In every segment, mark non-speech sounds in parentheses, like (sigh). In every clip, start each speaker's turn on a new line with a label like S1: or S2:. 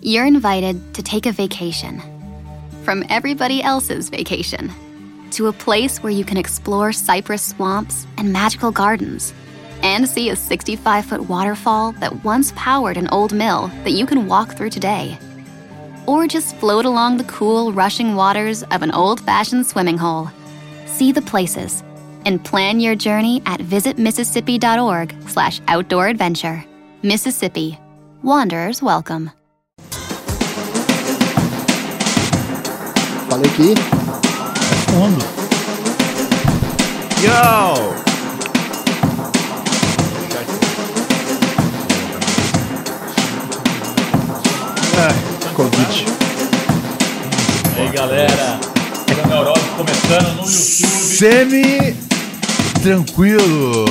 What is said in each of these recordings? S1: you're invited to take a vacation from everybody else's vacation to a place where you can explore cypress swamps and magical gardens and see a 65 foot waterfall that once powered an old mill that you can walk through today. Or just float along the cool, rushing waters of an old fashioned swimming hole. See the places and plan your journey at visitmississippi.org slash outdoor adventure. Mississippi. Wanderers welcome.
S2: Falei que
S3: Fundo.
S4: Yo!
S5: Oh,
S2: Covid.
S3: E É. aí, galera? é Essa Neurose começando no YouTube.
S4: Semi tranquilo.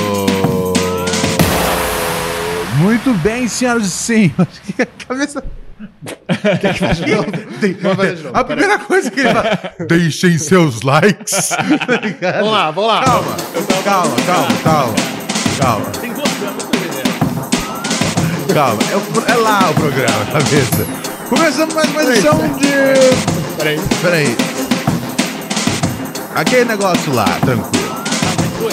S4: Muito bem, senhoras e senhores. (laughs) Que Cabeça. Tem-
S2: Vamos fazer de novo,
S4: a
S2: peraí.
S4: primeira coisa que ele fala. Deixem seus likes.
S2: Vamos lá, vamos lá.
S4: Calma, calma, calma, calma. Calma,
S3: Tem duas câmeras, tô entendendo.
S4: calma. É, o pro- é lá o programa, cabeça. Começamos mais uma edição de.
S3: Peraí.
S4: Peraí. Aquele negócio lá, tranquilo.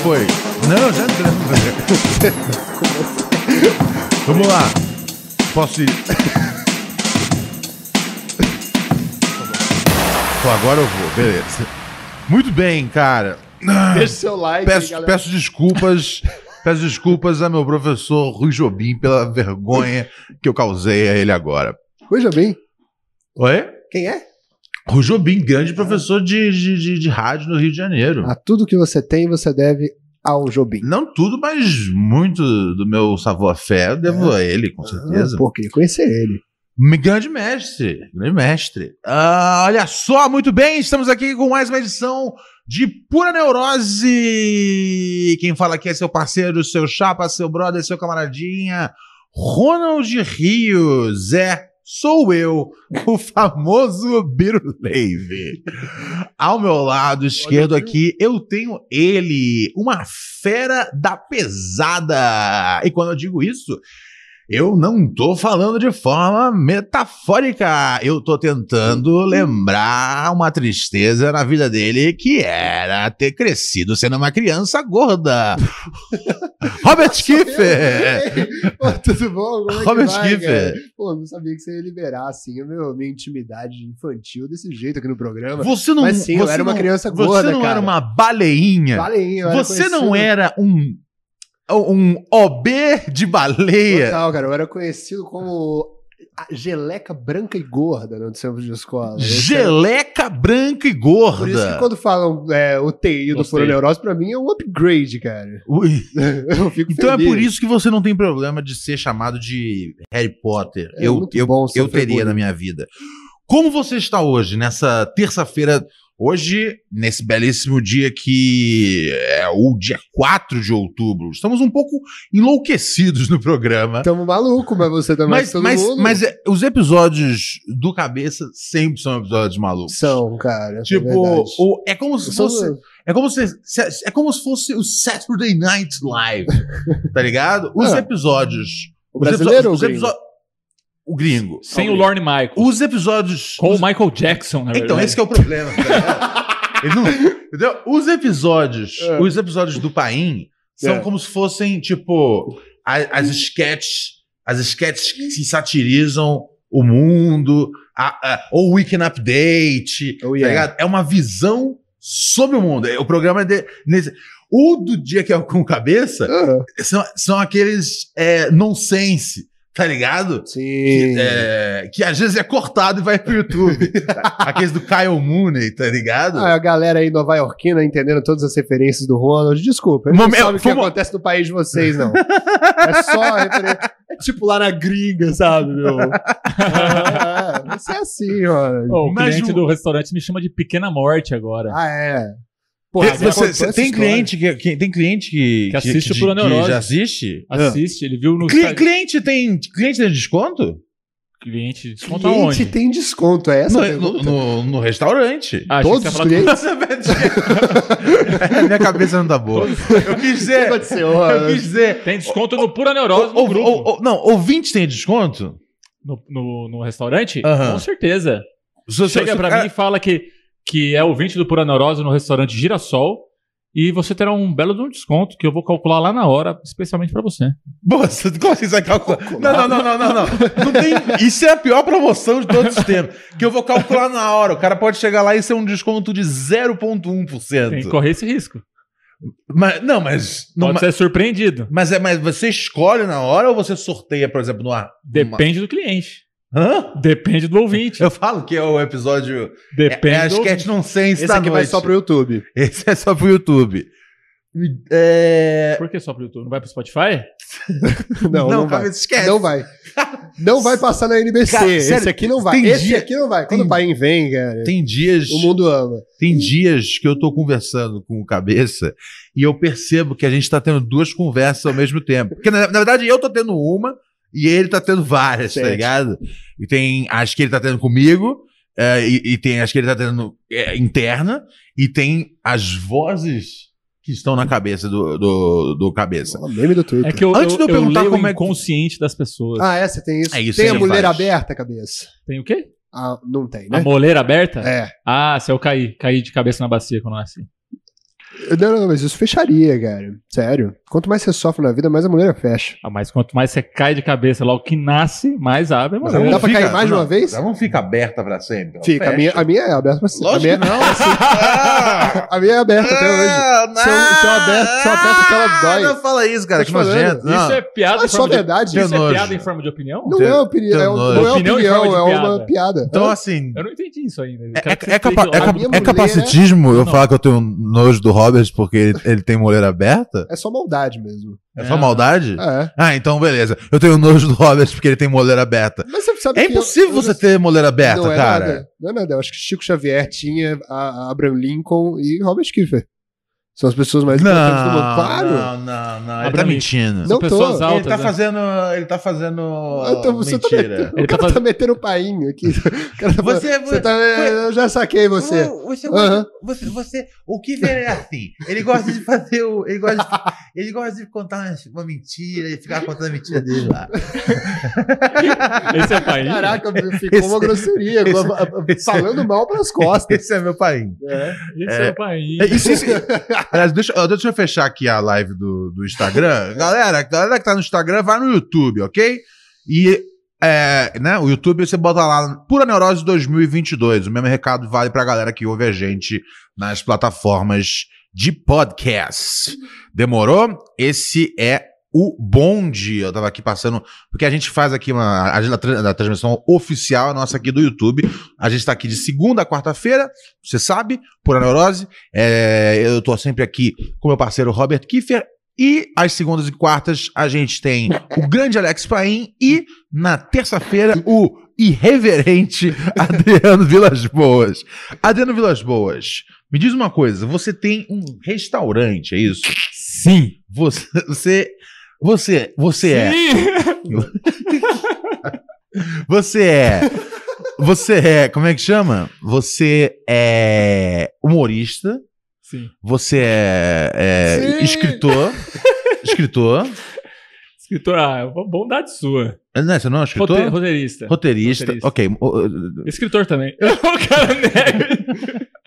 S4: Foi. Não, já entramos. (laughs) Vamos lá. Posso ir? Pô, agora eu vou, beleza. Muito bem, cara. Ah,
S2: Deixa o seu like.
S4: Peço,
S2: galera.
S4: peço desculpas. Peço desculpas a meu professor Rui Jobim pela vergonha que eu causei a ele agora.
S2: Veja bem.
S4: Oi?
S2: Quem é?
S4: Rui Jobim, grande professor de, de, de- de rádio no Rio de Janeiro.
S2: A tudo que você tem, você deve ao Jobim.
S4: Não tudo, mas muito do meu savoir-faire eu devo
S2: É.
S4: a ele, com certeza.
S2: Ah, pô, queria conhecer ele.
S4: Me- Grande mestre, grande mestre. Ah, olha só, muito bem, estamos aqui com mais uma edição de Pura Neurose. Quem fala aqui é seu parceiro, seu chapa, seu brother, seu camaradinha, Ronald Rio, Zé, sou eu, o famoso Biruleive. Ao meu lado esquerdo aqui, eu tenho ele, uma fera da pesada. E quando eu digo isso, eu não tô falando de forma metafórica. Eu tô tentando
S2: Uhum.
S4: lembrar uma tristeza na vida dele que era ter crescido sendo uma criança gorda.
S2: (laughs)
S4: Robert Kiffer!
S2: Pô, tudo bom? Como é
S4: Robert
S2: que vai,
S4: Kiefer.
S2: cara? Pô, não sabia que você ia liberar assim a meu- minha intimidade infantil desse jeito aqui no programa.
S4: Você não,
S2: Mas sim, eu
S4: você
S2: era uma
S4: não-
S2: criança
S4: Você
S2: gorda,
S4: não
S2: cara.
S4: era uma baleinha.
S2: Valeu, eu era
S4: Você não
S2: conhecido-
S4: era um um OB de baleia.
S2: Total, cara. Eu era conhecido como a geleca branca e gorda no tempo de escola. Esse era-
S4: Geleca branca e
S2: Por isso que
S4: gorda.
S2: quando falam é, o TI do
S3: Gostei.
S2: Foro Neurose, pra mim é um upgrade, cara.
S4: (laughs) Ui.
S2: Eu fico
S4: Então é
S2: feliz.
S4: por isso que você não tem problema de ser chamado de Harry Potter.
S2: É
S4: eu
S2: muito
S4: eu,
S2: bom
S4: eu
S2: sofrer
S4: teria
S2: bullying.
S4: na minha vida. Como você está hoje, nessa terça-feira, hoje, nesse belíssimo dia que é o dia 4 de outubro? Estamos um pouco enlouquecidos no programa.
S2: Tamo maluco, mas você também
S4: mas,
S2: todo
S4: mas,
S2: mundo.
S4: mas é, os episódios do Cabeça sempre são episódios malucos.
S2: são, cara.
S4: Tipo,
S2: é verdade.
S4: o- é como se
S2: São-
S4: fosse. É como se, se- é como se fosse o Saturday Night Live, tá
S2: (laughs)
S4: ligado? Os
S2: Ah.
S4: episódios.
S2: o brasileiro
S4: os
S2: ou o gringo?
S4: episódios, o gringo.
S3: Sem o Lorne Michael.
S4: Os episódios.
S3: Com o
S4: os- (laughs)
S3: Michael Jackson, na verdade.
S4: então, esse que é o problema. tá ligado? Ele não- entendeu? Os episódios.
S2: É.
S4: Os episódios do Paim são
S2: É.
S4: como se fossem, tipo, a- as sketches. As sketches que satirizam o mundo, a- a- ou o Weekend Update,
S2: Oh,
S4: tá
S2: yeah.
S4: ligado? É uma visão sobre o mundo. É, O programa é de, nesse- o do dia que é com cabeça
S2: Ah,
S4: são, são aqueles é, nonsense, tá ligado?
S2: sim.
S4: Que, é, que às vezes é cortado e vai pro
S2: (laughs)
S4: YouTube. aqueles do Kyle Mooney, tá ligado?
S2: Ah, a galera aí nova iorquina entendendo todas as referências do Ronald. Desculpa, eu não
S4: Momento-
S3: é
S2: sabe o que
S4: foi mo-
S2: acontece no país de vocês, não. É só referência.
S3: (laughs)
S2: É tipo lá na gringa, sabe, meu? Ah, é. Você é assim, Ronald.
S3: Ô, o
S4: Mas
S3: cliente
S4: o-
S3: do restaurante me chama de Pequena Morte agora.
S2: Ah, é. Pô,
S4: Tem-
S2: mas
S4: você-
S2: contou
S4: você
S2: essa
S4: tem,
S2: história?
S4: cliente que, que- tem cliente que,
S3: Que assiste
S4: que,
S3: o Pura
S4: que
S3: Neurose.
S4: já assiste?
S3: Assiste, ele viu no
S4: Cli-
S3: Instagram-
S4: cliente, tem, cliente tem desconto?
S3: cliente. Desconta
S2: Cliente
S3: onde?
S2: tem desconto, é essa a
S4: No,
S2: pergunta?
S4: no- no- no restaurante.
S3: Ah, achei
S2: Todos
S3: que
S2: os
S3: você ia falar-
S2: clientes?
S4: (laughs) Minha cabeça não tá boa. (laughs) (laughs) Eu quis
S2: O que
S4: dizer.
S2: aconteceu,
S4: Eu quis
S2: Ronald?
S4: dizer.
S3: Tem desconto no Pura Neurose no
S4: Ou-
S3: grupo.
S4: ou- ou- não, ouvintes tem desconto?
S3: no, no, no restaurante,
S4: Aham.
S3: com certeza.
S4: Se- se-
S3: Chega
S4: se-
S3: pra
S4: cara-
S3: mim e fala que, que é ouvinte do Pura Neurose no restaurante Girassol. E você terá um belo de um desconto que eu vou calcular lá na hora, especialmente pra você.
S4: Boa, você- como assim você vai calcular? Não, não, não, não, não, não. Não tem- Isso é a pior promoção de todos os tempos. Que eu vou calcular na hora. O cara pode chegar lá e ser um desconto de
S3: Tem que
S4: 0,1%.
S3: correr esse risco.
S4: Mas, não, mas. Não,
S3: Pode
S4: mas,
S3: ser surpreendido.
S4: mas é, mas você escolhe na hora ou você sorteia, por exemplo, no ar?
S3: Depende do cliente.
S4: Hã?
S3: Depende do ouvinte.
S4: Eu falo que é o episódio.
S3: Depende
S4: é, é a
S3: do
S4: sketch
S3: ouvinte.
S4: nonsense tá
S2: Esse
S4: da
S2: aqui
S4: noite.
S2: vai só pro YouTube.
S4: Esse é só pro YouTube. É...
S3: Por que só pro YouTube? Não vai pro Spotify?
S2: (laughs) Não, não,
S4: cara,
S2: vai.
S4: esquece.
S2: Não vai. Não vai passar na NBC.
S4: Cara, sério,
S2: esse aqui não vai.
S4: tem
S2: Esse
S4: dia-
S2: aqui não vai. Quando
S4: tem-
S2: o Bahia vem, cara,
S4: Tem dias.
S2: o mundo ama.
S4: Tem dias que eu tô conversando com o cabeça e eu percebo que a gente tá tendo duas conversas ao mesmo tempo. Porque, na, na verdade, eu tô tendo uma e ele tá tendo várias, tá
S2: Certo.
S4: ligado? E tem as que ele tá tendo comigo, é, e, e tem as que ele tá tendo é, interna, e tem as vozes que estão na cabeça do, do, do cabeça.
S2: O um meme do Twitter.
S3: É que eu,
S4: Antes de eu
S3: eu, eu
S4: perguntar
S3: leio
S4: como
S3: o
S4: é que-
S3: inconsciente das pessoas.
S2: Ah, essa tem isso.
S4: É isso
S2: tem a
S4: aí,
S2: mulher
S4: vários.
S2: aberta, cabeça.
S3: Tem o quê?
S2: Ah, não tem,
S3: A
S2: né?
S3: moleira aberta?
S2: É.
S3: Ah, se eu cair. Caí de cabeça na bacia quando eu nasci.
S2: Não, não, mas isso fecharia, cara. Sério. Quanto mais você sofre na vida, mais a mulher fecha.
S3: Ah, mas quanto mais você cai de cabeça lá, o que nasce, mais abre a
S4: Mas
S3: moleira.
S4: ela
S2: Dá
S4: não
S2: pra cair mais de uma
S4: não,
S2: vez?
S4: Ela não fica aberta pra sempre. ela
S2: Fica, a minha,
S4: Então, fecha.
S2: a minha é aberta pra sempre. A
S4: Lógico
S2: minha,
S4: que não.
S2: (laughs)
S4: assim.
S2: a minha é aberta até hoje. Se eu- se eu aberto- se eu aperto que ela dói.
S4: Não fala isso, cara.
S2: Tô
S4: Que
S2: te falando.
S4: nojento.
S3: Isso
S4: Não.
S3: é piada
S2: Ah,
S3: em
S2: só
S3: forma de
S2: verdade.
S4: Tem
S3: Isso é
S4: nojo.
S3: piada em forma de opinião?
S2: Não
S4: Tem-
S2: é opinião, é,
S4: tem
S2: um-
S4: nojo.
S2: não é
S3: Opinião em
S2: opinião,
S3: forma de
S2: é uma
S3: piada.
S2: piada.
S4: Então, assim.
S3: Eu não entendi isso ainda. Eu
S4: É,
S3: quero que
S4: é- é
S3: você
S4: capa-
S3: explique
S4: é
S3: lá.
S4: capa-
S2: minha
S4: é
S2: mulher-
S4: capacitismo eu
S3: né? Não.
S4: falar que eu tenho nojo do Robert porque ele, ele tem moleira aberta?
S2: É só maldade mesmo.
S4: É só maldade?
S2: É.
S4: Ah, então beleza. Eu tenho nojo do Robert porque ele tem moleira aberta.
S2: Mas você sabe
S4: É
S2: que eu-
S4: impossível
S2: eu
S4: você
S2: não-
S4: ter moleira aberta,
S2: não é
S4: cara.
S2: Nada, não é nada. Eu acho que Chico Xavier tinha a, a Abraham Lincoln e Robert Kiefer. São as pessoas mais importantes do mundo. Claro.
S4: não, não, não. Ele
S3: Abre
S4: tá
S3: ali.
S4: mentindo.
S2: Não
S3: São
S2: tô.
S3: pessoas
S4: Ele
S3: altas.
S4: tá
S3: né?
S4: fazendo. Ele tá fazendo.
S2: Eu tô- você tá
S4: mentira.
S2: metendo-
S3: Ele tá
S2: o cara tá
S3: fazendo-
S2: metendo o painho aqui. (laughs) O cara tá falando,
S4: Você-
S2: você tá- eu já saquei você.
S4: Não, Você, é
S2: Aham.
S4: você, você- o que vê é assim. Ele gosta de fazer o. Ele gosta de, ele gosta de contar uma, uma mentira e ficar contando a mentira dele lá.
S3: Esse é pai.
S2: Caraca, ficou uma grosseria.
S4: esse-
S2: uma- a- a- falando mal pelas costas.
S4: Esse é meu pai.
S3: Esse é, o pai.
S4: isso,
S3: (laughs)
S4: isso. Aliás, deixa, ó, deixa eu fechar aqui a live do, do
S3: (laughs)
S4: Instagram. Galera, galera que tá no Instagram, vai no YouTube, ok? E é, né, o YouTube você bota lá Pura Neurose 2022. O mesmo recado vale pra galera que ouve a gente nas plataformas de podcast. Demorou? Esse é o bonde. Eu tava aqui passando. Porque a gente faz aqui uma a agenda tra- da transmissão oficial, a nossa aqui do YouTube. A gente tá aqui de segunda a quarta-feira, você sabe, Pura Neurose. É, eu tô sempre aqui com meu parceiro Robert Kiefer. E às segundas e quartas a gente tem o grande Alex Paim e na terça-feira o irreverente (laughs) Adriano Vilas Boas. Adriano Vilas Boas, me diz uma coisa, você tem um restaurante, é isso?
S3: Sim.
S4: Você você você, você é (laughs) você é. Você é. Como é que chama? Você é humorista.
S3: Sim.
S4: Você é, é
S3: (laughs)
S2: Sim.
S4: escritor. escritor.
S3: Escritora, ah, é bondade sua.
S4: Não, você não é um escritor?
S3: Rote- roteirista.
S4: Roteirista.
S3: Roteirista.
S4: Ok. o- o-
S3: Escritor também. (laughs) o cara nega.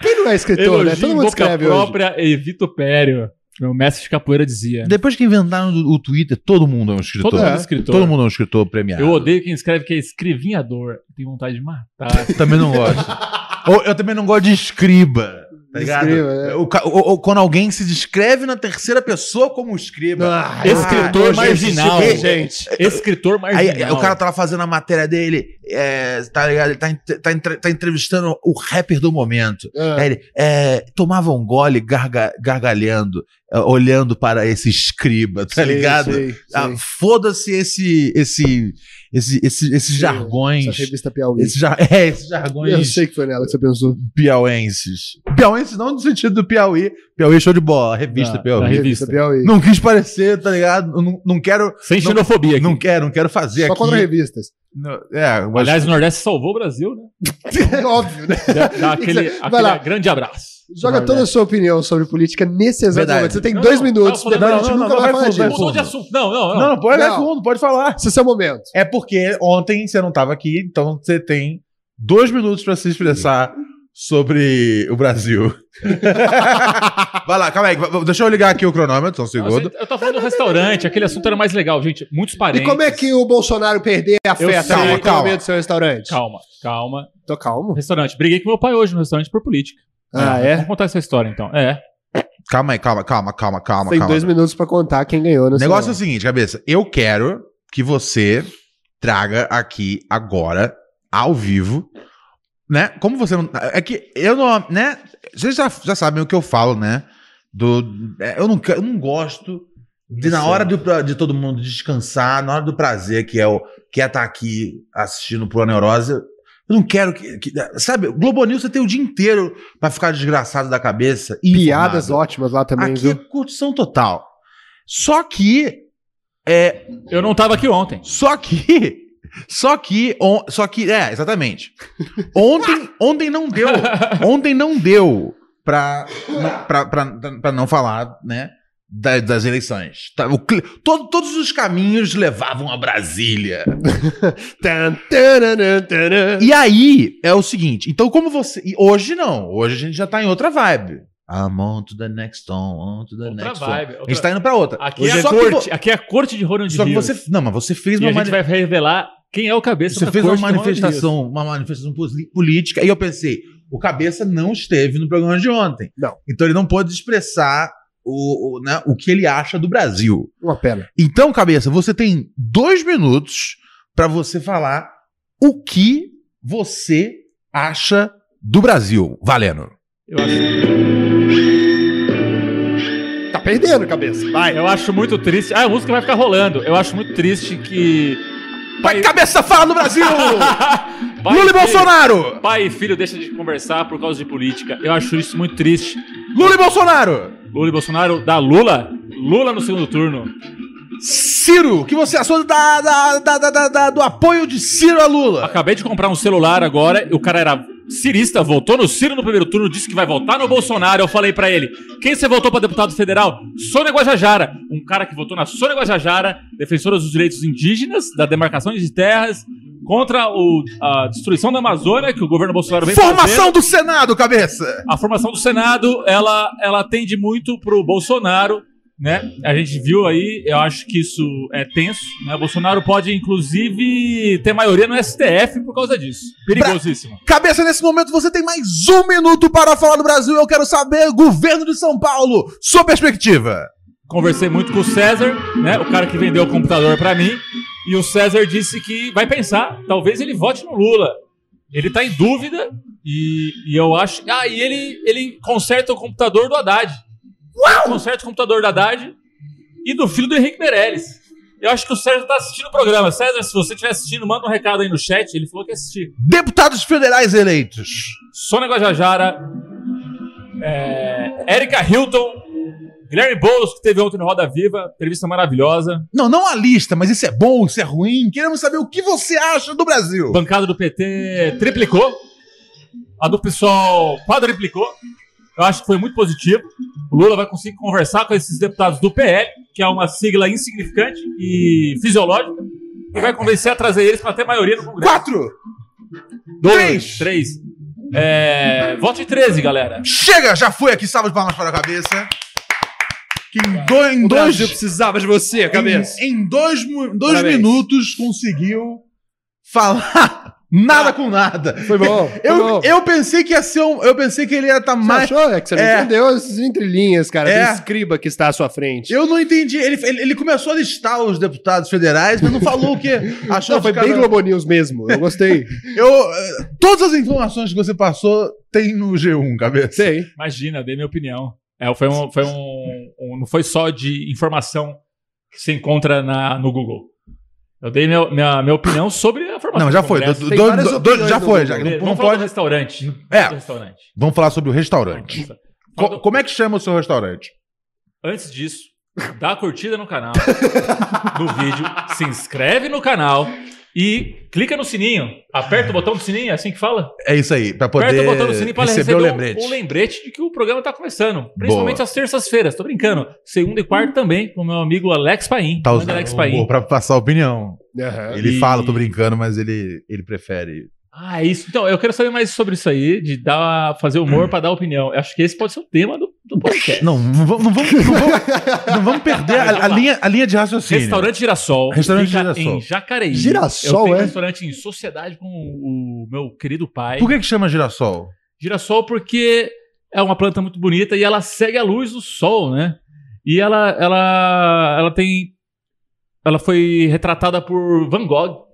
S2: Quem não é escritor, né?
S3: Elogio
S2: Todo
S3: em
S2: mundo
S3: boca
S2: escreve hoje.
S3: própria e vitupério. Meu mestre de capoeira dizia.
S4: Depois que inventaram o o Twitter, todo mundo é um escritor.
S3: Todo mundo é escritor.
S4: Todo mundo é um escritor premiado.
S3: Eu odeio quem escreve que é escrevinhador. Tenho vontade de
S2: (laughs)
S3: matar.
S4: (laughs) Também não gosto. Ou eu também não gosto de escriba. Tá ligado?
S2: Escriba, é.
S4: O ca- ou- ou quando alguém se descreve na terceira pessoa como escriba.
S2: Ah,
S3: Escritor
S2: gente,
S3: marginal.
S2: esse tipo de
S4: (laughs)
S2: Gente.
S3: Escritor
S4: Aí
S3: marginal.
S4: aí o cara tá lá fazendo a matéria dele, é, tá ligado? Ele tá, entre- tá entre- tá entrevistando o rapper do momento.
S2: Ah,
S4: Aí ele é, tomava um gole garga- gargalhando, é, olhando para esse escriba, tá
S2: sei,
S4: ligado?
S2: sei, sei.
S4: Ah, Foda-se esse, esse, esse, esse, esses
S2: Sim, Essa
S4: jargões.
S2: revista Piauí.
S4: Esses (laughs) jar- é, esses
S2: Eu
S4: jargões
S2: sei que foi nela que você pensou.
S4: piauenses. Piauenses não no sentido do Piauí. Piauí show de bola, a revista
S3: Da-
S4: Piauí.
S3: da Revista.
S2: Piauí.
S4: Não quis parecer, tá ligado? Não, não quero,
S3: Sem xenofobia aqui.
S4: não quero, não quero fazer
S2: Só
S4: aqui.
S2: contra revistas.
S4: Não, É, mas
S3: Aliás, o Nordeste salvou o Brasil, né?
S2: (laughs) Óbvio, né?
S3: Dá, dá aquele,
S2: Vai
S3: aquele
S2: lá.
S3: grande abraço.
S2: Joga
S4: Vai,
S2: toda
S4: né?
S2: a sua opinião sobre política nesse exato
S4: Verdade.
S2: momento. Você tem
S3: Não,
S2: dois
S3: não,
S2: minutos,
S3: não,
S2: depois
S3: não,
S2: a gente
S4: não,
S2: nunca
S4: não, vai
S2: vai falar
S4: fundo, vai
S2: disso.
S3: Mudou de assunto. Não, não, não.
S4: Não, não, pode
S2: Não.
S4: dar fundo, pode falar.
S2: Esse é o seu momento.
S4: É porque ontem você não estava aqui, então você tem dois minutos para se expressar sobre o Brasil. (laughs) Vai lá, calma aí. va- va- Deixa eu ligar aqui o cronômetro, só um segundo.
S3: Eu tava falando do restaurante, aquele assunto era mais legal, gente. Muitos
S2: E
S3: parentes.
S2: como é que o Bolsonaro perder afeta
S3: sei,
S2: a economia
S4: calma.
S2: do seu restaurante?
S3: Calma, calma.
S2: Tô calmo.
S3: Restaurante. Briguei com meu pai hoje no restaurante por política.
S2: Ah, é?
S3: Vamos contar essa história então. É.
S4: Calma aí, calma, calma, calma, calma.
S2: Tem
S4: calma.
S2: dois minutos pra contar quem ganhou.
S4: O
S2: nessa-
S4: negócio é o seguinte, cabeça. Eu quero que você traga aqui agora, ao vivo, né? Como você não. É que eu não. né? Vocês já, já sabem o que eu falo, né? Do, é, eu, não, que- eu não gosto de, na hora do pra- de todo mundo descansar, na hora do prazer, que é o que é estar aqui assistindo pro Neurose. Eu não quero que, que- Sabe, Globo News você tem o dia inteiro pra ficar desgraçado da cabeça. e
S2: Piadas
S4: informado.
S2: ótimas lá também,
S4: Aqui é
S2: viu?
S4: curtição total. Só que. É,
S3: Eu não tava aqui ontem.
S4: só que. Só que. on- só que. É, exatamente. Ontem, ontem não deu. Ontem não deu pra, pra, pra, pra não falar, né? da- Das eleições. Tá, o cli- todo- todos os caminhos levavam a
S3: (laughs)
S4: Brasília.
S2: Tan, tananã, tanã.
S4: E aí é o seguinte: então, como você. e hoje não, hoje a gente já tá em outra vibe. I'm on to the next one, on to the
S3: Outra
S4: next
S3: vibe,
S4: one. A
S3: outra-
S4: gente tá indo pra outra.
S3: Aqui é, a
S4: Só que vo-
S3: corte, aqui é a corte de Ronald
S4: Só que
S3: Rios.
S4: você. Não, mas você fez
S3: E a
S4: uma
S3: gente
S4: manifestação.
S3: vai revelar quem é o cabeça
S4: Você
S3: da
S4: fez uma
S3: corte de Ronald Rios.
S4: manifestação, uma manifestação poli- política, e eu pensei, o cabeça não esteve no programa de ontem.
S2: Não.
S4: Então ele não pôde expressar o, o, né, o que ele acha do Brasil.
S2: Uma pena.
S4: Então, cabeça, você tem dois minutos para você falar o que você acha do Brasil. Valendo.
S3: Eu acho
S2: Tá perdendo, cabeça. Vai.
S3: Eu acho muito triste. Ah, a música vai ficar rolando. Eu acho muito triste que.
S4: Vai, cabeça, fala do Brasil!
S3: Pai
S4: Lula e
S3: filho-
S4: Bolsonaro!
S3: Pai e filho deixam de conversar por causa de política. Eu acho isso muito triste.
S4: Lula e Bolsonaro!
S3: Lula e Bolsonaro dá Lula. Lula no segundo turno.
S4: Ciro, o que você achou da, da- da- da- da- da- do apoio de Ciro a Lula?
S3: Acabei de comprar um celular agora. O cara era cirista, votou no Ciro no primeiro turno, disse que vai votar no Bolsonaro. Eu falei pra ele: quem você votou pra deputado federal? Sônia Guajajara. Um cara que votou na Sônia Guajajara, defensora dos direitos indígenas, da demarcação de terras, contra o- a destruição da Amazônia, que o governo Bolsonaro vem fazendo.
S4: Formação do Senado, cabeça!
S3: A formação do Senado, ela, ela tende muito pro Bolsonaro, né? A gente viu aí, eu acho que isso é tenso, né? O Bolsonaro pode, inclusive, ter maioria no STF por causa disso. Perigosíssimo.
S4: Cabeça, nesse momento você tem mais um minuto para falar do Brasil. Eu quero saber, governo de São Paulo, sua perspectiva.
S3: Conversei muito com o César, né? O cara que vendeu o computador pra mim. E o César disse que vai pensar, talvez ele vote no Lula. Ele tá em dúvida e, e eu acho. Ah, e ele, ele conserta o computador do Haddad. Ele conserta o computador do Haddad e do filho do Henrique Meirelles. Eu acho que o César tá assistindo o programa. César, se você estiver assistindo, manda um recado aí no chat. Ele falou que ia assistir.
S4: Deputados federais eleitos.
S3: Sônia Guajajara, é, Erika Hilton, Guilherme Boulos, que teve ontem no Roda Viva, entrevista maravilhosa,
S4: Não, não a lista, mas isso é bom, isso é ruim. Queremos saber o que você acha do Brasil.
S3: bancada do PT triplicou, a do PSOL quadriplicou, eu acho que foi muito positivo, o Lula vai conseguir conversar com esses deputados do PL, que é uma sigla insignificante e fisiológica, e vai convencer a trazer eles para ter maioria no Congresso.
S4: Quatro. Três.
S3: Três. É, voto em 13, galera.
S4: Chega, já foi aqui, salve de palmas para a cabeça. Que em, do- em dois,
S2: precisava de você,
S4: em, em dois, mu- dois
S2: Parabéns.
S4: minutos conseguiu falar (laughs) nada com nada.
S2: Ah, Foi bom. foi bom.
S4: Eu, eu pensei que ia ser um. Eu pensei que ele ia estar
S2: Você
S4: mais.
S2: achou? É que você não
S4: É.
S2: entendeu as entrelinhas, cara.
S4: É.
S2: Do escriba que está à sua frente.
S4: Eu não entendi. Ele, ele, ele começou a listar os deputados federais, mas não falou
S2: (laughs)
S4: o quê. Achou
S2: Não, foi
S4: que cada-
S2: bem Globo News mesmo. Eu gostei.
S4: (laughs) Eu, eh, Todas as informações que você passou tem no G1, cabeça.
S2: Sei.
S3: Imagina, dei minha opinião. É, foi um, foi um, um- não foi só de informação que se encontra na, no Google. Eu dei meu- minha, minha opinião sobre a formação.
S4: Não, já
S3: do
S4: foi.
S3: Congresso.
S4: do-
S2: tem
S4: do-
S2: várias
S4: do-
S2: opiniões
S4: já
S2: no
S4: foi.
S2: Google.
S4: Já,
S3: Beleza,
S4: não,
S3: Vamos falar
S4: pode.
S3: do restaurante. Do
S4: É,
S3: restaurante.
S4: vamos falar sobre o restaurante.
S3: Fala
S4: Co-
S3: do-
S4: como é que chama o seu restaurante?
S3: Antes (laughs) disso, dá a curtida no canal, no vídeo, se inscreve no canal, E clica no sininho. Aperta o botão do sininho, é assim que fala?
S4: É isso aí, pra poder
S3: Aperta o botão do sininho para
S4: receber
S3: receber,
S4: o
S3: um-
S4: lembrete.
S3: um, lembrete de que o programa tá começando. Principalmente às terças-feiras, tô brincando. Segunda e quarta também, com o meu amigo Alex Paim.
S4: Tá
S3: Grande
S4: usando
S3: Alex
S4: o
S3: Paim.
S4: humor pra passar opinião.
S2: Aham.
S4: Ele
S3: E-
S4: fala, tô brincando, mas ele, ele prefere.
S3: Ah, isso. Então, eu quero saber mais sobre isso aí, de dar, fazer humor pra dar opinião. Eu acho que esse pode ser o tema do, do podcast.
S4: Não, não vamos, não vamos, não vamos, não vamos perder a, a linha, a linha de raciocínio.
S3: Restaurante Girassol.
S4: Restaurante
S3: fica
S4: Girassol.
S3: Em Jacareí.
S2: Girassol,
S3: eu tenho um
S2: é?
S3: restaurante em sociedade com o meu querido pai.
S4: Por que, que chama girassol?
S3: Girassol porque é uma planta muito bonita e ela segue a luz do sol, né? E ela, ela, ela tem, ela foi retratada por Van Gogh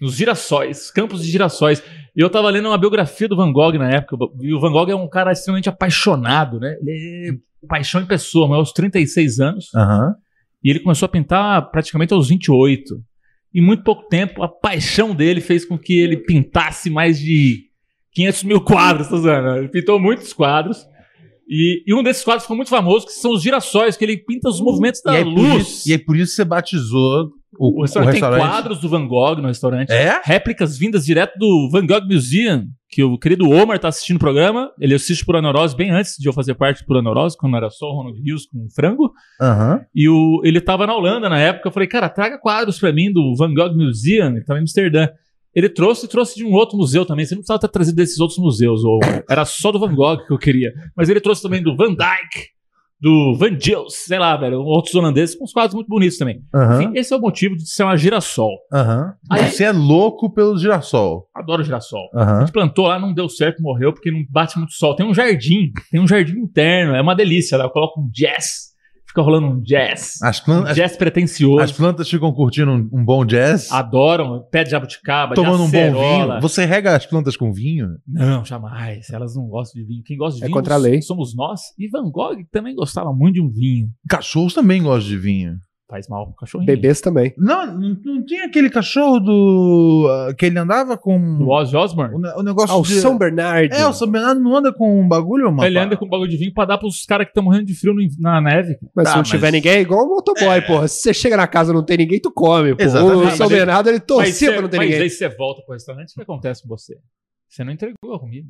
S3: nos girassóis, campos de girassóis. E eu tava lendo uma biografia do Van Gogh na época, e o Van Gogh é um cara extremamente apaixonado, né? Ele é paixão em pessoa, mas aos 36 anos,
S4: Aham.
S3: e ele começou a pintar praticamente aos 28. Em muito pouco tempo, a paixão dele fez com que ele pintasse mais de 500 mil quadros, Suzana. Ele pintou muitos quadros. E, e um desses quadros ficou muito famoso, que são os girassóis, que ele pinta os movimentos da
S4: E, aí, por
S3: luz.
S4: isso, e aí por isso você batizou o,
S3: o
S4: o
S3: restaurante,
S4: restaurante.
S3: tem quadros do Van Gogh no restaurante.
S4: É?
S3: Réplicas vindas direto do Van Gogh Museum, que o querido Omar está assistindo o programa. Ele assiste por Anorose bem antes de eu fazer parte por Anorose, quando era só o Ronald Rios com frango.
S4: Aham.
S3: E o, ele tava na Holanda na época. Eu falei, cara, traga quadros pra mim do Van Gogh Museum. Ele tava em Amsterdã. Ele trouxe e trouxe de um outro museu também. Você não precisava ter trazido desses outros museus. Ou era só do Van Gogh que eu queria. Mas ele trouxe também do Van Dyck, do Van Gils, sei lá, velho. Outros holandeses com uns quadros muito bonitos também.
S4: Aham.
S3: Enfim, esse é o motivo de ser uma girassol.
S4: Aham.
S3: Aí-
S4: Você é louco pelo girassol.
S3: Adoro girassol. A
S4: Aham.
S3: gente plantou lá, não deu certo, morreu, porque não bate muito sol. Tem um jardim, tem um jardim interno, é uma delícia. Lá eu coloco um jazz, fica rolando um jazz.
S4: As,
S3: Um
S4: plan- as-
S3: jazz pretencioso.
S4: as plantas ficam curtindo um, um bom jazz,
S3: adoram pé de jabuticaba,
S4: tomando um
S3: de
S4: bom
S3: acerola.
S4: vinho. Você Ah. rega as plantas com vinho?
S3: Não, jamais. Elas não gostam de vinho. Quem gosta de
S2: É
S3: vinho
S2: contra a lei.
S3: somos nós. E Van Gogh também gostava muito de um vinho.
S4: Cachorros também gostam de vinho.
S3: Faz mal pro cachorrinho.
S2: Bebês também.
S4: Não, não não tinha aquele cachorro do. ah, que ele andava com.
S3: O Ozzy
S4: O,
S3: Osbourne,
S4: ne- o negócio
S2: Ah, o
S4: de...
S2: São Bernardo.
S4: É, o São Bernardo não anda com um bagulho, mano?
S3: ele anda com um bagulho de vinho pra dar pros caras que estão morrendo de frio no in- na neve.
S2: Mas
S4: Tá,
S2: se não
S4: mas-
S2: tiver ninguém, é igual o motoboy, porra. Se você chega na casa e não tem ninguém, tu come, pô.
S4: Exatamente.
S2: O São
S3: Mas aí-
S2: Bernardo, ele torcia
S3: cê-
S2: pra não ter
S3: mas
S2: ninguém.
S3: aí você volta pro restaurante, o que acontece com você? Você não entregou a comida.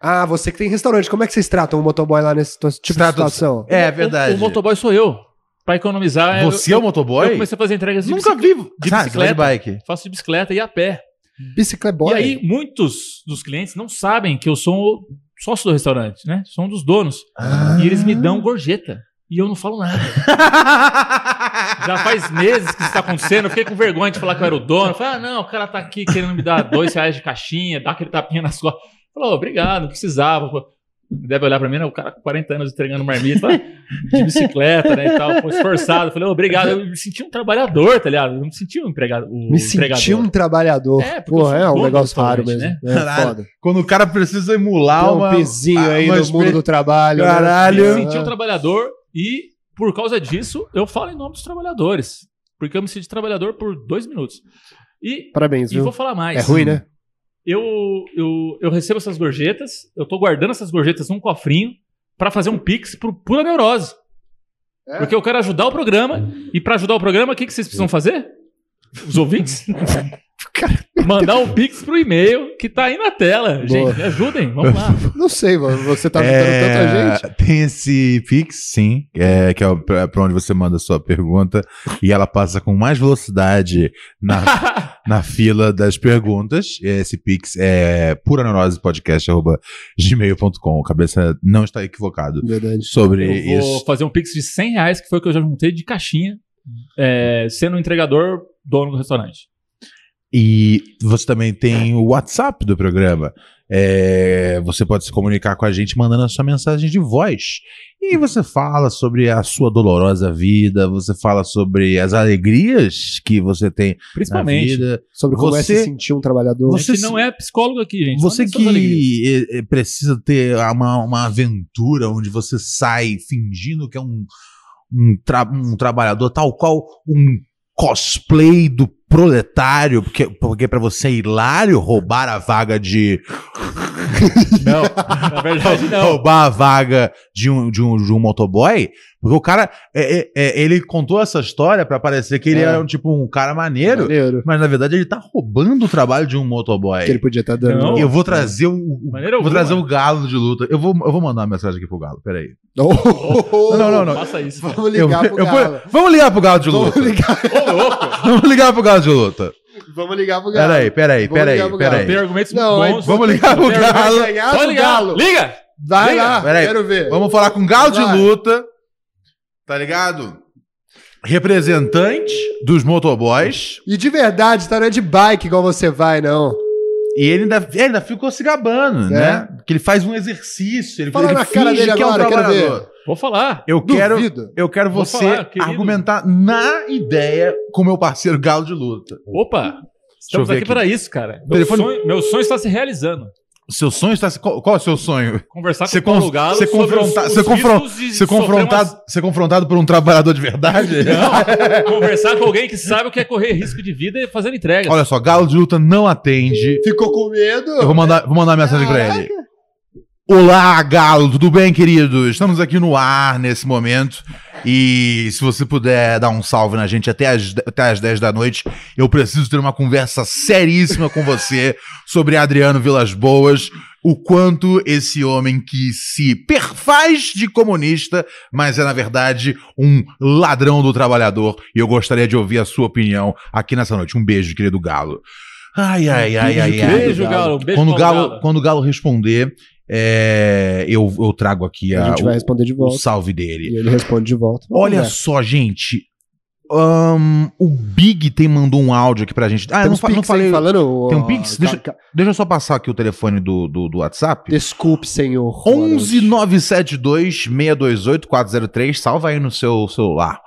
S2: Ah, você que tem restaurante, como é que vocês tratam o motoboy lá nesse to- tipo
S4: Trato-
S2: de situação?
S4: É, é
S3: O-
S4: verdade.
S3: O, motoboy sou eu. Pra economizar, eu-
S4: Você é o
S3: eu,
S4: motoboy?
S3: eu comecei a fazer entregas de
S4: Nunca vi.
S3: bicicleta. de
S4: Ah, você vai
S3: bicicleta.
S4: de bike.
S3: Faço de bicicleta e a pé.
S2: Bicicleboy?
S3: E aí, muitos dos clientes não sabem que eu sou o sócio do restaurante, né? Sou um dos donos.
S4: Ah.
S3: E eles me dão gorjeta. E eu não falo nada. Já faz meses que isso tá acontecendo. Eu fiquei com vergonha de falar que eu era o dono. Eu Falei, ah, não, o cara tá aqui querendo me dar dois reais de caixinha, dá aquele tapinha nas costas. Falou, "Oh, obrigado, não precisava. Pô, Deve olhar pra mim, né? O cara com 40 anos entregando marmita fala, de bicicleta, né? E tal, pô, esforçado. Eu Falei, "Ô, obrigado. Eu me senti um trabalhador, tá ligado? Eu me senti um empregado. o
S2: Me senti
S3: empregador.
S2: um trabalhador.
S3: É, porque eu sou
S2: Porra, é
S3: dono
S2: um
S3: do
S2: negócio raro mesmo.
S3: restaurante, né?
S2: É
S4: Caralho.
S2: foda.
S4: Quando o cara precisa
S2: Tem
S4: emular
S2: um
S4: uma...
S2: pezinho
S4: ah,
S2: aí
S4: uma
S2: no mundo
S4: experi-
S2: do trabalho. né?
S4: Caralho.
S3: Me senti um trabalhador e, por causa disso, eu falo em nome dos trabalhadores. Porque eu me senti trabalhador por dois minutos. E,
S2: Parabéns,
S3: e vou
S2: viu?
S3: falar mais.
S2: É ruim, né?
S3: Eu, eu, eu recebo essas gorjetas, eu tô guardando essas gorjetas num cofrinho pra fazer um pix por pura neurose.
S2: É?
S3: Porque eu quero ajudar o programa. E pra ajudar o programa, o que, que vocês precisam fazer? Os
S2: (laughs)
S3: ouvintes? Mandar um pix pro e-mail que tá aí na tela. Gente, me ajudem, vamos lá.
S2: Não sei, mano. Você tá
S4: É,
S2: ajudando tanta gente.
S4: Tem esse Pix, sim, é, que é o- pra pra onde você manda a sua pergunta e ela passa com mais velocidade na,
S2: (laughs)
S4: na fila das perguntas. Esse Pix é pura neurose O cabeça não está equivocado
S2: Verdade.
S4: sobre
S3: Eu vou
S4: isso.
S3: fazer um pix de 100 reais, que foi o que eu já juntei de caixinha, é, sendo um entregador dono do restaurante.
S4: E você também tem o WhatsApp do programa. É, você pode se comunicar com a gente mandando a sua mensagem de voz. E você fala sobre a sua dolorosa vida, você fala sobre as alegrias que você tem na
S3: Principalmente.
S4: vida.
S2: Sobre como é
S4: Você-
S2: se sentir um trabalhador.
S3: A
S4: Você
S3: gente
S4: se-
S3: não é psicólogo aqui, gente.
S4: Você
S3: Manda suas alegrias.
S4: que é, é, precisa ter uma, uma aventura onde você sai fingindo que é um, um, tra- um trabalhador, tal qual um cosplay do
S2: (laughs)
S4: proletário, porque, porque para você é hilário roubar a vaga de
S3: Não, na verdade não.
S4: roubar a vaga de um, de um, de um motoboy, porque o cara, é, é, é, ele contou essa história pra parecer que ele
S2: É.
S4: era um, tipo um cara maneiro,
S2: Maneiro.
S4: mas na verdade ele tá roubando o trabalho de um motoboy.
S2: Que ele podia estar dando.
S3: Não.
S4: Eu vou trazer o,
S3: Maneira
S4: vou
S3: alguma.
S4: trazer o galo de luta. Eu vou, eu vou mandar uma mensagem aqui pro galo, peraí.
S2: Oh,
S4: Não, não, não.
S3: Faça isso. Ô,
S2: Vamos ligar
S4: Eu-
S2: pro
S4: eu vou-
S2: Galo.
S4: vamos ligar pro galo de
S2: Vamos
S4: luta.
S2: ligar,
S3: louco.
S4: (laughs) Vamos ligar pro galo de luta.
S2: vamos ligar pro Galo.
S4: Peraí, peraí,
S2: Vamos ligar
S4: peraí,
S2: pro Galo.
S3: Tem
S4: peraí.
S3: argumentos
S2: Não,
S3: bons.
S4: Vamos ligar pro
S3: Tem
S4: galo.
S2: Vai ganhar
S3: Pode
S2: do
S3: ligar.
S2: Galo.
S3: Liga!
S2: Vai
S3: Liga.
S2: lá,
S4: Peraí.
S2: quero ver.
S4: Vamos falar com Galo de
S2: Vai.
S4: Luta. Tá ligado? Representante dos motoboys.
S2: E de verdade, tá não é de bike igual você vai, não.
S4: E ele ainda, ele ainda ficou se gabando,
S2: É.
S4: né? Que ele faz um exercício. Ele,
S2: Fala
S4: ele
S2: na cara
S4: finge
S2: dele
S4: que é um
S2: agora, quero ver.
S4: trabalhador.
S3: Vou falar.
S4: Eu quero,
S2: Duvido.
S4: eu quero
S3: Vou
S4: você
S3: falar, querido.
S4: argumentar na ideia com meu parceiro Galo de Luta.
S3: Opa!
S4: Deixa eu
S3: Estamos
S4: ver
S3: aqui,
S4: aqui.
S3: para isso, cara. Meu
S4: Telefone-
S3: sonho, meu sonho está se realizando.
S4: Seu sonho está. se- Qual, qual é o seu sonho?
S3: Conversar
S4: Você
S3: com o Paulo
S4: con-
S3: Galo
S4: você
S3: sobre
S4: confrontar-
S3: os,
S4: você
S3: os
S4: confron-
S3: riscos de
S4: Ser
S3: sofrer
S4: confrontado, ser confrontado por um trabalhador de verdade?
S3: uma- Não, conversar com alguém que sabe o que é correr risco de vida e fazendo
S4: (laughs)
S3: entregas.
S4: Olha só, Galo de Luta não atende.
S2: Ficou com medo?
S4: Eu vou mandar, vou mandar uma mensagem pra
S2: Caraca.
S4: ele. Olá, Galo, tudo bem, querido? Estamos aqui no ar nesse momento. E se você puder dar um salve na gente até as até às 10 da noite, eu preciso ter uma conversa seríssima com você sobre Adriano Vilas Boas, o quanto esse homem que se perfaz de comunista, mas é na verdade um ladrão do trabalhador. E eu gostaria de ouvir a sua opinião aqui nessa noite. Um beijo, querido Galo. Ai, ai, ai, ai, ai.
S3: Beijo, Galo. Beijo,
S4: Quando o
S3: Paulo
S4: Galo, quando o Galo responder, é, eu, eu trago aqui
S2: A
S4: a-
S2: gente vai
S4: o,
S2: responder de
S4: o
S2: volta.
S4: salve dele.
S2: E ele responde de volta. Vamos
S4: Olha
S2: ver.
S4: só, gente. Ahn, o Big tem mandou um áudio aqui pra gente. Ah, eu não,
S2: Temos
S4: fa- não
S2: Pix aí
S4: falei.
S2: Falando,
S4: Tem um
S2: ó,
S4: Pix?
S2: ca-
S4: Deixa-
S2: ca-
S4: Deixa eu só passar aqui o telefone do, do, do WhatsApp.
S2: Desculpe, senhor.
S4: 11972-628-403. Salva aí no seu celular.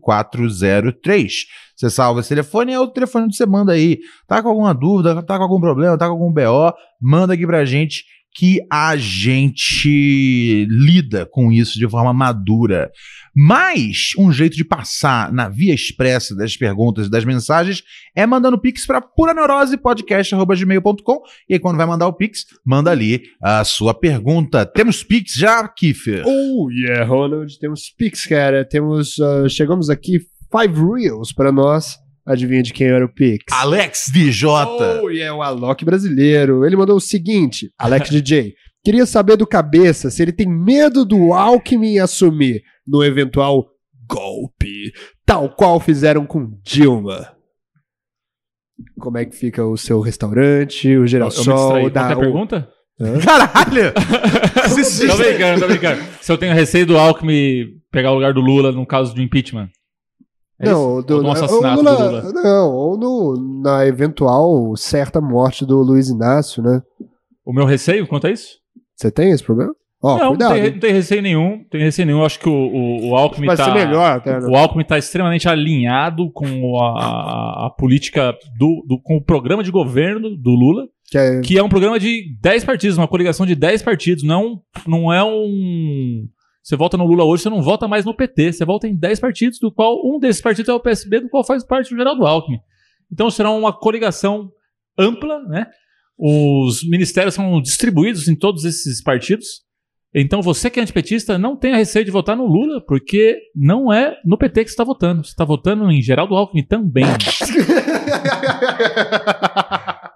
S4: 11972-628-403. Você salva esse telefone, é o telefone que você manda aí. Tá com alguma dúvida, tá com algum problema, tá com algum BO, manda aqui pra gente que a gente lida com isso de forma madura. Mas um jeito de passar na via expressa das perguntas e das mensagens é mandando pix para puraneurosepodcast.gmail.com e aí quando vai mandar o pix, manda ali a sua pergunta. Temos pix já, Kiffer?
S2: Oh, yeah, Ronald. Temos Pix, cara. Temos, ah, chegamos aqui, Five Reels pra nós. Adivinha de quem era o Pix?
S4: Alex DJ.
S2: Oh, e é o Alok brasileiro. Ele mandou
S3: (laughs)
S2: o seguinte, Alex DJ. Queria saber do cabeça se ele tem medo do Alckmin assumir no eventual golpe, tal qual fizeram com Dilma. Como é que fica o seu restaurante, o
S3: Eu, eu me
S2: girassol,
S3: distraí.
S2: da-
S3: Qual que é a pergunta?
S4: Caralho! Você se
S3: (laughs) Tô
S4: distra-
S3: brincando, tô brincando. Se eu tenho receio do Alckmin pegar o lugar do Lula no caso do impeachment. É isso?
S2: não, do,
S3: Ou do assassinato
S2: ou no-
S3: do Lula.
S2: Não, ou no, na eventual certa morte do Luiz Inácio, né?
S3: O meu receio quanto a isso?
S2: Você tem esse problema? Ó,
S3: não,
S2: cuidado.
S3: não, tem, não tem receio nenhum. não Tem receio nenhum. Eu acho que o, o, o Alckmin
S2: Vai
S3: tá.
S2: ser melhor até, né?
S3: O Alckmin está extremamente alinhado com a, a- a política do, do- com o programa de governo do Lula,
S2: Que é-
S3: que é um programa de 10 partidos, uma coligação de 10 partidos, não, não é um você vota no Lula hoje, você não vota mais no PT, você vota em 10 partidos, do qual um desses partidos é o PSB, do qual faz parte o Geraldo Alckmin. Então será uma coligação ampla, né? Os ministérios são distribuídos em todos esses partidos. Então você que é antipetista, não tenha receio de votar no Lula, porque não é no PT que você está votando. Você está votando em Geraldo Alckmin
S2: (laughs)
S3: também.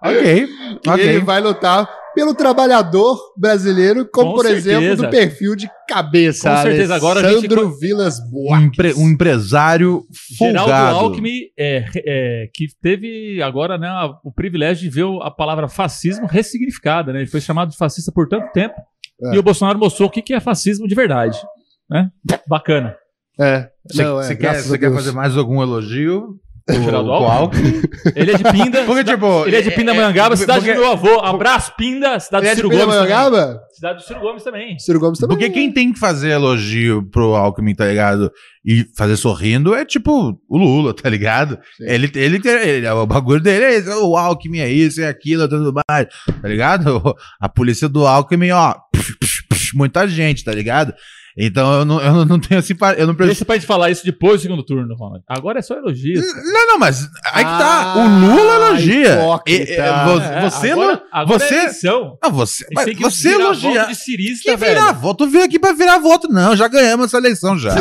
S4: Ok,
S2: E
S4: ok.
S2: ele vai lutar pelo trabalhador brasileiro, como
S3: Com
S2: por exemplo
S3: certeza.
S2: do perfil de cabeça.
S3: Com certeza, agora a gente-
S2: Sandro Vilas
S4: Um,
S2: Boas.
S4: empre- um empresário folgado.
S3: Geraldo Alckmin, é, é, que teve agora né, a- o privilégio de ver o- a palavra fascismo ressignificada. Né? Ele foi chamado de fascista por tanto tempo
S2: É.
S3: e o Bolsonaro mostrou o que, que é fascismo de verdade. Né? Bacana.
S2: É,
S4: Você
S2: não, é,
S4: você quer,
S2: graças
S4: você
S2: a
S4: quer
S2: Deus.
S4: fazer
S3: um?
S4: mais algum elogio? pro-
S3: Geraldo
S4: pro
S3: Alckmin?
S4: Alckmin?
S3: Ele é de Pinda.
S4: (laughs) Porque, tipo.
S3: ele é de Pindamonhangaba, cidade
S4: porque-
S3: do meu avô. Abraço, Pinda, cidade
S2: Ele é
S3: do
S2: de
S3: Ciro Gomes. também.
S2: Pindamonhangaba?
S3: Cidade do Ciro Gomes também.
S2: Ciro Gomes também. né?
S4: Porque quem tem que fazer elogio pro Alckmin, tá ligado? E fazer sorrindo é tipo o Lula, tá ligado?
S2: Sim.
S4: Ele, ele, ele- o bagulho dele é esse, o Alckmin é isso, é aquilo, tudo mais, tá ligado? (laughs) A polícia do Alckmin, ó, muita gente, tá ligado? Então eu não, eu não tenho simpatia, eu não preciso.
S3: Deixa pra gente falar isso depois do segundo turno, Ronald. Agora é só elogios.
S4: Não, não, mas aí que tá.
S2: Ah.
S4: O Lula elogia.
S2: hipócrita.
S4: E- e- vo-
S3: É,
S4: você
S3: agora,
S4: não-
S3: agora
S4: você-
S3: é eleição.
S4: Ah, você,
S3: Eles
S4: mas
S3: têm que
S4: você
S3: virar
S4: elogia.
S3: voto de
S4: Que
S3: cirista,
S4: virar
S3: velho.
S4: voto? Tu veio aqui pra virar voto. Não, já ganhamos essa eleição
S3: (laughs)
S4: já.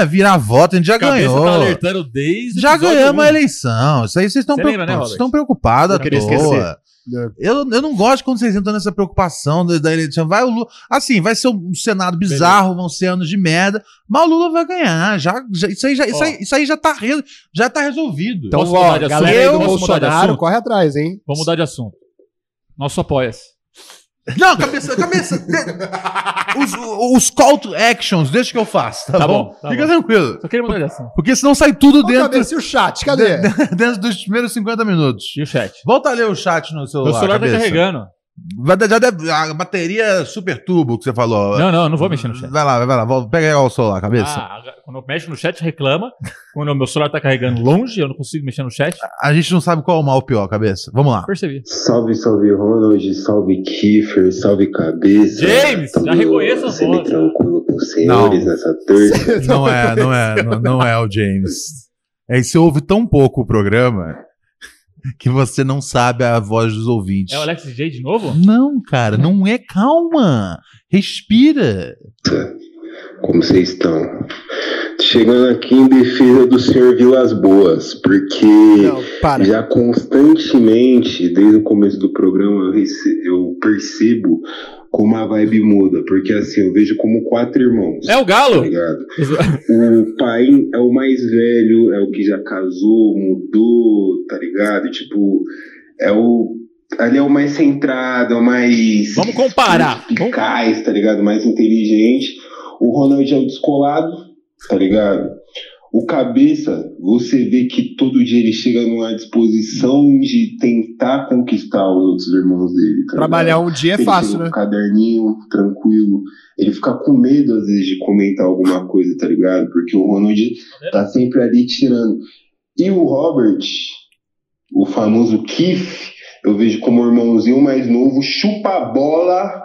S4: é, virar voto, a gente já
S3: A cabeça
S4: ganhou.
S3: tá alertando desde o
S4: Já
S3: episódio
S4: ganhamos
S3: um.
S4: a eleição. Isso aí vocês estão
S3: Você lembra, né,
S4: preocupados. Vocês
S3: Robert?
S4: estão preocupados à
S2: Eu queria
S4: toa.
S2: esquecer. É.
S4: Eu, eu não gosto quando vocês entram nessa preocupação da, da eleição. Vai o Lula. Assim, vai ser um Senado bizarro, vão ser anos de merda, mas o Lula vai ganhar. Já, já- isso, aí já, isso,
S3: Ó.
S4: aí, isso aí já tá, re- já tá resolvido.
S2: Então,
S3: Posso
S2: ó,
S3: mudar de
S2: galera
S3: assunto?
S2: aí do
S3: Posso mudar de
S2: Bolsonaro,
S3: assunto?
S2: corre atrás, hein?
S3: Vamos mudar de assunto. Nosso apoia-se.
S4: Não, cabeça, cabeça. de- os, os call to actions, deixa que eu faço. Tá,
S3: Tá
S4: bom?
S3: bom, tá
S4: Fica
S3: bom.
S4: tranquilo.
S3: Só queria mudar de assunto.
S4: Porque senão sai tudo
S2: Ô,
S4: dentro,
S2: cabeça, e o chat, cadê?
S4: (laughs) dentro dos primeiros 50 minutos.
S3: E o chat?
S4: Volta a ler o chat no celular.
S3: Meu celular tá
S4: cabeça.
S3: carregando.
S4: Vai dar- já deve- a bateria é super turbo que você falou.
S3: Não, não, não vou mexer no chat.
S4: Vai lá, vai lá. volta- Pega aí o celular, cabeça.
S3: Ah, agora, quando eu mexo no chat, reclama. Quando o meu celular tá carregando longe, eu não consigo mexer no chat.
S4: A gente não sabe qual é o mal pior, cabeça. Vamos lá.
S3: Percebi.
S6: Salve, salve Ronald, salve Kiefer, salve cabeça.
S3: James, já reconheço a
S6: Sendo
S3: voz.
S6: tranquilo com os senhores nessa terça.
S4: Não é, não
S3: (laughs)
S4: é, não, não é o James. É que você ouve tão pouco o programa que você não sabe a voz dos ouvintes.
S3: É o Alex J de novo?
S4: Não, cara, não é calma. Respira.
S6: Como vocês estão? Chegando aqui em defesa do senhor Vilas Boas, porque
S2: Não, para.
S6: já constantemente, desde o começo do programa, eu, rece- eu percebo como a vibe muda. Porque assim, eu vejo como quatro irmãos.
S3: É o
S6: tá
S3: Galo!
S6: ligado? O pai é o mais velho, é o que já casou, mudou, tá ligado? Tipo, é o. Ali é o mais centrado, é o mais.
S3: Vamos comparar. Vamos-
S6: Eficaz, tá ligado? Mais inteligente. O Ronald é o descolado, tá ligado? O cabeça, você vê que todo dia ele chega numa disposição de tentar conquistar os outros irmãos dele. tá ligado?
S2: Trabalhar um dia é
S6: Ele
S2: fácil,
S6: tem um
S2: né?
S6: caderninho, tranquilo. Ele fica com medo, às vezes, de comentar alguma coisa, tá ligado? Porque o Ronald tá sempre ali tirando. E o Robert, o famoso Keith, eu vejo como o irmãozinho mais novo, chupa a bola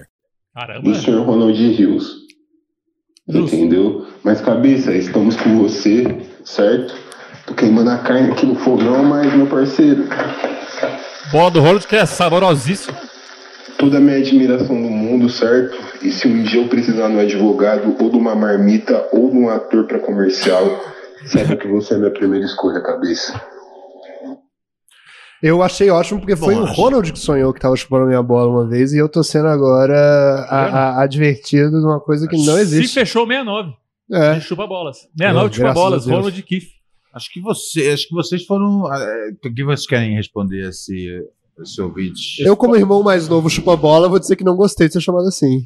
S3: Caramba.
S6: do senhor Ronald Rios.
S3: Justo.
S6: Entendeu? Mas cabeça, estamos com você, certo? Tô queimando a carne aqui no fogão, mas meu parceiro,
S3: Bola do Ronald que é saborosíssimo.
S6: toda a minha admiração do mundo, certo? E se um dia eu precisar de um advogado, ou de uma marmita, ou de um ator pra comercial, saiba que você é minha primeira escolha, cabeça.
S2: Eu achei ótimo porque foi
S4: Bom,
S2: o
S4: acho.
S2: Ronald que sonhou que tava chupando minha bola uma vez e eu tô sendo agora a- a- advertido de uma coisa que não
S3: É, né? Se
S2: existe.
S3: fechou 69.
S2: É.
S3: De chupa bolas. 69
S2: Meu,
S3: chupa
S2: graças
S3: bolas.
S2: a Deus.
S3: Ronald Kiff.
S4: Acho que, você, acho que vocês foram. é, O que vocês querem responder a esse, a esse ouvinte?
S2: Eu, como irmão mais novo chupa bola, vou dizer que não gostei de ser chamado assim.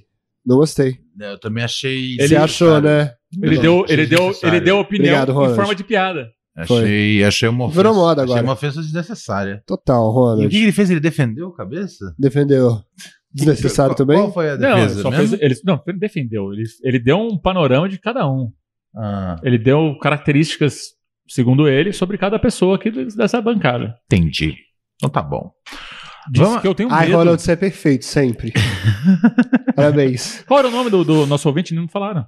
S2: Não gostei.
S4: É, Eu, também achei.
S2: Você achou, né?
S3: Ele
S2: Não,
S3: deu,
S4: achei
S3: ele deu,
S4: desnecessário.
S3: ele deu opinião
S2: Obrigado,
S3: em
S2: Ronald.
S3: forma de piada.
S4: Achei, achei uma ofensa.
S2: Virou moda agora.
S4: Achei uma ofensa desnecessária.
S2: Total,
S4: E o que
S2: Ronald.
S4: que ele fez? Ele defendeu a cabeça?
S2: Defendeu. Desnecessário
S4: Qual-
S2: também?
S4: Qual foi a
S3: Não, ele
S4: defesa?
S3: só
S4: mesmo?
S3: fez, ele, não, ele defendeu. Ele, ele deu um panorama de cada um.
S4: Ah,
S3: Ele deu características, segundo ele, sobre cada pessoa aqui des- dessa bancada.
S4: entendi. Então tá bom.
S3: Disse
S4: Vamos-
S3: que eu tenho
S2: Ai,
S3: medo.
S2: Ronald, você é perfeito,
S4: (laughs)
S2: sempre. Parabéns.
S3: (laughs) Qual era o nome do, do nosso ouvinte? Não falaram.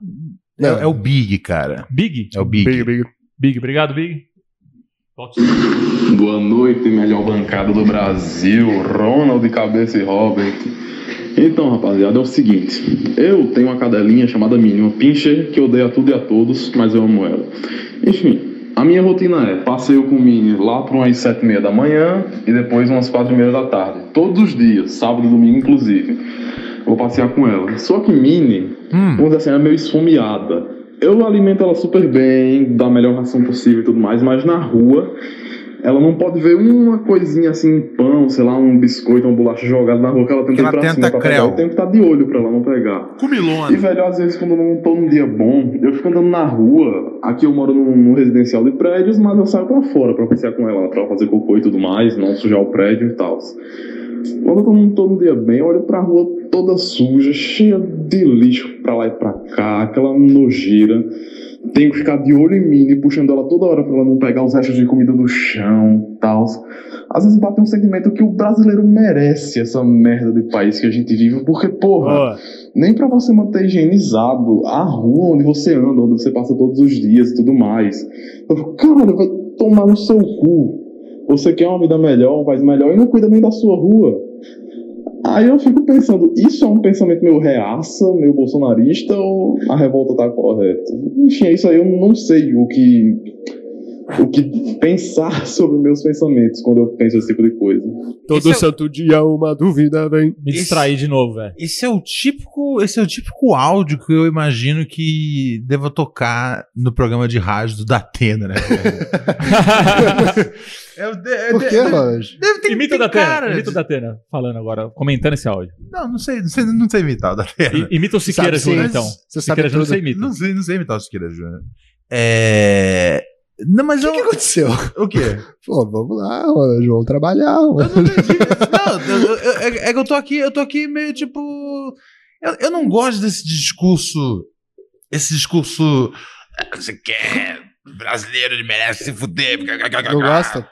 S4: É, é o Big, cara.
S3: Big?
S4: É o Big.
S3: Big, obrigado, Big.
S7: Boa noite, melhor bancada do Brasil, Ronald de Cabeça e Robert. Então, rapaziada, é o seguinte: eu tenho uma cadelinha chamada Mini, uma pincher que odeia tudo e a todos, mas eu amo ela. Enfim, A minha rotina é passeio com o Mini lá para umas sete e meia da manhã e depois umas quatro e meia da tarde. Todos os dias, sábado e domingo inclusive. Vou passear com ela. Só que Mini,
S4: Hum.
S7: vamos dizer assim, ela é meio esfomeada. Eu alimento ela super bem, da melhor ração possível e tudo mais, mas na rua ela não pode ver uma coisinha assim, pão, sei lá, um biscoito, uma bolacha jogada na rua que ela tenta
S4: Que ela
S7: ir pra
S4: tenta
S7: cima pra pegar.
S4: creu.
S7: Eu tenho que estar de olho pra ela não pegar. E,
S4: Comilona.
S7: velho, às vezes quando eu não tô num dia bom, eu fico andando na rua. Aqui eu moro num, num residencial de prédios, mas eu saio pra fora pra passear com ela, pra fazer cocô e tudo mais, não sujar o prédio e tal. Quando eu não tô num dia bem, eu olho pra rua toda suja, cheia de lixo pra lá e pra cá, aquela nojeira. Tenho que ficar de olho em mim, puxando ela toda hora pra ela não pegar os restos de comida do chão e tal. Às vezes bate um sentimento que o brasileiro merece essa merda de país que a gente vive, porque, porra. Nem pra você manter higienizado a rua onde você anda, onde você passa todos os dias e tudo mais. Eu fico, caralho, vai tomar no seu cu. Você quer uma vida melhor, faz melhor e não cuida nem da sua rua. Aí eu fico pensando, isso é um pensamento meio reaça, meio bolsonarista ou a revolta tá correta? Enfim, é isso aí eu não sei o que o que pensar (laughs) sobre meus pensamentos quando eu penso esse tipo de coisa.
S2: Todo
S4: Esse é o-
S2: santo dia uma dúvida vem.
S3: Me distraí de novo, velho.
S4: Esse é o típico, esse é o típico áudio que eu imagino que deva tocar no programa de rádio do
S3: (laughs)
S4: Datena, né? velho? é, o de- é,
S2: Por
S4: de-
S2: que,
S4: deve-
S2: Roger?
S4: Deve ter
S3: Imita o
S4: tem
S3: Datena.
S4: cara
S3: Imita o
S4: de-
S3: Datena. Falando agora, comentando esse áudio.
S4: Não, não sei, não sei, não sei imitar o Datena.
S3: I- Imita o Siqueira
S2: Sabe sim,
S3: Júnior,
S2: mas
S3: então.
S2: você sabe
S3: Siqueira Júnior
S2: tudo.
S3: você imita.
S4: Não sei, não sei imitar o Siqueira Júnior. É. Não, mas
S2: O que
S4: eu.
S2: aconteceu?
S4: O quê?
S2: (laughs) Pô, vamos lá, Roger, vamos trabalhar. mano.
S4: Não, eu- eu- eu- é que eu tô aqui, eu tô aqui meio tipo. Eu, eu não gosto desse discurso. Esse discurso. "Ah, Você quer. Brasileiro, ele merece se fuder.
S2: Não gosta?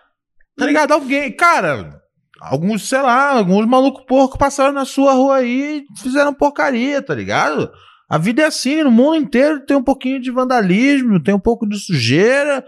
S4: Tá ligado? Alguém. Cara, alguns, sei lá, alguns maluco porco passaram na sua rua aí e fizeram porcaria, tá ligado? A vida é assim, no mundo inteiro tem um pouquinho de vandalismo, tem um pouco de sujeira.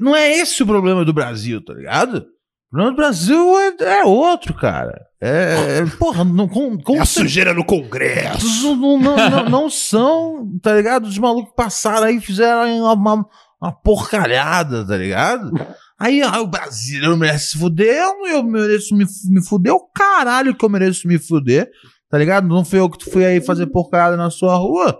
S4: Não é esse o problema do Brasil, tá ligado? O problema do Brasil é, é outro, cara. É, é- porra, não, com, com certeza-
S2: É no Congresso.
S4: não, não- não- não- não são, tá ligado? Os malucos passaram aí e fizeram uma, uma, uma porcalhada, tá ligado? Aí ah, o brasileiro merece se fuder, eu, eu mereço me, fu- me fuder, o caralho que eu mereço me fuder, tá ligado? Não fui eu que fui aí fazer porcalhada na sua rua.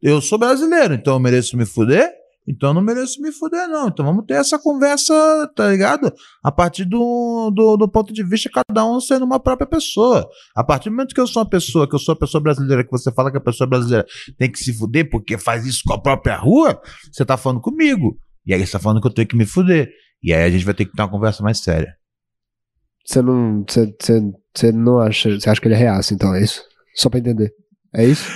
S4: Eu sou brasileiro, então eu mereço me fuder. Então eu não mereço me fuder, não. Então vamos ter essa conversa, tá ligado? A partir do, do, do ponto de vista, cada um sendo uma própria pessoa. A partir do momento que eu sou uma pessoa, que eu sou uma pessoa brasileira, que você fala que a pessoa brasileira tem que se fuder porque faz isso com a própria rua, você tá falando comigo. E aí você tá falando que eu tenho que me fuder. E aí a gente vai ter que ter uma conversa mais séria.
S2: Você não. Você, você, você não acha. Você acha que ele é reaça, então, é isso? Só pra entender. É isso?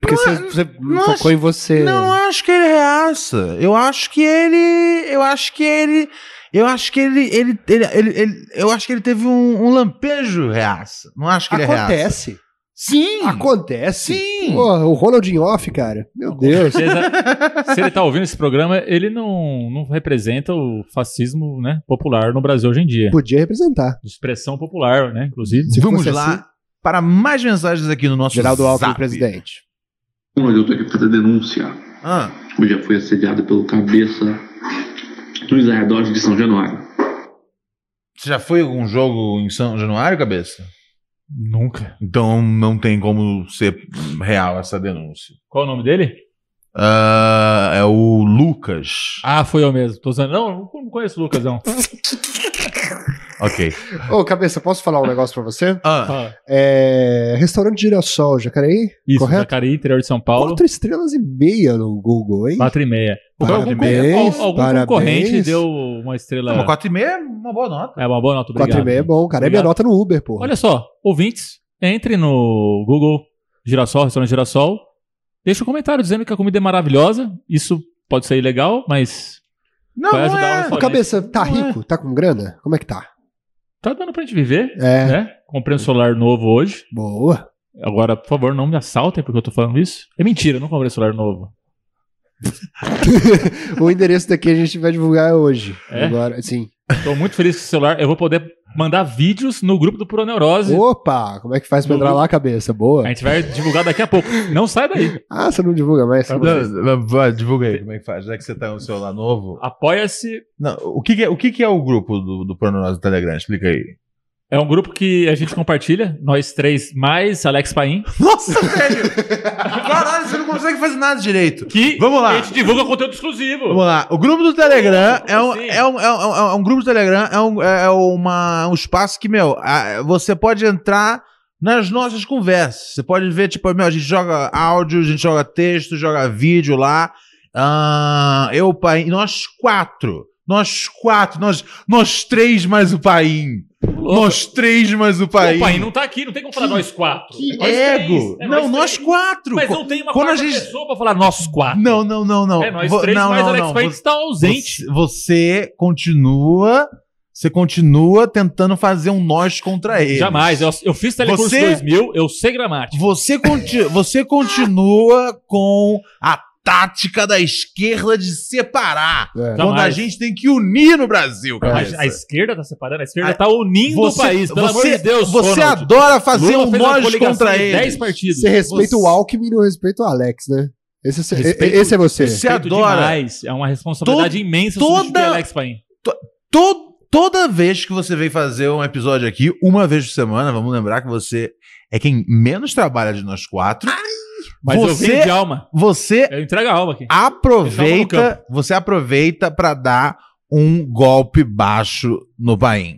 S2: Porque você, você
S4: não
S2: focou
S4: acho-
S2: em você.
S4: Não, eu acho que ele reaça. Eu acho que ele. Eu acho que ele. Eu acho que ele. ele, ele, ele- ele- eu acho que ele teve um, um lampejo reaça. Não acho que ele é reaça.
S2: Acontece.
S4: Sim!
S2: Acontece.
S4: Sim!
S2: Porra, o Ronaldinho off, cara. Meu Deus.
S3: Se ele- Se ele tá ouvindo esse programa, ele não, não representa o fascismo né, popular no Brasil hoje em dia.
S2: (laughs) Podia representar.
S3: De expressão popular, né? Inclusive.
S2: Se
S4: Vamos
S2: fosse
S4: lá
S2: assim-
S4: para mais mensagens aqui no nosso
S2: Geraldo Alckmin,
S4: Zap.
S2: presidente.
S7: Olha, eu tô aqui pra fazer denúncia.
S4: Ah.
S7: eu já fui assediado pelo cabeça nos arredores de São Januário.
S4: Você já foi a algum jogo em São Januário, cabeça?
S3: Nunca.
S4: Então não tem como ser real essa denúncia.
S3: Qual o nome dele?
S4: Ah, é o Lucas.
S3: Ah, foi eu mesmo. Tô usando. Não, eu não conheço o Lucas, não.
S4: Ok.
S2: Ô, cabeça, posso falar um negócio pra você?
S4: Ah,
S3: Ah,
S2: É. Restaurante Girassol, Jacareí?
S3: isso,
S2: Correto?
S3: Jacareí, interior de São Paulo.
S2: Quatro estrelas e meia no Google, hein?
S3: Quatro e meia. algum
S2: Parabéns,
S3: con- algum
S2: parabéns.
S3: concorrente deu uma estrela.
S4: não, mas 4 e meia é uma boa nota.
S3: É uma boa nota, obrigado.
S2: Quatro e meia é bom, cara. É minha
S3: Obrigado.
S2: nota no Uber, pô.
S3: Olha só, ouvintes, entre no Google Girassol, restaurante Girassol, deixa um comentário dizendo que a comida é maravilhosa. Isso pode ser ilegal, mas
S4: Não,
S3: Vai
S4: não
S3: ajudar o
S4: é.
S2: Ô,
S3: restaurante.
S2: cabeça, tá
S4: Não é.
S2: rico? Tá com grana? Como é que tá?
S3: tá dando pra gente viver,
S2: É,
S3: né? Comprei um celular novo hoje.
S2: boa.
S3: Agora, por favor, não me assaltem porque eu tô falando isso. É mentira, eu não comprei um celular novo.
S2: o endereço daqui a gente vai divulgar hoje.
S3: É?
S2: Agora, sim.
S3: Tô muito feliz com esse celular. Eu vou poder mandar vídeos no grupo do Pura Neurose.
S2: Opa, como é que faz pra entrar lá a cabeça? Boa.
S3: A gente vai divulgar daqui a pouco. Não sai daí.
S2: Ah, você não divulga mais.
S3: Tá
S4: Não, vai, Divulga aí como é que faz, já que você tá no celular novo.
S3: Apoia-se.
S4: Não, o que, que é, o que, que é o grupo do, do Pornolás do Telegram? Explica aí.
S3: É um grupo que a gente compartilha, nós três mais Alex Paim, (laughs)
S4: Nossa, velho! Caralho, você não consegue fazer nada direito.
S3: que
S4: Vamos lá.
S3: a gente divulga conteúdo exclusivo.
S4: Vamos lá. O grupo do Telegram é um,
S3: Sim.
S4: é um, é um, é um- é um grupo do Telegram, é um, é uma, um espaço que, meu, a- você pode entrar nas nossas conversas. Você pode ver, tipo, meu, a gente joga áudio, a gente joga texto, joga vídeo lá. Ah, eu, o Paim, nós quatro. Nós quatro, nós, nós três mais o Paim. Nós três mais o Paim.
S3: O Paim não tá aqui, não tem como falar nós quatro.
S4: Que
S3: É nós
S4: ego!
S3: três, é
S4: não, nós
S3: três.
S4: quatro!
S3: Mas não tem uma
S4: Quando a
S3: quarta
S4: gente-
S3: pessoa pra falar nós quatro.
S4: Não, não, não, não.
S3: É nós
S4: Vo-
S3: três
S4: não,
S3: mais
S4: não,
S3: Alex
S4: não.
S3: Paim que está ausente.
S4: Você, você continua. Você continua tentando fazer um nós contra ele.
S3: Jamais. Eu, eu fiz Telecurso
S4: Você-
S3: 2000, eu sei gramática.
S4: Você, conti você continua com a tática da esquerda de separar.
S2: É.
S4: Quando a
S3: Jamais.
S4: gente tem que unir no Brasil,
S3: A,
S4: cara.
S3: a esquerda tá separando, a esquerda tá unindo o país. Pelo
S4: você,
S3: amor de Deus,
S4: Você
S3: Ronald.
S4: adora fazer
S3: Lula
S4: um
S3: fez uma
S4: nós
S3: coligação
S4: contra
S3: de
S4: ele.
S3: 10 partidos.
S2: Você respeita
S4: Você-
S2: o Alckmin e não respeita o Alex, né? Esse, é-
S3: Respeito-
S2: esse é você.
S4: Você
S3: Respeito
S4: adora.
S3: demais. É uma responsabilidade imensa substituir
S4: toda-
S3: Alex Paim.
S4: To- toda vez que você vem fazer um episódio aqui, uma vez por semana, vamos lembrar que você é quem menos trabalha de nós quatro.
S3: Mas
S4: Você-
S3: eu venho de alma.
S4: Você
S3: Eu entrego a alma aqui. Eu tava no
S4: aproveita, você aproveita pra dar um golpe baixo no Bahia.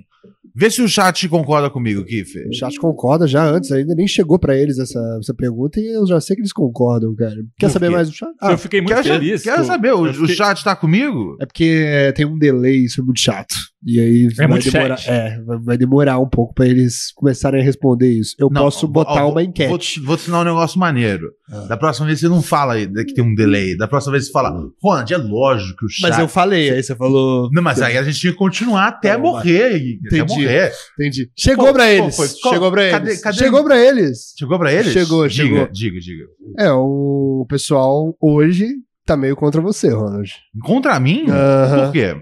S4: Vê se o chat concorda comigo, Kiffer.
S2: O chat concorda já antes, ainda nem chegou pra eles essa, essa pergunta e eu já sei que eles concordam, cara. Quer
S4: Por
S2: saber
S4: quê?
S2: mais do chat? Ah,
S3: eu fiquei muito
S4: Quero, sa-
S3: feliz.
S4: quero
S3: com-
S4: saber, o,
S3: eu fiquei-
S4: o chat tá comigo?
S2: É porque é, tem um delay, isso é muito chato. E aí vai
S3: muito
S2: demorar.
S3: chat.
S2: É, vai- vai demorar um pouco pra eles começarem a responder isso. Eu
S4: Não,
S2: posso
S4: ó,
S2: botar
S4: ó,
S2: uma enquete.
S4: Vou te, vou te ensinar um negócio maneiro.
S2: Ah.
S4: Da próxima vez você não fala aí que tem um delay. Da próxima vez você fala, Ronald, é lógico que o chat.
S2: Mas eu falei, aí você falou.
S4: Não, mas aí a gente tinha que continuar até
S2: Não,
S4: morrer. Até
S2: Entendi.
S4: morrer.
S2: Entendi. Chegou
S4: Qual-
S2: pra
S4: qual
S2: eles.
S4: foi? Qual-
S2: Chegou pra
S4: cadê-
S2: eles.
S4: cadê-
S2: Chegou pra eles.
S4: Chegou pra eles?
S2: Chegou,
S4: diga,
S2: chegou.
S4: Diga, diga.
S2: É, o pessoal hoje tá meio contra você, Ronald.
S4: Contra mim?
S2: Aham.
S4: Por quê?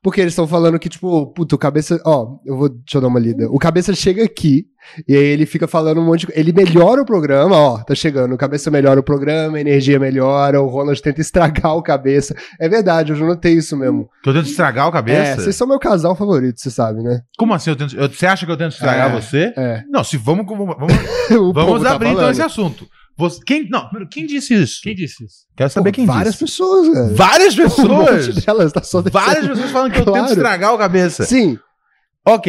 S2: Porque eles estão falando que, tipo, puta, o cabeça. Ó, eu vou. Deixa eu dar uma lida. O cabeça chega aqui e aí ele fica falando um monte de. Ele melhora o programa, ó, tá chegando. O cabeça melhora o programa, a energia melhora, o Ronald tenta estragar o cabeça. É verdade, eu já notei isso mesmo.
S4: Que eu tento estragar o
S2: É,
S4: cabeça?
S2: vocês são meu casal favorito, você sabe, né? (laughs)
S4: Como assim? Eu tento, eu- você acha que eu tento estragar
S2: É.
S4: você?
S2: É.
S4: Não, se vamos. Vamos, vamos-
S2: (laughs) O
S4: vamos
S2: povo tá
S4: abrir então
S2: falando.
S4: esse assunto. Você- quem, não, primeiro, quem disse isso?
S3: Quem disse isso?
S4: Quero saber
S2: Pô,
S4: quem
S2: Várias
S4: disse.
S2: pessoas, velho.
S4: Várias
S2: (laughs) Um monte
S4: pessoas.
S2: delas tá só descendo.
S4: Várias pessoas falando que eu
S2: Claro.
S4: tento estragar o cabeça.
S2: Sim.
S4: Ok.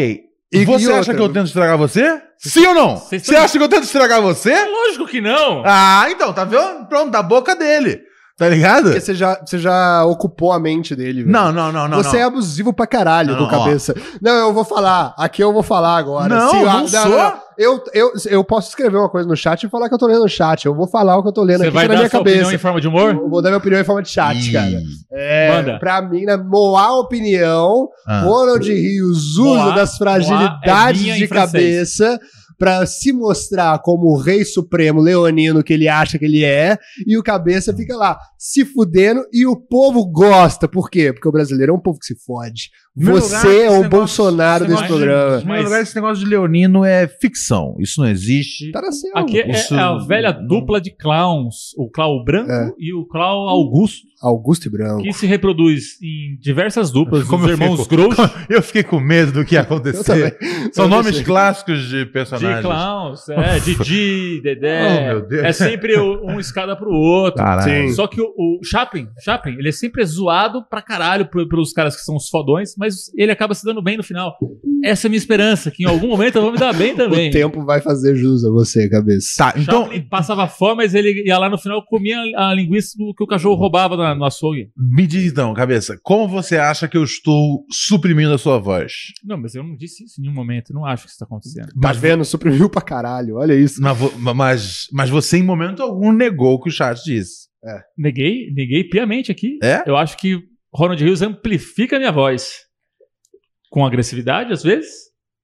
S4: E
S2: E-
S4: você
S2: e
S4: acha
S2: outra?
S4: que eu tento estragar você? Sim ou não?
S3: Vocês
S4: Você
S3: tão-
S4: acha que eu tento estragar você?
S3: Lógico que não.
S4: Ah, então, tá vendo? Pronto, da boca dele. Tá ligado?
S2: Porque você já, você já ocupou a mente dele, velho.
S4: Não, não, não, não.
S2: você é abusivo pra caralho
S4: Não,
S2: do cabeça. Não, eu vou falar. Aqui eu vou falar agora.
S4: Não,
S2: eu,
S4: não sou.
S2: Eu, eu, eu posso escrever uma coisa no chat e falar que eu tô lendo no chat. Eu vou falar o que eu tô lendo
S3: Você
S2: aqui que
S3: vai
S2: tá na
S3: dar sua
S2: minha
S3: opinião
S2: cabeça.
S3: em forma de humor?
S2: Eu Vou dar minha opinião em forma de chat, cara. É,
S3: Manda.
S2: Pra mim, na moar opinião,
S4: Ah.
S2: Ronald Rios usa
S3: Moar-
S2: das fragilidades
S3: moar é minha em
S2: de
S3: francês.
S2: cabeça pra se mostrar como o rei supremo leonino que ele acha que ele é, e o cabeça fica lá se fudendo e o povo gosta. Por quê? Porque o brasileiro é um povo que se fode.
S4: Primeiro lugar,
S2: Você é
S4: esse
S2: o
S4: negócio-
S2: Bolsonaro
S4: esse
S2: desse
S4: negócio de-
S2: programa.
S4: Em primeiro
S3: Mas-
S4: lugar, esse negócio de Leonino é ficção. Isso não existe.
S2: Tá nascendo.
S3: Aqui é,
S4: Isso-
S3: é a velha dupla de clowns, o clown branco
S2: É.
S3: e o clown Augusto,
S2: Augusto e Branco.
S3: que se reproduz em diversas duplas,
S4: Como
S3: os
S4: eu
S3: irmãos
S4: fico-
S3: Grouch
S4: (laughs) Eu fiquei com medo do que ia
S2: Eu
S4: acontecer.
S2: também.
S4: São
S2: Eu
S4: nomes
S2: deixei.
S4: clássicos de personagens.
S3: de clowns, é,
S4: (laughs)
S3: Didi,
S4: Oh,
S3: Dedé,
S4: meu Deus.
S3: é sempre o- um escada pro outro.
S4: Caralho.
S2: Sim.
S3: Só que o, o Chaplin, Chaplin, ele é sempre zoado pra caralho por- pelos caras que são os fodões, mas ele acaba se dando bem no final. Essa é a minha esperança, que em algum momento eu vou me dar Tá bem também.
S2: (laughs) O tempo vai fazer jus a você, cabeça.
S4: Tá, então,
S3: Chaplin passava fome, mas ele ia lá no final e comia a linguiça que o cachorro roubava na- no açougue.
S4: me diz então, cabeça, como você acha que eu estou suprimindo a sua voz?
S3: Não, mas eu não disse isso em nenhum momento. eu Não acho que isso está acontecendo.
S2: Tá
S4: Mas-
S2: vendo? Suprimiu pra caralho. Olha isso.
S4: Mas, vo- mas, mas você, em momento algum, negou o que o chat disse.
S2: É.
S3: Neguei, neguei piamente aqui.
S4: É?
S3: Eu acho que Ronald Rios amplifica a minha voz. Com agressividade, às vezes.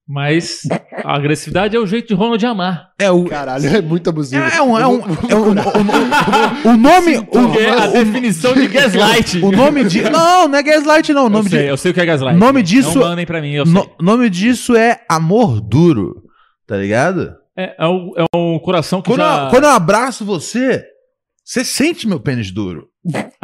S3: Mas a agressividade é o jeito de Ronald amar.
S4: É o.
S2: Caralho, é muito abusivo.
S4: É um. É um,
S2: Eu vou-
S4: é um- o- o- o-
S2: (laughs)
S4: o nome.
S2: então.
S3: Porque é a
S4: o- o-
S3: definição de gaslight.
S4: O nome
S3: (laughs)
S4: de. Não, não é gaslight, não. O nome
S3: eu, sei,
S4: de.
S3: eu sei o que é gaslight.
S4: nome disso-
S3: Não mandem pra mim, eu sei.
S4: O nome disso é amor duro. Tá ligado?
S3: É, é um, é um coração que
S4: Quando,
S3: já...
S4: eu, quando eu abraço você, você sente meu pênis duro.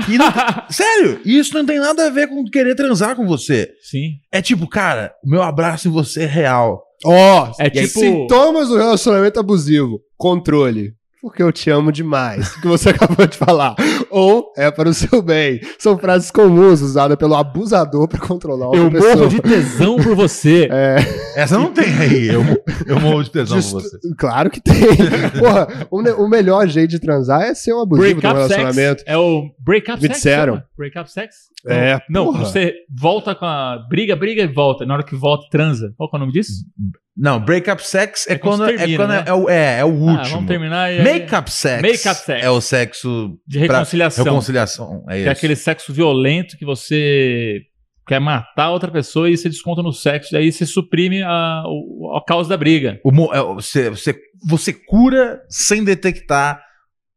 S4: E
S3: (laughs)
S4: não- sério, e isso não tem nada a ver com querer transar com você.
S3: Sim.
S4: É tipo, cara, o meu abraço em você é real.
S2: Ó,
S3: É tipo-
S2: sintomas do relacionamento abusivo. Controle. Porque eu te amo demais, que você (laughs) acabou de falar. Ou é para o seu bem. São frases comuns usadas pelo abusador para controlar outra
S3: Eu
S2: pessoa.
S3: morro de tesão por você.
S2: É,
S4: Essa não tem aí. Eu, eu morro de tesão por
S2: Just-
S4: você.
S2: (laughs) claro que tem. Porra, o, ne- o melhor jeito de transar é ser um abusivo
S3: Break
S2: do
S3: up sex.
S2: relacionamento.
S3: É o break up
S2: Me
S3: sex.
S2: disseram.
S3: chama? Break up sex?
S2: É,
S3: Não,
S2: porra.
S3: você volta com a... Briga, briga e volta. Na hora que volta, transa. Qual que é o nome disso?
S4: Não, breakup sex é,
S3: É quando
S4: quando,
S3: se
S4: é,
S3: termina,
S4: quando é-
S3: né?
S4: é, o- é, é o
S3: Ah,
S4: último.
S3: vamos terminar. e-
S4: Make-up sex,
S3: Make-up sex.
S4: é o sexo
S3: De
S4: pra-
S3: reconciliação.
S4: reconciliação. É
S3: Que
S4: isso.
S3: é aquele sexo violento que você quer matar outra pessoa e você desconta no sexo. Daí você suprime a, o- a causa da briga.
S4: O mo- é, você, você, você cura sem detectar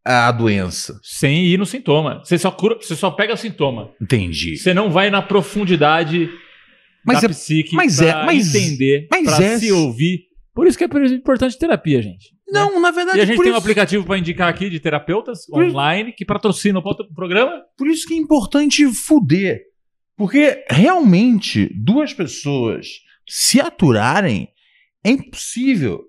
S4: a doença.
S3: Sem ir no sintoma. Você só cura, você só pega o sintoma.
S4: Entendi.
S3: Você não vai na profundidade
S4: Mas
S3: da
S4: é-
S3: psique
S4: mas
S3: pra
S4: é- mas-
S3: entender,
S4: mas
S3: pra
S4: é-
S3: se ouvir. Por isso que é importante terapia, gente. Né?
S4: Não, na verdade,
S3: E a gente
S4: É por,
S3: tem um
S4: isso,
S3: aplicativo pra indicar aqui de terapeutas
S4: Por-
S3: online que patrocina o pro- programa.
S4: por isso que é importante fuder. Porque realmente, duas pessoas se aturarem é impossível.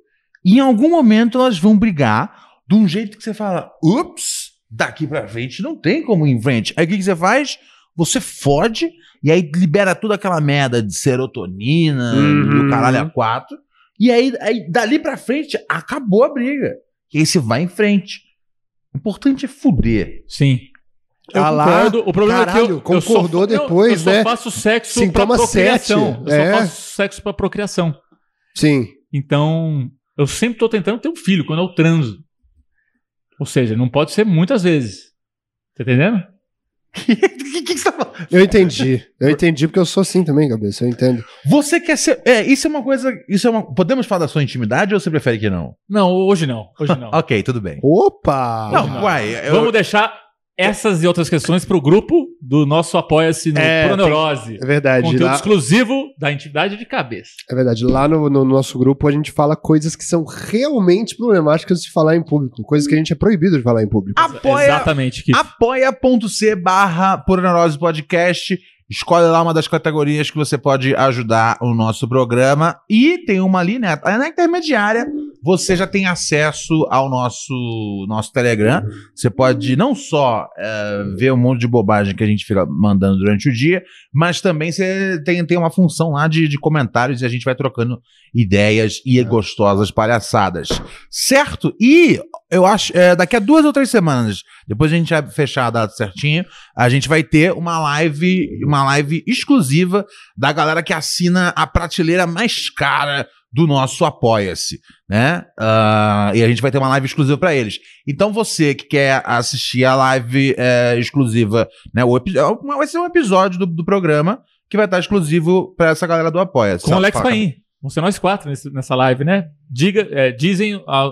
S4: E em algum momento elas vão brigar de um jeito que você fala: ups, daqui pra frente não tem como ir em frente. Aí o que, que você faz? Você fode e aí libera toda aquela merda de serotonina e
S2: Uhum.
S4: o caralho a quatro. E aí, aí dali pra frente acabou a briga. E aí você vai em frente. O importante é fuder.
S3: Sim. Eu
S2: Ah lá,
S3: concordo. O problema é que eu,
S2: caralho,
S3: eu só-
S2: concordou
S3: eu-
S2: depois,
S3: eu só
S2: né?
S3: faço sexo
S2: Sintoma
S3: pra procriação.
S2: sete,
S3: Eu só
S2: é.
S3: faço sexo pra procriação.
S2: Sim.
S3: Então, eu sempre tô tentando ter um filho quando eu transo. Ou seja, não pode ser muitas vezes. Tá entendendo?
S4: O que, que você tá falando?
S2: Eu entendi. Eu entendi porque eu sou assim também, cabeça. Eu entendo.
S4: Você quer ser. É, isso é uma coisa. Isso é uma. Podemos falar da sua intimidade ou você prefere que não?
S3: Não, hoje não. Hoje não.
S4: Ok, tudo bem.
S2: Opa!
S4: Não,
S3: não.
S4: uai, eu-
S3: Vamos deixar essas e outras questões pro grupo do nosso Apoia-se no
S2: É,
S3: Pura
S2: tem-
S3: Neurose.
S2: É verdade.
S3: Conteúdo
S2: Lá,
S3: exclusivo da entidade de cabeça.
S2: é verdade. Lá no, no nosso grupo a gente fala coisas que são realmente problemáticas de falar em público. Coisas que a gente é proibido de falar em público.
S4: Ah! Apoia,
S3: Exatamente, Kiko.
S4: apoia.c barra Pura Neurose Podcast. Escolhe lá uma das categorias que você pode ajudar o nosso programa. E tem uma ali, né? Na intermediária, você já tem acesso ao nosso, nosso Telegram. Você pode não só eh, ver um monte de bobagem que a gente fica mandando durante o dia, mas também você tem, tem uma função lá de, de comentários e a gente vai trocando ideias e gostosas palhaçadas. Certo? E eu acho, eh, daqui a duas ou três semanas depois a gente vai fechar a data certinho. A gente vai ter uma live, uma live exclusiva da galera que assina a prateleira mais cara do nosso Apoia-se, né? Ah, e a gente vai ter uma live exclusiva para eles. Então você que quer assistir a live eh, exclusiva, né? O epi- é uma- vai ser um episódio do, do programa que vai estar exclusivo para essa galera do Apoia-se.
S3: Com o Alex
S4: Fala-
S3: Paim. Vamos ser nós quatro nesse- nessa live, né? Diga, é, dizem a-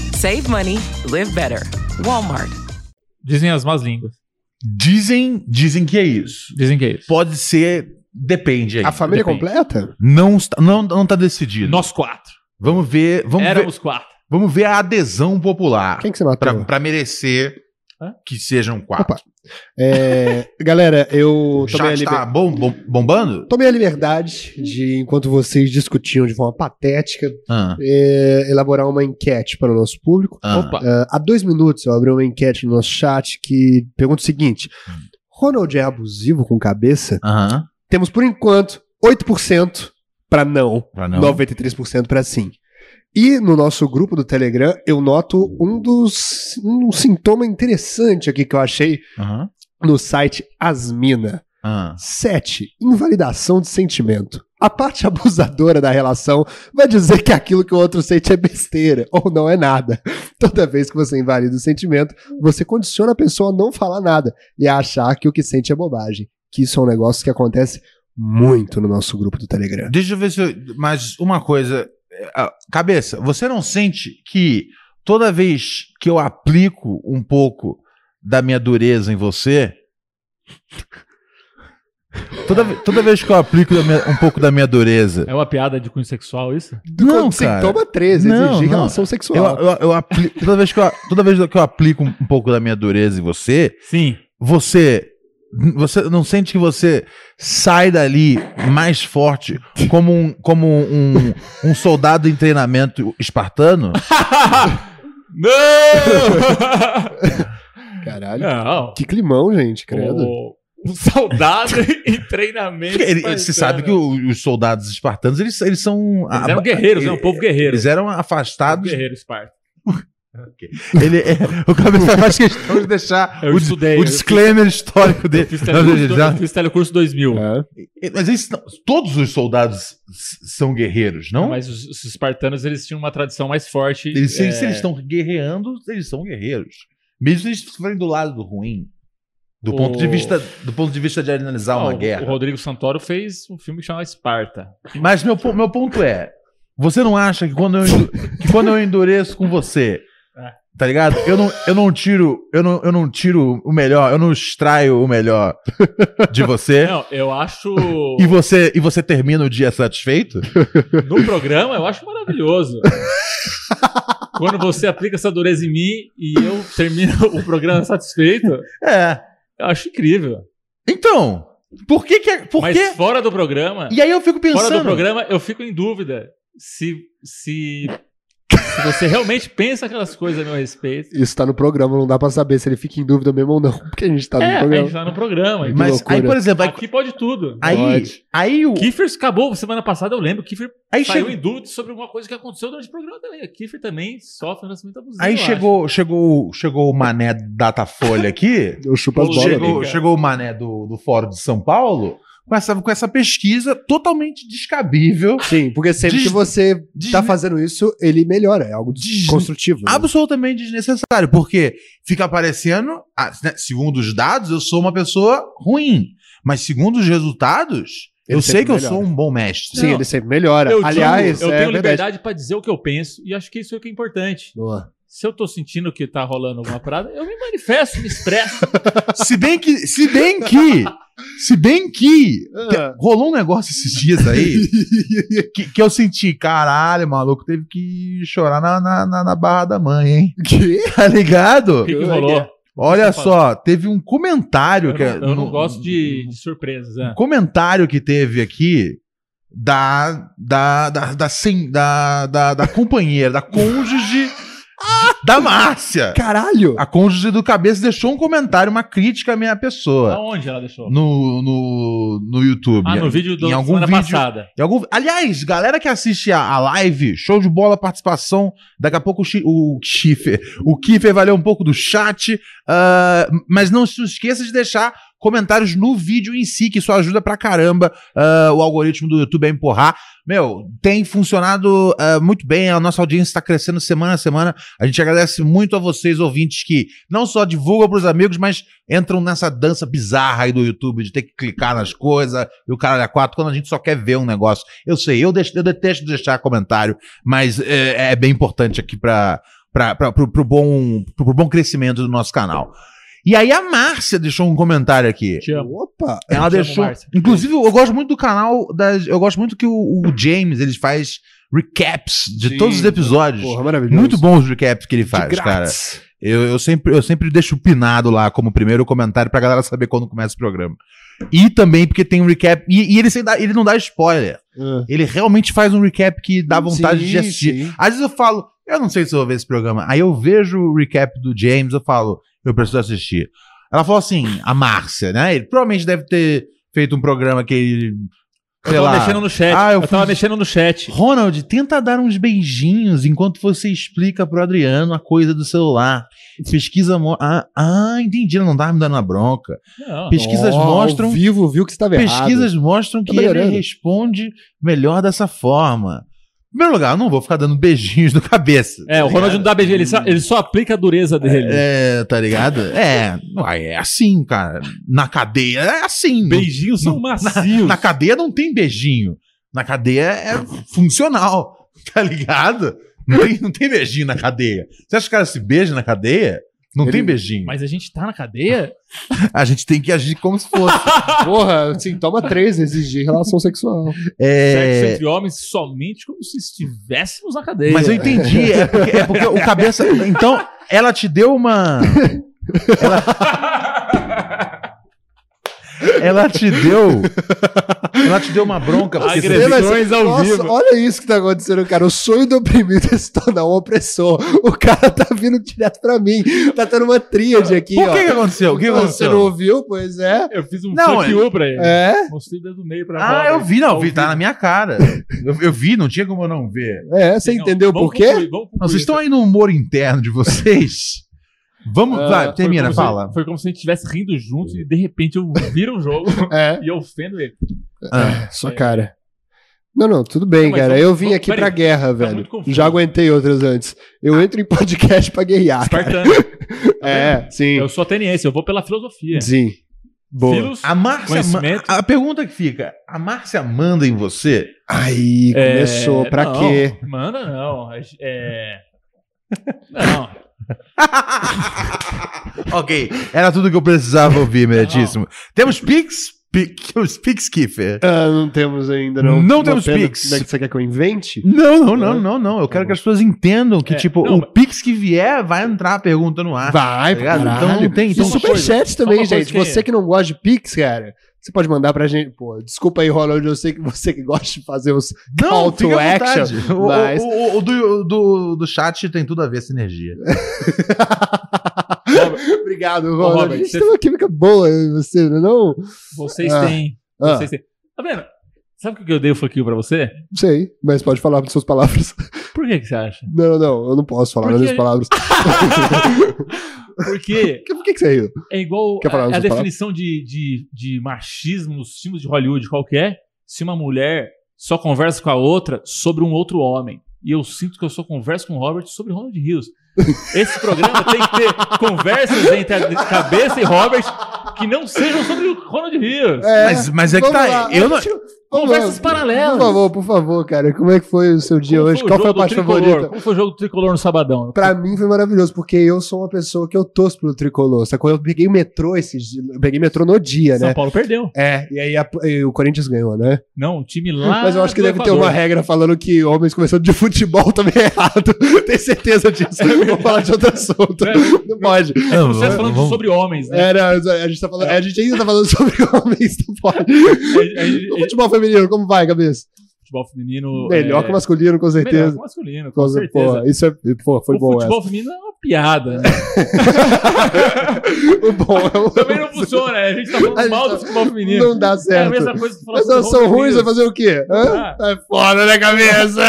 S8: Save money, live better. Walmart.
S3: dizem as más línguas.
S4: Dizem, dizem que é isso.
S3: Dizem que é isso.
S4: Pode ser, depende aí.
S2: A família
S3: Depende.
S2: completa?
S4: Não está, não, não tá decidido.
S3: Nós quatro.
S4: Vamos ver. Vamos ver.
S3: Éramos quatro.
S4: Vamos ver a adesão popular.
S2: Quem que você matou?
S4: Pra, pra merecer que sejam quatro.
S2: É, galera, eu
S4: Já
S2: tomei a,
S4: está
S2: liber...
S4: bom, bom- bombando?
S2: tomei a liberdade de, enquanto vocês discutiam de forma patética,
S4: Ah.
S2: é, elaborar uma enquete para o nosso público.
S4: Ah.
S3: Opa.
S2: É, há dois minutos eu abri uma enquete no nosso chat que pergunta o seguinte: Ronald é abusivo com cabeça?
S4: Hum. Aham.
S2: Temos por enquanto 8% para não,
S4: Pra não.
S2: 93% para sim. E no nosso grupo do Telegram, eu noto um dos um sintoma interessante aqui que eu achei
S4: Aham.
S2: no site Asmina.
S4: Ah.
S2: 7. Invalidação de sentimento. A parte (laughs) abusadora da relação vai dizer que aquilo que o outro sente é besteira ou não é nada. (laughs) Toda vez que você invalida o sentimento, você condiciona a pessoa a não falar nada e a achar que o que sente é bobagem. Que isso é um negócio que acontece muito no nosso grupo do Telegram.
S4: Deixa eu ver se. Eu, mas uma coisa. é, ah, Cabeça, você não sente que toda vez que eu aplico um pouco da minha dureza em você. Toda, ve- toda vez que eu aplico da minha- um pouco da minha dureza.
S3: É uma piada de cunho sexual isso?
S4: Não, cara.
S2: Sintoma 13,
S4: Não,
S2: exigir
S4: não.
S2: relação sexual.
S4: Eu, eu, eu apli- (laughs) toda, vez que eu, toda vez que eu aplico um pouco da minha dureza em você,
S3: Sim.
S4: você. Você não sente que você sai dali mais forte como um, como um, um soldado em treinamento espartano? (laughs)
S3: Não!
S2: Caralho.
S3: Não.
S2: Que climão, gente, credo.
S3: O- Um soldado em treinamento.
S4: Porque ele- você sabe que o- os soldados espartanos, eles, eles são... é,
S3: Eles eram guerreiros, né? Um povo guerreiro.
S4: Eles eram afastados. (laughs)
S3: Guerreiro Esparta.
S4: Ele, é- o cabeça (laughs) faz questão de deixar
S3: É, Eu
S4: o,
S3: estudei,
S4: o
S3: eu
S4: disclaimer histórico dele.
S3: Fiz
S4: Não, não,
S3: telecurso,
S4: não. É.
S3: do- fiz telecurso 2000.
S4: Mas eles não- todos os soldados s- são guerreiros, não?
S3: Mas os, os espartanos eles tinham uma tradição mais forte.
S4: Eles, se,
S3: é,
S4: se eles estão guerreando, eles são guerreiros. Mesmo se eles estiverem do lado do ruim. Do,
S3: O-
S4: ponto de vista, do ponto de vista de analisar
S3: ó,
S4: uma
S3: o-
S4: guerra.
S3: O Rodrigo Santoro fez um filme que chama Esparta.
S4: Mas meu, po- meu ponto é: você não acha que quando eu, endu- que quando eu endureço com você,
S3: É.
S4: tá ligado? Eu não, eu não tiro, eu não, eu não tiro o melhor, eu não extraio o melhor de você.
S3: Não, eu acho.
S4: (laughs) E você, e você termina o dia satisfeito?
S3: No programa, eu acho maravilhoso.
S4: (laughs)
S3: Quando você aplica essa dureza em mim e eu termino o programa satisfeito,
S4: É.
S3: eu acho incrível.
S4: Então, por que que. é- Por
S3: Mas
S4: quê?
S3: fora do programa,
S4: E aí eu fico pensando.
S3: fora do programa, eu fico em dúvida se, se, se você realmente pensa aquelas coisas a meu respeito.
S2: Isso tá no programa, não dá pra saber se ele fica em dúvida mesmo ou não, (laughs) porque a gente tá no
S3: é, a
S2: programa.
S3: gente tá no programa.
S2: Que
S4: Mas
S2: loucura.
S4: aí, por exemplo, aí,
S3: Aqui pode tudo.
S4: aí,
S2: Pode.
S4: aí o.
S3: Kiefer acabou semana passada, eu lembro. Kiefer
S4: Aí
S3: saiu
S4: chega-
S3: em dúvida sobre alguma coisa que aconteceu durante o programa também. Kiefer também sofre um relacionamento abusivo.
S4: Aí
S3: eu
S4: chegou, chegou, chegou o mané Datafolha aqui.
S2: (laughs) Eu chupo as bolas.
S4: chegou,
S3: né?
S4: chegou o mané do, do Fórum de São Paulo com essa, com essa pesquisa totalmente descabível,
S2: Sim, porque sempre
S4: Des-
S2: que você
S4: des-
S2: tá fazendo isso, ele melhora. É algo
S4: Des-
S2: construtivo. né?
S4: absolutamente desnecessário, porque fica aparecendo, ah, né, segundo os dados, eu sou uma pessoa ruim, mas segundo os resultados,
S2: Ele
S4: eu sei
S2: sempre
S4: que eu
S2: melhora.
S4: sou um bom mestre.
S2: Sim,
S3: Não.
S2: ele sempre melhora.
S3: Eu,
S2: Aliás,
S3: digo, eu
S2: é
S3: tenho
S2: verdade.
S3: liberdade pra dizer o que eu penso e acho que isso é o que é importante.
S2: Boa.
S3: Se eu tô sentindo que tá rolando alguma parada, eu me manifesto, me expresso.
S4: (laughs) Se bem que, se bem que, se bem que te- rolou um negócio esses dias aí que, que eu senti, caralho, maluco, teve que chorar na, na, na- na barra da mãe, hein?
S2: Que?
S4: Tá ligado?
S3: O que, que rolou?
S4: Olha
S3: Você
S4: só, teve um comentário
S3: Eu
S4: que
S3: não, eu não
S4: no-
S3: gosto de, de surpresas. né?
S4: um comentário que teve aqui da da da da sem- da, da, da companheira, da
S3: (laughs)
S4: cônjuge da Márcia.
S2: Caralho!
S4: A cônjuge do cabeça deixou um comentário, uma crítica à minha pessoa
S3: Aonde ela deixou?
S4: no, no, no YouTube.
S3: ah, no vídeo do
S4: em algum
S3: semana
S4: vídeo-
S3: passada.
S4: Em algum- Aliás, galera que assiste a, a live, show de bola, participação. Daqui a pouco o Chi- o Kiffer. O Kiffer vai ler um pouco do chat. ah, mas não se esqueça de deixar comentários no vídeo em si, que isso ajuda pra caramba ah, o algoritmo do YouTube a empurrar. Meu, tem funcionado ah, muito bem, a nossa audiência está crescendo semana a semana. A gente agradece muito a vocês, ouvintes, que não só divulgam pros amigos, mas entram nessa dança bizarra aí do YouTube de ter que clicar nas coisas e o caralho a quatro, quando a gente só quer ver um negócio. Eu sei, eu, deixo, eu detesto deixar comentário, mas é, é bem importante aqui para pro, pro, bom, pro, pro bom crescimento do nosso canal. E aí a Márcia deixou um comentário aqui.
S3: Te amo.
S2: Opa!
S4: Ela
S3: te amo,
S4: deixou.
S3: Márcia.
S4: Inclusive, eu gosto muito do canal. Das, eu gosto muito que o, o James ele faz recaps de
S2: Sim,
S4: todos os episódios.
S2: porra, maravilhoso.
S4: Muito bons os recaps que ele faz, cara.
S2: grátis.
S4: Eu, eu sempre, eu sempre deixo pinado lá como primeiro comentário pra galera saber quando começa o programa. E também porque tem um recap. E, e ele, sem dar- ele não dá spoiler.
S2: Ah.
S4: Ele realmente faz um recap que dá vontade
S2: Sim,
S4: de assistir.
S2: sim.
S4: Às vezes eu falo, eu não sei se eu vou ver esse programa. Aí eu vejo o recap do James, eu falo, eu preciso assistir. Ela falou assim, a Márcia, né? Ele provavelmente deve ter feito um programa que ele.
S3: Eu tava mexendo no chat.
S4: Ah,
S3: eu tava
S4: fiz-
S3: mexendo no chat.
S4: Ronald, tenta dar uns beijinhos enquanto você explica pro Adriano a coisa do celular. Pesquisa. mo- Ah, ah, entendi, ela não tava me dando uma bronca.
S3: Não.
S4: Pesquisas
S2: Ó, ao
S4: mostram.
S2: vivo viu que estava errado.
S4: Pesquisas mostram que
S2: Tá
S4: ele
S2: melhorando.
S4: responde melhor dessa forma. Em primeiro lugar, eu não vou ficar dando beijinhos no cabeça.
S3: É, o Ronald não dá BG, ele só, ele só aplica a dureza dele.
S4: É, tá ligado? É, uai, é assim, cara. Na cadeia é assim.
S3: Beijinhos são
S4: Não-
S3: macios.
S4: Na, na cadeia não tem beijinho. Na cadeia é funcional, (laughs) tá ligado? Não tem, não tem beijinho na cadeia. Você acha que o cara se beija na cadeia? Não tem beijinho.
S3: Mas a gente tá na cadeia?
S4: (laughs) A gente tem que agir como se fosse.
S2: Porra, assim,
S3: então,
S2: toma três, exigir relação sexual.
S3: Sexo
S4: É,
S3: entre homens somente como se estivéssemos na cadeia.
S4: mas eu entendi. É porque, é porque o
S3: (laughs)
S4: cabeça. Então, ela te deu uma. Ela, ela te deu. Ela te deu uma bronca. porque você- assim,
S2: Mas, nossa, Olha isso que tá acontecendo, cara. O sonho do oprimido é se tornar um opressor. O cara tá vindo direto pra mim. Tá tendo uma tríade aqui,
S4: Por
S2: ó. Ah,
S4: que que aconteceu? O que
S2: Você
S4: aconteceu?
S2: não ouviu? Pois é.
S3: Eu fiz um
S4: Não,
S3: fuck
S4: é-
S3: you pra ele.
S2: É?
S3: Mostrei o dedo do meio pra
S4: Ah,
S3: fora.
S4: eu vi, não, vi, tá na minha cara. Eu, eu vi, não tinha como eu não ver.
S2: É, você entendeu
S3: vamos
S2: por quê?
S3: concluir, vamos
S4: Não,
S3: concluir. tá?
S4: vocês estão aí no humor interno de vocês. Vamos,
S3: Ah,
S4: vai,
S3: foi
S4: termina,
S3: como
S4: fala.
S3: Se, foi como se a gente estivesse rindo junto e de repente eu viro o jogo
S2: (laughs) É.
S3: e eu ofendo ele.
S4: Ah,
S2: (laughs) Sua cara. Não, não, tudo bem,
S3: É, Não, mas
S2: cara.
S3: vamos-
S2: Eu vim
S3: vamos-
S2: aqui pra
S3: peraí,
S2: guerra, velho.
S3: muito confuso.
S2: Já aguentei outras antes. Eu entro em podcast pra guerrear. cara.
S3: Espartano.
S2: É, sim.
S3: tá Eu sou ateniense, eu vou pela filosofia.
S2: Sim. Boa.
S3: Filos,
S4: a Márcia. Ma-
S3: conhecimento.
S4: A pergunta que fica: a Márcia manda em você?
S2: Aí,
S3: É,
S2: começou. pra
S3: não,
S2: quê?
S3: Manda não. É- É... Não.
S4: (laughs) ok, era tudo que eu precisava ouvir, meritíssimo. Temos Pix? Pix, os Pix Kiffer.
S2: (laughs) Ah, não temos ainda, não.
S4: Não
S2: Uma
S4: temos
S2: pena.
S4: Pix.
S2: Como é que Você quer que eu invente?
S4: Não, não, não, não, não. Eu
S2: Tá
S4: quero que as pessoas entendam que,
S3: É,
S4: tipo,
S3: não,
S4: o
S3: mas-
S4: Pix que vier vai entrar a pergunta no ar.
S2: Vai,
S4: tá ligado?
S2: caralho.
S4: Então não tem. Então
S2: e
S3: uma
S2: superchat
S3: coisa, só
S2: também,
S3: uma coisa
S2: gente.
S3: que-
S2: Você que não gosta de Pix, cara, você pode mandar pra gente. Pô, desculpa aí, Ronald, eu sei que você que gosta de fazer os call to
S4: fica à
S2: action.
S4: vontade. O,
S2: Mas...
S4: o- o- o do, do, do chat tem tudo a ver,
S2: (laughs)
S4: sinergia.
S2: Obrigado,
S3: Robert,
S2: Ronald. A gente
S3: você-
S2: tem uma química boa, eu e você, não é não?
S3: Vocês
S2: Ah.
S3: têm.
S2: Ah,
S3: Vocês têm. Tá vendo? Sabe por que eu dei o fuck you pra você?
S2: não sei, mas pode falar com suas palavras.
S3: Por que, que você acha?
S2: Não, não, não, eu não posso falar
S3: Por
S2: nas
S3: quê? (laughs)
S2: minhas palavras.
S3: Porque
S2: Por que, que você riu?
S3: é igual
S2: Quer falar
S3: a, a
S2: dessas
S3: definição de, de, de machismo nos filmes de Hollywood qualquer. Se uma mulher só conversa com a outra sobre um outro homem. E eu sinto que eu só converso com o Robert sobre Ronald Rios. Esse programa tem que
S2: (laughs)
S3: ter conversas entre a cabeça e Robert que não sejam sobre o Ronald Rios.
S2: É,
S4: mas, mas é que
S2: vamos
S4: tá.
S2: lá,
S4: eu não,
S2: a gente- vamos
S3: Conversas
S2: lá.
S3: paralelas.
S2: Por favor, por favor, cara, como é que foi o seu dia
S3: Como
S2: hoje?
S3: o
S2: Qual foi a
S3: jogo do
S2: parte
S3: tricolor?
S2: favorita?
S3: Como foi o jogo do tricolor no sabadão?
S2: Pra mim foi maravilhoso, porque eu sou uma pessoa que eu torço pelo tricolor. Sacou? Eu peguei o metrô esses dias. Eu peguei o metrô no dia,
S3: São
S2: né?
S3: Paulo perdeu.
S2: É, e aí a- e o Corinthians ganhou, né?
S3: Não, o time lá.
S2: Mas eu acho que
S3: do
S2: deve ter
S3: Equador.
S2: uma regra falando que homens conversando de futebol (laughs) também é errado. Tenho certeza disso. Vou falar de outro assunto.
S3: É,
S2: Não pode.
S4: não,
S3: Você tá falando
S4: vamos-
S3: sobre homens, né?
S2: É, não, a, gente tá falando, a gente ainda tá falando sobre (laughs) homens, não pode.
S3: É, é,
S2: O
S3: é,
S2: futebol feminino, como vai, cabeça?
S3: futebol feminino.
S2: Melhor
S3: é,
S2: que o masculino, com
S3: Melhor
S2: certeza.
S3: que o masculino, com
S2: Com cer-
S3: certeza.
S2: Pô, isso é, pô, foi
S3: o
S2: bom
S3: futebol feminino é uma piada. Né?
S2: essa. (laughs) O bom é o...
S3: (laughs) Também não funciona, né? A gente tá
S2: A
S3: falando
S2: gente
S3: mal
S2: tá-
S3: do futebol feminino.
S2: Não dá
S3: é a
S2: certo.
S3: mesma coisa que falar
S2: Mas elas são
S3: Ronald
S2: ruins, vai
S3: Rios.
S2: fazer o quê? Hã?
S3: dá.
S4: Tá,
S2: Sai fora da
S3: (laughs)
S2: É né, cabeça!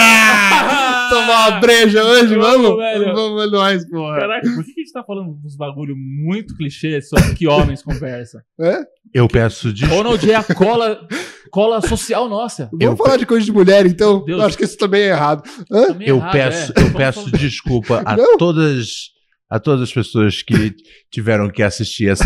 S2: Tomar uma breja hoje,
S3: Vamos,
S2: vamos?
S3: velho.
S2: Vamos, é nóis, porra.
S3: Caraca, por que a gente tá falando uns bagulho muito clichê sobre que homens conversam?
S2: Hã?
S4: Eu peço desculpa.
S3: Ronald é a cola,
S2: (laughs)
S3: cola social nossa.
S2: Vamos falar de coisa de mulher, então?
S3: Deus.
S2: Eu acho que isso também é errado.
S3: Tá meio
S4: Eu
S3: errado,
S4: peço,
S3: é.
S4: eu peço desculpa a
S2: Não.
S4: todas a todas as pessoas que tiveram que assistir essa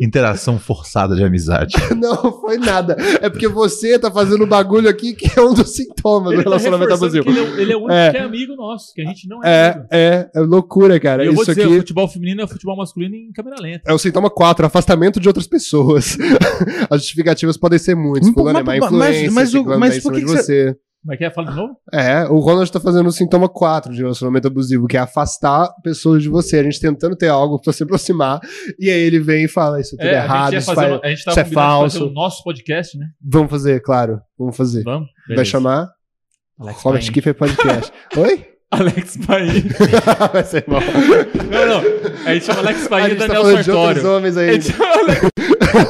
S4: interação forçada de amizade.
S2: Não, foi nada. É porque você tá fazendo um bagulho aqui que é um dos sintomas
S3: Ele
S2: do
S3: tá
S2: relacionamento
S3: reforçando
S2: abusivo.
S3: que Ele é, o- ele é o único
S2: É.
S3: que é amigo nosso, que a gente não é,
S2: É,
S3: amigo.
S2: é, é loucura, cara.
S3: E eu vou
S2: Isso
S3: dizer, o
S2: aqui
S3: futebol feminino é o futebol masculino em câmera lenta.
S2: é o sintoma 4, afastamento de outras pessoas. (laughs) As justificativas podem ser muitas.
S4: Mas-
S2: Fulano é má
S4: mas-
S2: influência,
S4: mas o-
S2: ciclano
S4: mas
S2: tá em
S4: por
S2: cima
S4: que
S2: de
S4: que
S2: você.
S3: Como é que é? Fala de novo?
S2: É, o Ronald tá fazendo o sintoma 4 de relacionamento abusivo, que é afastar pessoas de você. A gente tentando ter algo pra se aproximar, e aí ele vem e fala: Isso é tudo
S3: É,
S2: errado,
S3: ia
S2: isso,
S3: fazer
S2: faz-
S3: uma- a gente tava
S2: isso é
S3: combinando de fazer
S2: falso.
S3: o nosso podcast, né?
S2: Vamos fazer, claro. Vamos fazer.
S3: Vamos?
S2: Vai
S3: Beleza.
S2: chamar
S3: Alex
S2: Robert
S3: Paim.
S2: Kiefer
S3: (laughs)
S2: Podcast. Oi?
S3: Alex Paim.
S2: (laughs) Vai ser bom.
S3: Não, não. A gente chama Alex Paim
S2: A
S3: e
S2: gente tá
S3: Daniel
S2: falando de
S3: Sartório.
S2: outros homens
S3: A
S2: ainda.
S3: gente chama Alex
S2: (laughs)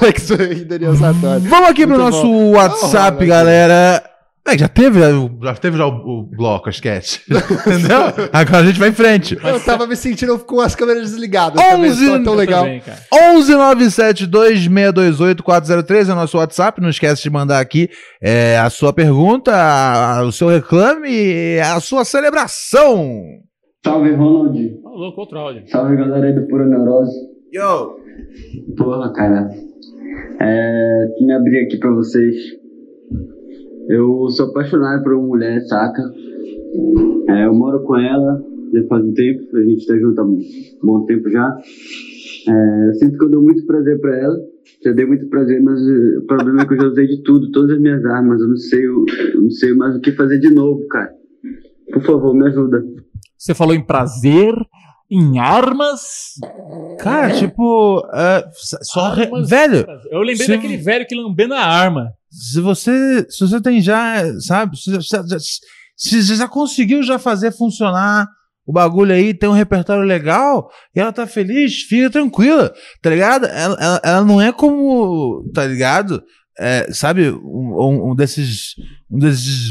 S2: Alex e Daniel Sartori.
S4: Vamos aqui pro
S2: Muito
S4: nosso
S2: bom.
S4: WhatsApp,
S2: Ronald.
S4: galera. É, já teve, né, o- já teve já o, o bloco, a sketch. (laughs) Entendeu? Agora a gente vai em frente.
S2: Eu
S3: tá.
S2: tava me sentindo com as câmeras desligadas.
S4: 11
S2: 11 tão legal.
S4: 11972628403 é o nosso WhatsApp. Não esquece de mandar aqui é, a sua pergunta, a- o seu reclame, a sua celebração.
S9: Salve, Ronald.
S3: Ô, louco, outro áudio.
S9: Salve, galera aí do Pura Neurose. Yo! Porra, cara. É, me abrir aqui pra vocês. Eu sou apaixonado por uma mulher, saca? É, eu moro com ela já faz um tempo. A gente tá junto há um bom tempo já. É, eu sinto que eu dou muito prazer pra ela. Já dei muito prazer, mas eh, o problema é que eu já usei de tudo, todas as minhas armas. Eu não sei, o- eu não sei mais o que fazer de novo, cara. Por favor, me ajuda.
S3: Você falou em prazer, em armas.
S4: Cara, tipo, é, só. re- Velho!
S3: Eu lembrei
S4: se-
S3: daquele velho que lambendo a arma.
S4: se você se você tem já sabe se se- se- se você já conseguiu já fazer funcionar o bagulho aí tem um repertório legal e ela tá feliz fica tranquila tá ligado ela, ela, ela não é como tá ligado É, sabe um, um- um desses um desses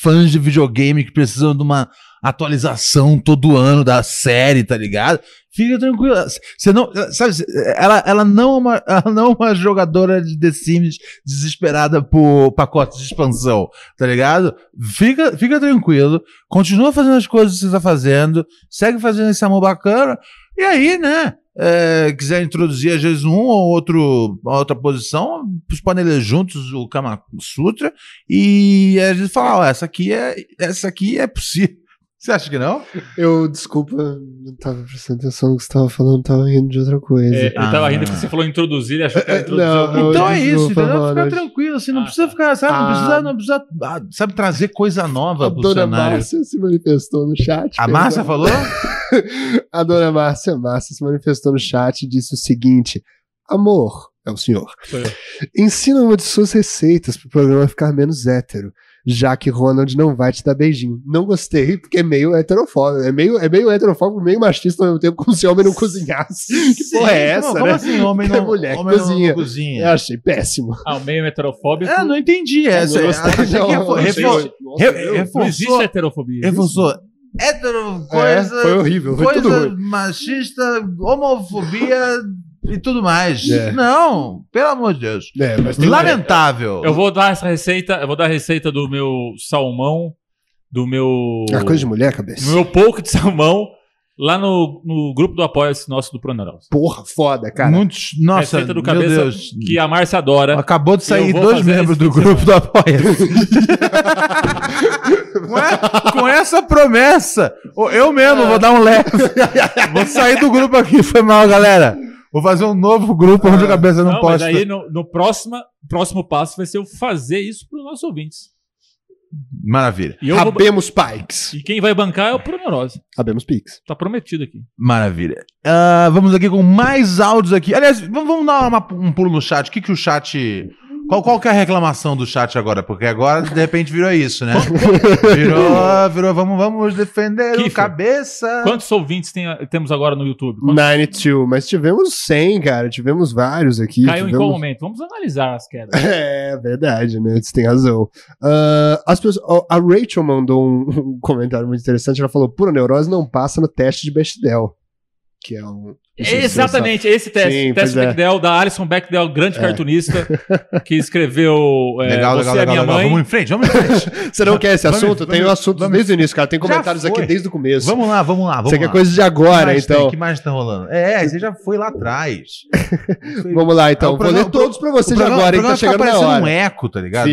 S4: fãs de videogame que precisam de uma atualização todo ano da série tá ligado Fica tranquila. Você não. Sabe, cê- ela, ela, não é uma, (laughs) ela não é uma jogadora de The Sims desesperada por pacotes de expansão, tá ligado? Fica, fica tranquilo. Continua fazendo as coisas que você tá fazendo. Segue fazendo esse amor bacana. E aí, né? é, quiser introduzir às vezes um ou outro, uma outra posição, os paneles juntos, o Kama Sutra, e às vezes falar, ó, essa aqui é, essa aqui é possível. Você acha que não?
S2: Eu, desculpa, não tava prestando atenção no que você tava falando, tava rindo de outra coisa.
S3: É, ele tava rindo porque você falou introduzir, ele achou que era introduzir.
S2: (laughs) não,
S3: alguma
S2: eu-
S3: coisa.
S4: Então é isso,
S2: Desculpa,
S4: entendeu? Ficar
S2: Ronald.
S4: tranquilo, assim, não precisa ficar, sabe? Não
S2: Ah.
S4: precisa, não precisa, ah, sabe, trazer coisa nova
S2: A
S4: pro
S2: dona
S4: cenário.
S2: Márcia se manifestou no chat.
S4: Ah. A Márcia
S2: (laughs) perdão. É, a dona Márcia, a Márcia se manifestou no chat e disse o seguinte: Amor, é o senhor.
S3: Sou eu.
S2: Ensina uma de suas receitas pro programa ficar menos hétero, já que Ronald não vai te dar beijinho. Não gostei, porque é meio heterofóbico. É meio, é meio heterofóbico, meio machista ao mesmo tempo, como se homem não cozinhasse. Que porra é
S4: como-
S2: essa,
S4: como
S2: né?
S4: assim, (laughs) homem
S2: Que
S4: não-
S2: mulher que
S4: homem não
S2: cozinha.
S4: cozinha?
S2: Eu achei péssimo.
S3: Ah, o meio heterofóbico.
S4: É, não entendi essa.
S3: Eu gostei,
S4: achei
S3: não,
S4: que
S3: não
S4: refor-
S3: sei.
S4: refor-
S3: Nossa,
S4: re-
S3: meu, Não
S4: reforçou-
S3: existe heterofobia.
S4: Reforçou. Hétero, coisa.
S2: foi horrível, foi tudo
S4: coisa
S2: ruim.
S4: machista, homofobia e tudo mais.
S3: É.
S4: Não, pelo amor de Deus.
S2: É, mas tem-
S4: Lamentável.
S3: um Eu vou dar essa receita, eu vou dar a receita do meu salmão, do meu.
S2: É coisa de mulher, cabeça.
S3: do meu poke de salmão, lá no, no grupo do Apoia-se nosso do Pronoros.
S2: Porra, foda, cara.
S4: Muitos. Nossa,
S3: receita do
S4: meu
S3: cabeça
S4: Deus.
S3: que a Márcia adora.
S4: Acabou de
S3: Eu
S4: sair
S3: vou
S4: dois
S3: fazer
S4: membros
S3: esse
S4: do
S3: fim de
S4: grupo do (laughs) Apoia. com, é- com essa promessa, ô, eu mesmo vou dar um leve. (laughs) Vou sair do grupo aqui, foi mal, galera. Vou fazer um novo grupo onde a cabeça não,
S3: Não, mas
S4: posta.
S3: aí no, no próximo, próximo passo vai ser eu fazer isso para os nossos ouvintes.
S4: Maravilha.
S3: E eu vou-
S2: Rabemos Pikes.
S3: E quem vai bancar é o Pronorose.
S2: Rabemos Pix.
S3: Tá prometido aqui.
S4: Maravilha. Ah, vamos aqui com mais áudios aqui. Aliás, vamos, vamos dar uma- um pulo no chat. O que, que o chat. Qual, qual que é a reclamação do chat agora? Porque agora, de repente, virou (laughs) isso, né? Virou, virou, vamos, vamos defender o cabeça.
S3: Quantos ouvintes tem, temos agora no YouTube?
S2: 92, mas tivemos 100, cara. Tivemos vários aqui.
S3: Caiu em
S2: tivemos-
S3: qual momento? Vamos analisar as quedas.
S2: (laughs) É verdade, né? Você tem razão. Ah, as pessoas, ó, a Rachel mandou um, (laughs) um comentário muito interessante. Ela falou: pura neurose não passa no teste de Bechdel. Que é um. não sei se você
S3: Exatamente,
S2: sabe.
S3: esse teste. teste
S2: Sim, pois é.
S3: Bechdel, da Alison Bechdel, grande
S2: É.
S3: cartunista, que
S4: (laughs)
S3: escreveu é,
S4: Legal,
S3: Você
S4: legal,
S3: é
S4: legal,
S3: Minha
S4: legal.
S3: Mãe.
S4: Vamos em frente, vamos em frente.
S3: (laughs)
S2: (laughs) Você não quer esse
S4: Vamos-
S2: assunto? tem o
S4: vamos-
S2: assunto desde o início, cara. Tem
S4: Já
S2: comentários aqui
S4: foi.
S2: desde o começo.
S4: Vamos lá, vamos lá. Ah, Vamos
S2: Você quer
S4: lá.
S2: é coisa de agora,
S4: Que mais
S2: então.
S4: Tem, que mais tá rolando? É, você já foi lá atrás.
S2: Vamos lá, então.
S4: É, o
S2: Vou ler
S4: programa-
S2: todos pra você
S4: o
S2: já
S4: programa-
S2: agora,
S4: o
S2: hein? Tá
S4: programa fica
S2: chegando na
S4: parecendo
S2: hora.
S4: um eco, tá ligado? ah,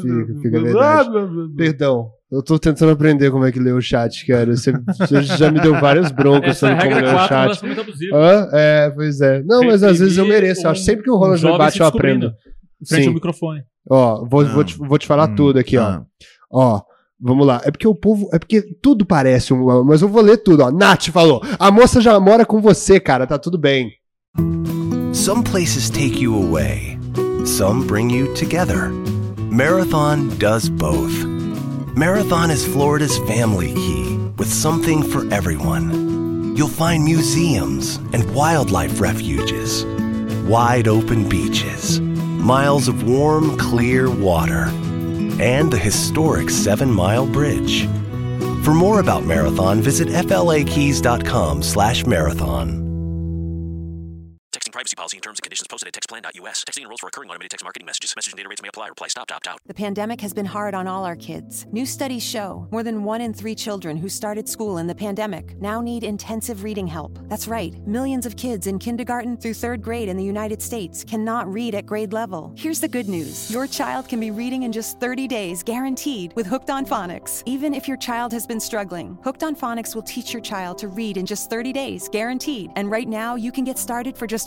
S2: Fica, fica, fica, é verdade. Perdão. Eu tô tentando aprender como é que lê o chat, cara. Você, você já me deu várias broncas
S3: Essa é a
S2: sobre como
S3: regra
S2: ler o
S3: quatro,
S2: chat.
S3: relacionamento abusivo.
S2: Hã? É, pois é. Não, mas às vezes eu
S3: Reprimir
S2: mereço. Eu acho
S3: um-
S2: sempre que o
S3: um
S2: Ronald me
S3: jovem
S2: bate,
S3: se
S2: eu aprendo.
S3: descobrindo. Frente
S2: Sim.
S3: ao microfone.
S2: Ó, vou, vou, te, vou te falar tudo aqui, ó. Ó, vamos lá. É porque o povo. É porque tudo parece um. Mas eu vou ler tudo, ó. Nath falou: a moça já mora com você, cara, tá tudo bem.
S10: Some places take you away, some bring you together. Marathon does both. Marathon is Florida's family key with something for everyone. You'll find museums and wildlife refuges, wide open beaches, miles of warm, clear water, and the historic Seven Mile Bridge. For more about Marathon, visit flakeys.com slash marathon.
S11: Texting privacy policy and terms and conditions posted at textplan.us. Texting enrolls for recurring automated text marketing messages. Message and data rates may apply. Reply stop to opt out.
S12: The pandemic has been hard on all our kids. New studies show more than one in three children who started school in the pandemic now need intensive reading help. That's right, millions of kids in kindergarten through third grade in the United States cannot read at grade level. Here's the good news your child can be reading in just 30 days, guaranteed, with Hooked on Phonics. Even if your child has been struggling, Hooked on Phonics will teach your child to read in just 30 days, guaranteed. And right now, you can get started for just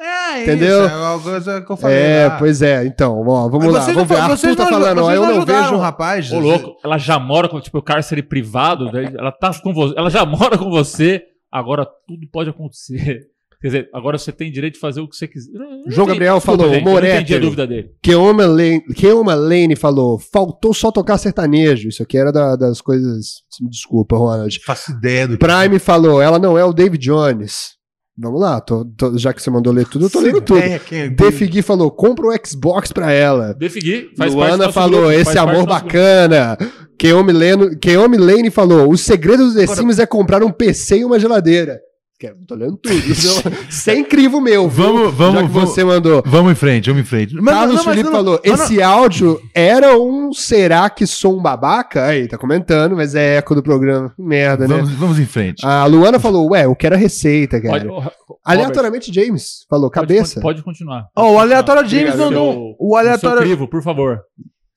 S4: É,
S2: Entendeu?
S4: Isso, é uma coisa que eu falei.
S2: é,
S4: lá.
S2: pois é. Então, ó, vamos
S4: Mas
S2: lá.
S4: vocês
S2: Vamos ver.
S4: não- vocês
S2: Arthur tá
S4: não-
S2: falando, ó,
S4: vocês
S2: eu
S4: não
S2: não
S4: ajudaram
S2: vejo.
S4: o rapaz,
S3: Ô, louco, ela já mora com tipo cárcere privado, né? ela tá com você, ela já mora com você, agora tudo pode acontecer. Quer dizer, agora você tem direito de fazer o que você quiser. Eu não
S2: João
S3: entendi,
S2: Gabriel
S3: desculpa,
S2: falou,
S3: gente, eu
S2: humor
S3: não entendi a
S2: hétero.
S3: dúvida dele.
S2: Keoma Lane, Keoma Lane falou, faltou só tocar sertanejo. Isso aqui era da- das coisas. Desculpa, Ronald.
S4: Faço ideia do
S2: Prime falou, ela não é o David Jones. Vamos lá, tô- tô- já que você mandou ler tudo, eu tô
S4: Essa
S2: lendo tudo.
S4: ideia, quem é
S2: Defigui falou, compra o Xbox pra ela.
S3: Defigui, faz parte do
S2: Luana
S3: nosso
S2: falou,
S3: grupo,
S2: esse
S3: faz parte
S2: amor
S3: do nosso grupo.
S2: bacana. Keomi Lane, Keomi Lane falou, o segredo dos The Sims é comprar um PC e uma
S4: (laughs)
S2: geladeira. Que- Tô lendo tudo. então, Sem crivo meu. viu?
S4: Vamos, vamos,
S2: Já que
S4: vamos-
S2: você mandou.
S4: Vamos em frente, vamos em frente. Mas- não,
S2: Carlos
S4: mas
S2: Tá Felipe
S4: não-
S2: falou:
S4: mas
S2: esse áudio era um será que sou um babaca? Aí, tá comentando, mas é eco do programa. Merda,
S4: Vamos,
S2: né?
S4: vamos em frente.
S2: A Luana falou: ué, eu quero a receita,
S3: Pode-
S2: cara.
S3: ô, Ro-
S2: Aleatoriamente, James falou: cabeça.
S3: Pode continuar.
S4: Ó, o aleatório James
S2: Obrigado,
S4: mandou. um-
S2: seu-
S4: O
S3: No seu
S4: aleatório.
S3: crivo, por favor.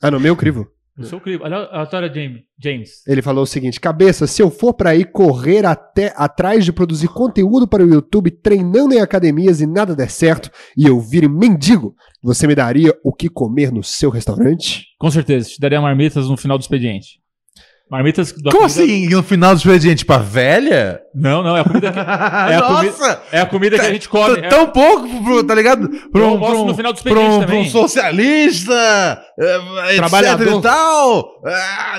S2: Ah, no meu crivo.
S3: No seu crivo. Olha a história James. James.
S2: Ele falou o seguinte: cabeça, se eu for pra ir correr até atrás de produzir conteúdo para o YouTube, treinando em academias e nada der certo, e eu vire mendigo, você me daria o que comer no seu restaurante?
S3: Com certeza, te daria marmitas no final do expediente. Marmitas da
S4: Como assim? No final do expediente pra velha?
S3: Não, não, é a
S4: (laughs)
S3: comida que. É a
S4: Nossa!
S3: Comida, é a comida que a gente come.
S4: T-
S3: É-
S4: Tão pouco, pro- tá ligado? Pra
S3: Eu almoço no final do expediente
S4: pra um- pra
S3: também.
S4: um socialista, eh, etc
S3: Trabalhador.
S4: e tal. ah,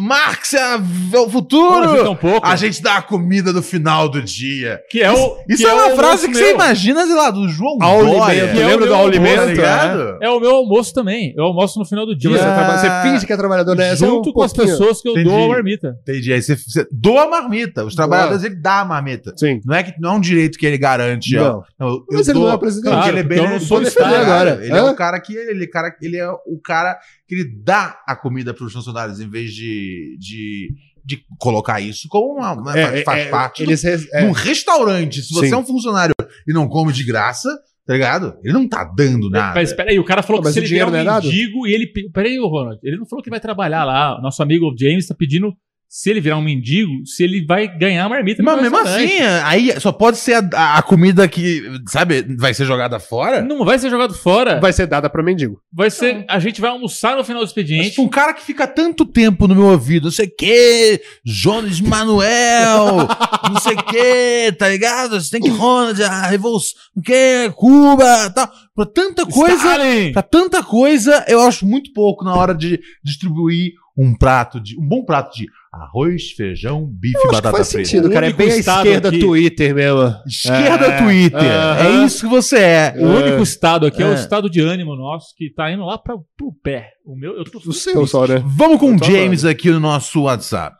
S4: Marx é o futuro.
S3: Como assim tão pouco?
S4: A gente dá a comida do final do dia.
S3: Que é o-
S4: Isso
S3: que
S4: é
S3: é
S4: uma
S3: o
S4: frase
S3: almoço
S4: que você
S3: meu.
S4: imagina, sei lá, do João Dória.
S3: Aulimento, lembra do
S4: Tá
S3: aulimento?
S4: ligado? Tipo,
S3: É o meu almoço também. Eu almoço no final do dia.
S4: você trabalha- você finge
S2: que é trabalhador, né? Só um
S3: Junto com as
S2: pouquinho.
S3: pessoas que eu dou a marmita.
S4: Entendi. Aí você, você doa a marmita. Os trabalhadores, ele dá a marmita.
S2: Sim.
S4: Não é que não é um direito que ele garante. ó.
S2: Não.
S4: eu
S2: Mas ele
S4: dou-
S2: não é presidente.
S4: Porque
S2: Claro,
S4: ele é
S2: então eu não sou
S4: beneficiário.
S2: do Estado agora.
S4: Ele é
S2: Hã?
S4: o cara que ele, cara, ele é o cara que ele dá a comida para os funcionários em vez de, de, de colocar isso como uma, uma-
S2: É,
S4: faz,
S2: é,
S4: faz
S2: é,
S4: parte
S2: eles
S4: do,
S2: res- é.
S4: do restaurante. Se você
S2: Sim.
S4: é um funcionário e não come de graça, tá ligado? Ele não tá dando nada.
S3: Mas peraí, o cara falou
S4: Pô,
S3: que
S4: mas
S3: se
S4: o
S3: ele vier
S4: dinheiro
S3: um
S4: não é dado?
S3: mendigo e ele. pe- Peraí, ô Ronald, ele não falou que vai trabalhar lá. Nosso amigo James tá pedindo se ele virar um mendigo, se ele vai ganhar a marmita.
S4: Mas
S3: no
S4: mesmo
S3: restaurante.
S4: assim, aí só pode ser a, a comida que, sabe, vai ser jogada fora?
S3: Não vai ser jogado fora.
S2: Vai ser dada para mendigo.
S3: Vai
S4: Então.
S3: ser. A gente vai almoçar no final do expediente.
S4: Um cara que fica tanto tempo no meu ouvido, não sei o quê, Jones
S3: (laughs)
S4: Manuel, não sei o quê, tá ligado? Você tem que Ronald, a revolução, o quê, Cuba, tal. Pra tanta coisa,
S3: Stalin!
S4: pra tanta coisa, eu acho muito pouco na hora de distribuir um prato de, um bom prato de arroz, feijão, bife e
S2: acho que
S4: batata
S2: faz
S4: frita.
S2: sentido, cara, é
S4: O único
S2: bem à
S4: estado
S2: esquerda Twitter mesmo.
S4: Esquerda
S2: É.
S4: Twitter.
S2: Aham.
S4: É isso que você é.
S3: O único estado aqui é, o
S4: É.
S3: estado de ânimo nosso que tá indo lá pra, pro pé. O meu, eu tô. O
S2: seu só, né?
S4: Vamos com o James aqui no nosso WhatsApp.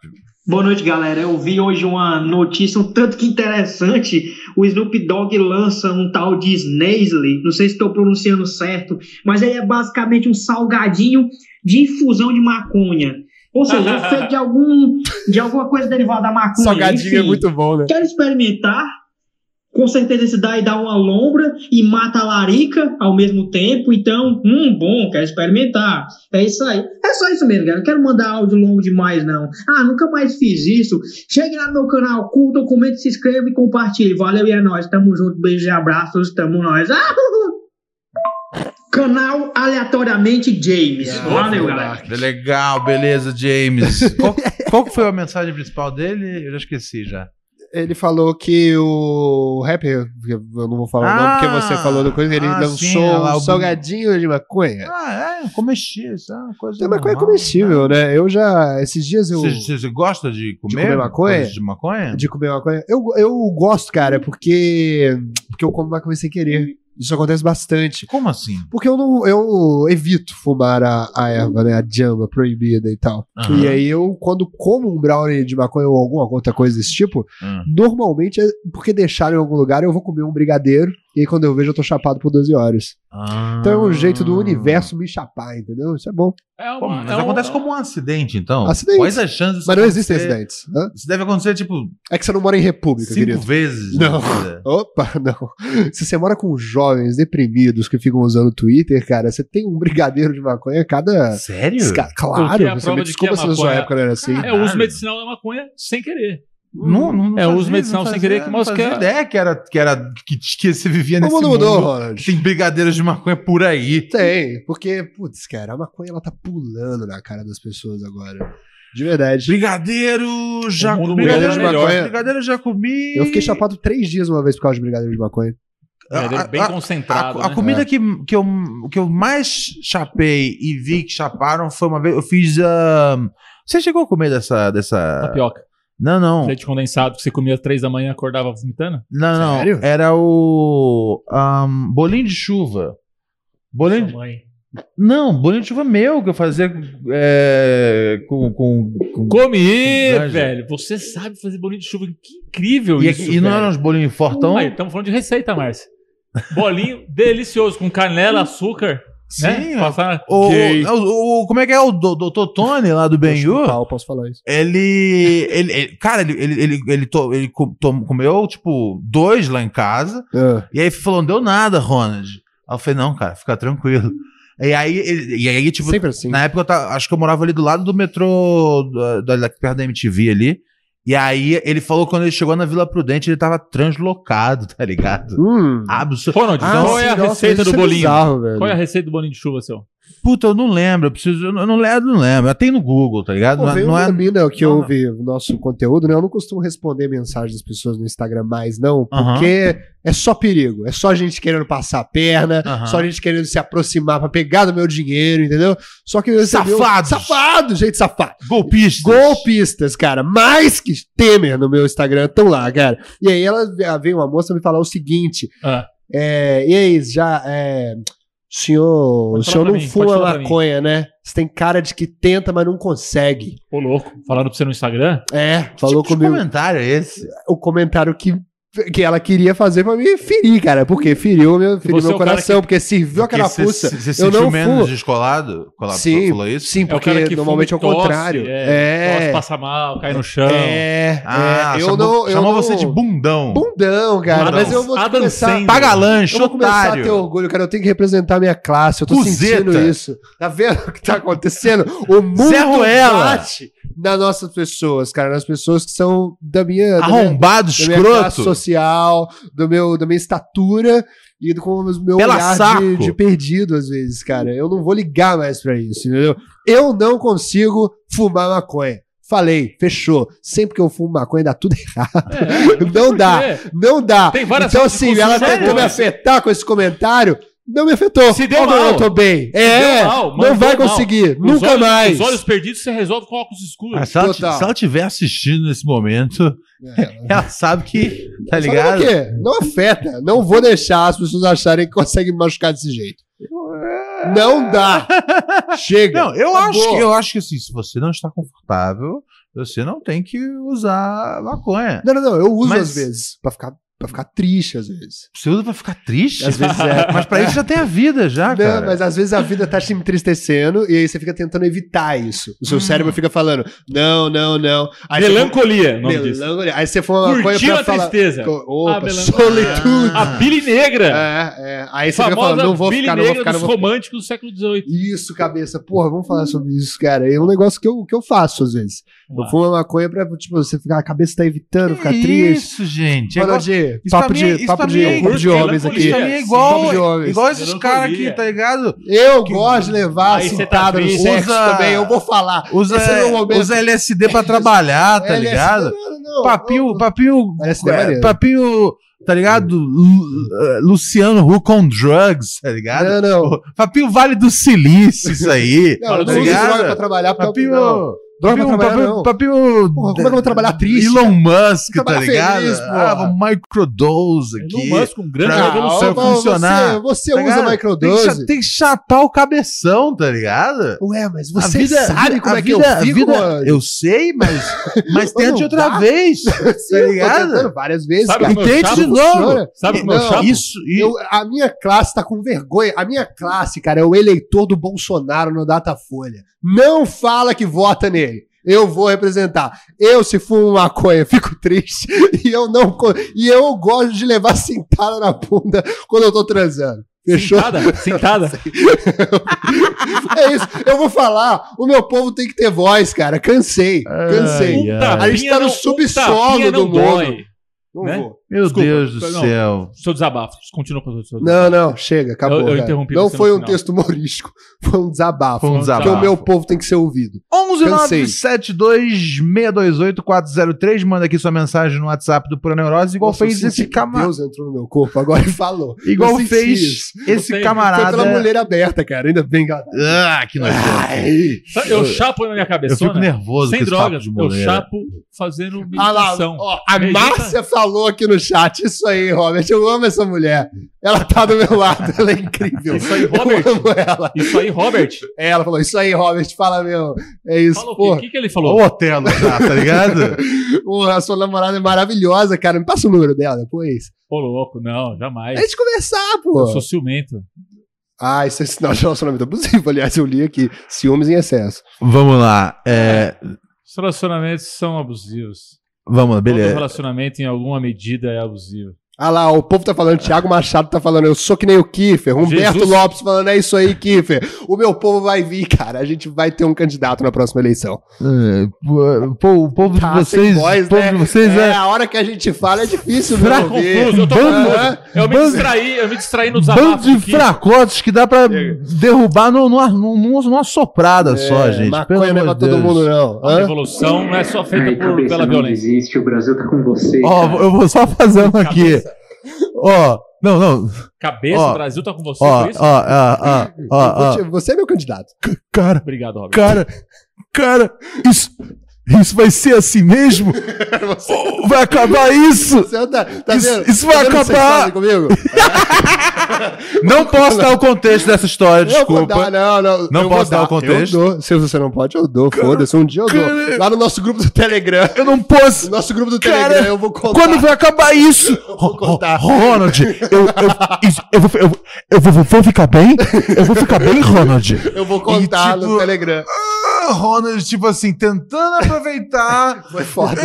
S13: Boa noite, galera. Eu vi hoje uma notícia um tanto que interessante. O Snoop Dogg lança um tal de Snazzle, não sei se estou pronunciando certo, mas ele é basicamente um salgadinho de infusão de maconha. Ou seja, é feito de, algum, de alguma coisa derivada da maconha.
S2: Salgadinho é muito bom, né?
S13: Quero experimentar. Com certeza esse daí dá uma lombra e mata a larica ao mesmo tempo. Então, hum, bom, quero experimentar. É isso aí. É só isso mesmo, galera. Não quero mandar áudio longo demais, não. Ah, nunca mais fiz isso. Chegue lá no meu canal, curta, comente, se inscreva e compartilhe. Valeu e é nóis. Tamo junto. Beijo e abraços. Tamo nós. Ah! Canal Aleatoriamente James.
S2: Ah,
S13: Valeu, galera.
S4: Legal, beleza,
S2: (laughs)
S4: James. Qual, qual que foi a mensagem principal dele? Eu já esqueci já.
S2: Ele falou que o rapper, eu não vou falar o nome porque
S4: Ah,
S2: você falou do coisa, ele
S4: ah,
S2: lançou
S4: sim, olha lá,
S2: um
S4: o-
S2: salgadinho de maconha.
S4: Ah, é, comestível, isso é uma coisa.
S2: Tem maconha
S4: normal.
S2: comestível, né? Eu já, esses dias eu...
S4: Você, você gosta de
S2: de
S4: comer?
S2: comer maconha?
S4: coisas De maconha? Hum.
S2: De comer maconha? Eu, eu gosto, cara, porque, porque eu como maconha sem querer. Isso acontece bastante.
S4: Como assim?
S2: Porque eu não eu evito fumar a, a erva, né? A jamba proibida e tal.
S4: Aham.
S2: E aí eu, quando como um brownie de maconha ou alguma outra coisa desse tipo,
S4: Hum.
S2: normalmente é porque deixaram em algum lugar, eu vou comer um brigadeiro. E aí quando eu vejo, eu tô chapado por 12 horas.
S4: Ah,
S2: Então é um jeito do universo me chapar, entendeu? Isso é bom.
S3: Tá
S4: Pô, mas
S3: então,
S4: acontece como um acidente, então.
S2: Acidente.
S4: Quais as chances?
S2: Mas não existem
S4: acidentes.
S2: acidentes. hã?
S4: Isso deve acontecer, tipo.
S2: É que você não mora em república,
S4: Cinco
S2: querido.
S4: vezes né, na
S2: Não.
S4: vida.
S2: Opa, não. Se você mora com jovens deprimidos que ficam usando o Twitter, cara, você tem um brigadeiro de maconha a cada.
S4: Sério?
S3: Porque
S2: Ca-
S3: é a
S2: Claro, você
S3: prova
S2: me
S3: de que
S2: desculpa
S3: a
S2: se na sua
S3: maconha-
S2: época não era assim.
S3: É o uso medicinal da maconha sem querer.
S4: Não, não, não
S3: é o uso
S4: fazia,
S3: medicinal
S4: não
S3: sem
S4: fazia,
S3: querer que
S4: não
S3: mostra que
S4: fazia
S3: é-
S4: ideia que era que era que, que você vivia
S2: O
S4: nesse
S2: mundo
S4: mundo.
S2: mudou, Ronald.
S4: Tem brigadeiros de maconha é por aí.
S2: Tem, porque, putz, cara, a maconha ela tá pulando na cara das pessoas agora. De verdade.
S4: Brigadeiro, já
S2: O mundo
S4: comi.
S3: é
S2: mudou,
S4: Brigadeiro de
S2: né?
S4: maconha.
S2: Melhor.
S4: Brigadeiro já comi.
S2: Eu fiquei chapado três dias uma vez por causa de brigadeiro de maconha.
S3: É, bem concentrado.
S4: A, a
S3: né?
S4: comida que, que, eu, que eu mais chapei e vi que chaparam foi uma vez. Eu fiz. ahn, você chegou a comer dessa. dessa...
S3: Tapioca.
S4: Não, não.
S3: Leite condensado que você comia às três da manhã e acordava vomitando?
S4: Não, não. Era o. ahn, bolinho de chuva. Bolinho de... Não, bolinho de chuva meu que eu fazia é, com, com, com. né?
S3: Come,
S4: É Verdade.
S3: velho. Você sabe fazer bolinho de chuva. Que incrível
S4: E,
S3: isso.
S4: aqui- e não
S3: velho.
S4: eram uns bolinhos fortão?
S3: Aí, estamos falando de receita, Márcia. Bolinho (laughs) delicioso, com canela, açúcar.
S4: Sim,
S3: né?
S4: ó.
S3: Passar...
S4: O,
S3: Gay.
S4: o- o- o- como é que é o do- Dr. Tony lá do Ben Hur?
S2: posso falar isso.
S4: Ele, ele, ele- cara, ele, ele, ele, ele, to- ele co- tom- comeu, tipo, dois lá em casa.
S2: É.
S4: E aí falou, não deu nada, Ronald. Aí eu falei, não, cara, fica tranquilo. E aí, ele- e aí tipo,
S2: assim.
S4: na época eu tava, acho que eu morava ali do lado do metrô, da, da, da- perto da MTV ali. E aí ele falou que quando ele chegou na Vila Prudente, ele tava translocado, (laughs) tá ligado?
S2: Hum.
S4: Absurdo.
S2: Ah,
S3: Ronald, qual é a receita do bolinho? qual é a
S4: receita?
S3: receita do bolinho de chuva, seu?
S4: Puta, eu não lembro, eu preciso. Eu não, eu não lembro, eu não lembro. Tem no Google, tá ligado?
S2: Pô,
S4: não,
S2: veio
S4: não
S2: uma
S4: é.
S2: mina que ouve o nosso conteúdo, né? Eu não costumo responder mensagem das pessoas no Instagram mais, não,
S4: Aham.
S2: porque é só perigo. É só gente querendo passar a perna,
S4: Aham.
S2: só gente querendo se aproximar pra pegar do meu dinheiro, entendeu? Só que eu recebi um-
S4: Safados.
S2: Safados, gente safado.
S4: Golpistas.
S2: Golpistas, cara. Mais que Temer no meu Instagram, estão lá, cara. E aí ela veio uma moça me falar o seguinte:
S4: Ah.
S2: é, e aí, já. É, senhor, o
S3: Pode falar
S2: senhor
S3: pra
S2: não
S3: mim, pode
S2: fuma
S3: falar pra mim.
S2: maconha, né? Você tem cara de que tenta, mas não consegue.
S3: Ô, louco. Falaram pra você no Instagram? tipo
S2: É, falou comigo.
S4: comentário é esse?
S2: O comentário que, que ela queria fazer pra me ferir, cara. Porque feriu meu, feriu
S4: Você é
S2: meu
S4: o cara
S2: coração,
S4: que-
S2: porque serviu
S4: Porque
S2: aquela
S4: cê-
S2: fuça.
S4: cê- cê
S2: eu
S4: sentiu
S2: não
S4: menos
S2: fumo.
S4: descolado? Colab-
S2: Sim,
S4: falou isso?
S2: sim,
S4: É o
S2: porque
S4: cara que fuma
S2: normalmente é o
S4: e tosse,
S2: contrário.
S3: É,
S2: É.
S3: tosse, passa mal, cai no chão.
S2: É,
S4: Ah,
S2: é, eu
S4: chamou,
S2: não- eu
S4: chamou
S2: não-
S4: você de bundão.
S2: Bundão, cara.
S4: Adam-
S2: mas eu vou
S4: Adam
S2: começar.
S4: Sandler. Paga lanche,
S2: Eu vou começar
S4: otário.
S2: a ter orgulho, cara. Eu tenho que representar a minha classe. Eu tô
S4: Cuseta.
S2: sentindo isso. Tá vendo o que tá acontecendo? O mundo
S4: Zé Ruela.
S2: bate nas nossas pessoas, cara. Nas pessoas que são da minha. da
S4: Arrombado,
S2: minha- da minha
S4: escroto.
S2: classe social, do meu, da minha estatura e do, com o meu
S4: Pela
S2: olhar
S4: saco.
S2: de, de perdido, às vezes, cara. Eu não vou ligar mais pra isso, entendeu? Eu não consigo fumar maconha. Falei, fechou. Sempre que eu fumo maconha dá tudo (laughs) errado.
S3: É,
S2: não dá,
S3: quê.
S2: não dá.
S3: Tem várias
S2: então,
S3: formas de
S2: assim, ela
S3: consumir
S2: tentou me
S3: maconha.
S2: afetar com esse comentário. Não me afetou.
S3: Se deu
S2: Olha,
S3: mal.
S2: Eu tô bem. É,
S3: Deu mal,
S2: não
S3: mandou
S2: vai
S3: mal.
S2: conseguir.
S3: Os
S2: Nunca
S3: olhos-
S2: mais.
S3: Os olhos perdidos você resolve com óculos escuros.
S4: Ah, se, ela, se ela tiver assistindo nesse momento, ela sabe que. Tá
S2: Sabe
S4: ligado?
S2: o quê? Não afeta. Não vou deixar as pessoas acharem que conseguem me machucar desse jeito. Não dá.
S4: (laughs)
S2: Chega.
S4: Não, eu
S2: Acabou.
S4: acho que eu acho que assim, se você não está confortável, você não tem que usar maconha.
S2: Não, não, não. Eu uso
S4: Mas-
S2: às vezes pra ficar Pra ficar triste, às vezes.
S4: Você usa pra ficar triste?
S2: Às vezes
S4: (laughs)
S2: é.
S4: Mas pra isso já tem a vida, já,
S2: Não,
S4: cara.
S2: mas às vezes a vida tá te entristecendo e aí você fica tentando evitar isso. O seu
S4: Hum.
S2: cérebro fica falando, não, não, não. Então, Aí você-
S3: Melancolia, o nome disso.
S2: Melancolia. Aí você for uma maconha
S3: Curtiu
S2: pra
S3: a
S2: falar-
S3: tristeza.
S2: Co-
S4: Ah,
S2: Opa,
S3: A melancolia.
S2: solitude.
S3: A Billy Negra.
S2: É, é. Aí você fica
S3: Famosa
S2: falando, não vou
S3: Billy
S2: ficar, não vou
S3: Negra
S2: ficar, não
S3: dos
S2: vou ficar.
S3: românticos do século XVIII.
S2: Isso, cabeça. Porra, vamos falar sobre isso, cara. É um negócio que eu, que eu faço às vezes. Eu fumo uma maconha pra, tipo, você ficar, a cabeça tá evitando, ficar triste.
S4: Isso, gente. É
S2: Fala
S4: igual-
S2: de
S4: isso
S2: papo
S4: pra mim-
S2: de,
S4: isso
S2: papo
S4: pra
S2: de,
S4: mim é-
S2: papo de homens
S4: isso
S2: aqui.
S4: pra mim é
S2: Papo
S4: igual,
S2: de homens.
S4: igual esses caras aqui, tá ligado?
S2: Eu gosto de levar
S4: Aí cê tá
S2: citado no
S4: triste.
S2: sexo
S4: Usa-
S2: também, eu vou falar.
S4: Usa,
S2: Esse é o meu momento.
S4: usa LSD pra trabalhar, tá
S2: LSD,
S4: ligado? papinho, papinho,
S2: LSD é
S4: é,
S2: maneiro. Hum.
S4: papinho, tá ligado? Lu- eh, Luciano Huck on Drugs, tá ligado?
S2: Não, não.
S4: Papinho Vale do Silício, isso aí.
S2: Não, eu
S4: tá
S2: não uso droga pra
S4: ligado?
S2: trabalhar, porque
S4: Papinho,
S2: eu não. Droga pra
S4: papinho,
S2: trabalhar,
S4: papinho,
S2: não.
S4: papinho
S2: Porra, como é que eu vou trabalhar triste?
S4: Elon Musk,
S2: Vou
S4: tá
S2: trabalhar
S4: ligado?
S2: feliz, porra.
S4: ah, vou microdose aqui.
S3: Elon Musk, um grande
S4: pra-
S3: revolucionário.
S4: pra funcionar. tá
S2: Você- você usa
S4: ligado?
S2: microdose?
S4: Tem que cha- Tem que chapar o cabeção, tá ligado?
S2: Ué, mas
S4: A
S2: você
S4: vida-
S2: sabe como
S4: a
S2: é que
S4: vida-
S2: eu
S4: a
S2: fico,
S4: vida-
S2: mano?
S4: Eu sei, (laughs) mas, mas
S2: Não
S4: tente outra (laughs)
S2: dá.
S4: vez.
S2: (laughs) Sim,
S4: Tá
S2: eu tô
S4: ligado?
S2: tentando várias vezes,
S4: Sabe
S2: cara.
S4: como eu Entende de chapo? novo. Sabe como eu
S2: Não,
S4: chapo?
S2: Isso, isso. Eu- a minha classe tá com vergonha. A minha classe, cara, é o eleitor do Bolsonaro no Datafolha. Não fala que vota nele. Eu vou representar. Eu, se fumo maconha, fico triste. (laughs) E eu não. co- E eu gosto de levar sentada na bunda quando eu tô transando. Fechou?
S3: Sentada?
S2: (laughs)
S3: Sentada?
S2: É isso. Eu vou falar. O meu povo tem que ter voz, cara. Cansei. Cansei.
S4: ai.
S2: a gente tá no subsolo
S3: tapinha
S2: do
S3: não
S2: mundo.
S3: dói,
S2: Não
S3: né?
S2: vou.
S4: Meu
S3: Desculpa,
S4: Deus do
S3: não,
S4: céu.
S3: Seu desabafo. Continua com o seu desabafo.
S2: Não, não, chega, acabou.
S3: Eu- eu
S2: cara.
S3: interrompi
S2: não
S3: você no
S2: foi um
S3: final.
S2: texto humorístico, (laughs) foi um desabafo.
S4: Foi um desabafo.
S2: Porque o meu povo tem que ser ouvido.
S4: 11972-628-403. Manda aqui sua mensagem no WhatsApp do Pura Neurose, igual
S2: Nossa, eu
S4: fez esse
S2: senti que
S4: camarada.
S2: Deus entrou no meu corpo agora e falou.
S4: Igual
S2: Eu senti
S4: fez
S2: isso.
S4: esse
S2: Foi
S4: camarada-
S2: pela mulher aberta, cara. Ainda bem que ela.
S4: Ah, que nojo.
S2: Ai.
S3: Sabe, Eu chapo na minha cabeça.
S4: Eu fico nervoso
S3: Sem
S4: com esse papo
S3: drogas.
S4: de
S3: eu
S4: mulher.
S3: chapo fazendo
S2: Ah lá,
S3: meditação.
S2: ó, a
S3: Medita-
S2: Márcia falou aqui no chat. Isso aí, Robert. Eu amo essa mulher. Ela tá do meu lado. (laughs) Ela é incrível.
S3: Isso aí,
S2: Eu amo
S3: Robert.
S2: ela.
S3: Isso aí, Robert.
S2: É, Ela falou: Isso aí, Robert. Fala, meu. É isso.
S3: Fala o quê?
S2: pô.
S3: O que, que ele
S4: Ô,
S3: falou?
S4: Otelo, tá, tá
S3: (laughs)
S4: ligado?
S2: Pô, a sua namorada é maravilhosa, cara. Me passa o número dela depois.
S3: Ô, louco, não, jamais.
S2: A gente conversar, pô.
S3: Eu sou ciumento.
S2: Ah, isso é sinal de relacionamento abusivo. Aliás, eu li aqui. Ciúmes em excesso.
S4: Vamos lá. É,
S3: Os relacionamentos são abusivos.
S4: vamos lá,
S3: Todo
S4: beleza.
S3: relacionamento, em alguma medida, é abusivo.
S2: Ah lá, o povo tá falando, Thiago Machado tá falando, eu sou que nem o Kiefer. Humberto
S3: Jesus.
S2: Lopes falando, é isso aí, Kiefer. O meu povo vai vir, cara. A gente vai ter um candidato na próxima eleição.
S4: É, pô, pô, o povo
S2: Tá
S4: de Ah, vocês.
S2: sem voz,
S4: o povo
S2: né?
S4: de vocês
S2: é,
S4: é.
S2: a hora que a gente fala é difícil, não
S4: Fraco,
S2: ouvir.
S3: Confuso, eu tô
S4: Bando-
S3: confuso. Eu me
S4: bando-
S3: distraí, eu me distraí no desabafo.
S4: Bando de
S3: aqui.
S4: fracotes que dá pra derrubar no- numa, numa, numa soprada só, gente. Pelo
S2: Maconha não é pra
S4: amor de
S2: todo
S4: Deus.
S2: mundo, não.
S3: A
S2: Hã?
S3: revolução não é só feita
S9: Aí,
S3: por,
S9: cabeça,
S3: pela
S9: não
S3: violência.
S9: desiste, o Brasil tá com você.
S4: Ó,
S9: cara.
S4: eu vou só fazer uma aqui. Ó, não, não.
S3: Cabeça,
S4: Ó,
S3: o Brasil tá com você
S4: Ó,
S3: por isso?
S4: ó, ó, ó, ó,
S2: Você-
S4: ó.
S2: Você é meu candidato.
S4: Cara,
S3: Obrigado, Robert.
S2: (laughs)
S4: cara, cara,
S14: (laughs)
S4: isso, isso vai ser assim mesmo? Oh, Vai acabar isso?
S2: Você tá, tá
S4: Isso-
S2: vendo?
S4: isso vai
S2: Tá vendo o que vocês
S4: acabar.
S2: fazem comigo?
S4: (laughs) Não posso dar o contexto dessa história,
S2: Eu vou dar,
S4: Ah,
S2: né?
S4: desculpa.
S2: não, não.
S4: Não
S2: eu
S4: posso
S2: vou
S4: dar o contexto.
S2: Eu dou. Se você não pode, eu dou. Foda-se, um dia eu dou. Lá no nosso grupo do Telegram.
S4: Eu não posso.
S2: No nosso grupo do
S4: Cara,
S2: Telegram, eu vou contar.
S4: Quando vai acabar isso? Ro- Ro- Ronald, eu, eu, isso- eu, vou, eu, vou- eu vou, vou ficar bem? Eu vou ficar bem, Ronald?
S2: Eu vou contar
S4: E, tipo,
S2: no Telegram.
S4: Ah, Ronald, tipo assim, tentando aproveitar.
S2: (laughs)
S4: Ah,
S2: Foi foda.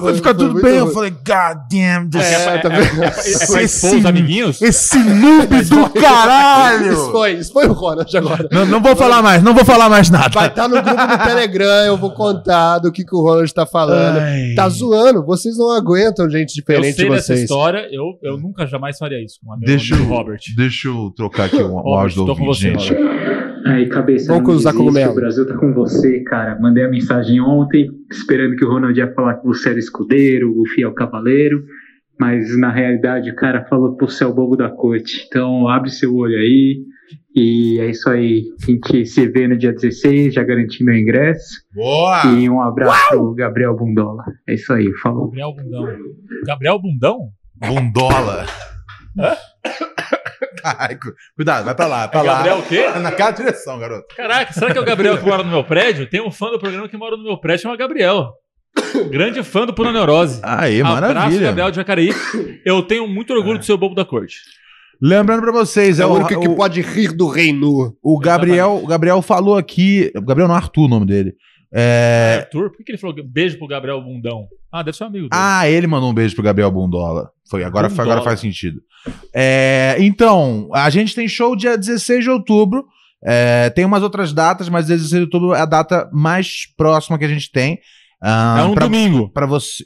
S4: Vai ficar tudo bem. Eu falei, God damn this.
S2: É,
S4: (laughs)
S2: tá vendo?
S3: É pra expor os amiguinhos?
S4: Esse
S2: (laughs)
S4: noob do
S2: Isso
S4: caralho!
S2: foi, isso foi o Ronald agora.
S4: Não, não vou falar mais, não vou falar mais nada.
S2: Vai estar no grupo do Telegram, eu vou contar do que, que o Ronald tá falando.
S4: Ai.
S2: Tá zoando, vocês não aguentam gente
S3: Eu
S2: diferente
S3: sei
S2: de
S3: dessa
S2: vocês.
S3: história, eu, eu nunca jamais faria isso com o meu
S4: Deixa
S3: amigo
S4: eu-
S3: Robert.
S4: Deixa eu trocar aqui o
S3: Robert,
S4: áudio do
S3: tô com
S4: ouvinte,
S3: você,
S4: gente.
S3: Robert.
S9: Aí, cabeça,
S2: Vamos
S9: não
S2: usar
S9: desiste,
S2: cogumelo.
S9: o Brasil tá com você, cara. Mandei a mensagem ontem, esperando que o Ronald ia falar que você era escudeiro, o fiel cavaleiro, mas na realidade o cara falou que você é o bobo da corte. Então abre seu olho aí, e é isso aí. A gente se vê no dia 16, já garanti meu ingresso.
S4: Boa!
S9: E um abraço pro Gabriel Bundola. É isso aí, falou.
S3: Gabriel Bundão.
S4: (laughs)
S3: Gabriel Bundão?
S4: Bundola. Caralho, cuidado, vai pra lá, pra
S3: É
S4: Tá lá.
S3: Gabriel o quê?
S4: (laughs) Naquela direção, garoto.
S3: Caraca, será que é o Gabriel que mora no meu prédio? Tem um fã do programa que mora no meu prédio, chama Gabriel. Grande fã do Pura Neurose.
S4: Aí,
S3: Abraço,
S4: maravilha. É.
S3: Gabriel de Jacareí. Eu tenho muito orgulho do seu bobo da corte.
S4: Lembrando pra vocês,
S3: É o único que
S4: pode
S2: rir do reino.
S4: O Gabriel, o Gabriel falou aqui, o Gabriel não Arthur o nome dele. É,
S3: Arthur, por que que ele falou beijo pro Gabriel Bundão? Ah, deve ser um amigo dele.
S4: ah, ele mandou um beijo pro Gabriel Bundola. Foi, agora,
S3: Bundola.
S4: agora faz sentido. É, então, a gente tem show dia 16 de outubro. É, tem umas outras datas, mas 16 de outubro é a data mais próxima que a gente tem. Ah,
S3: É um domingo.
S4: Pra você.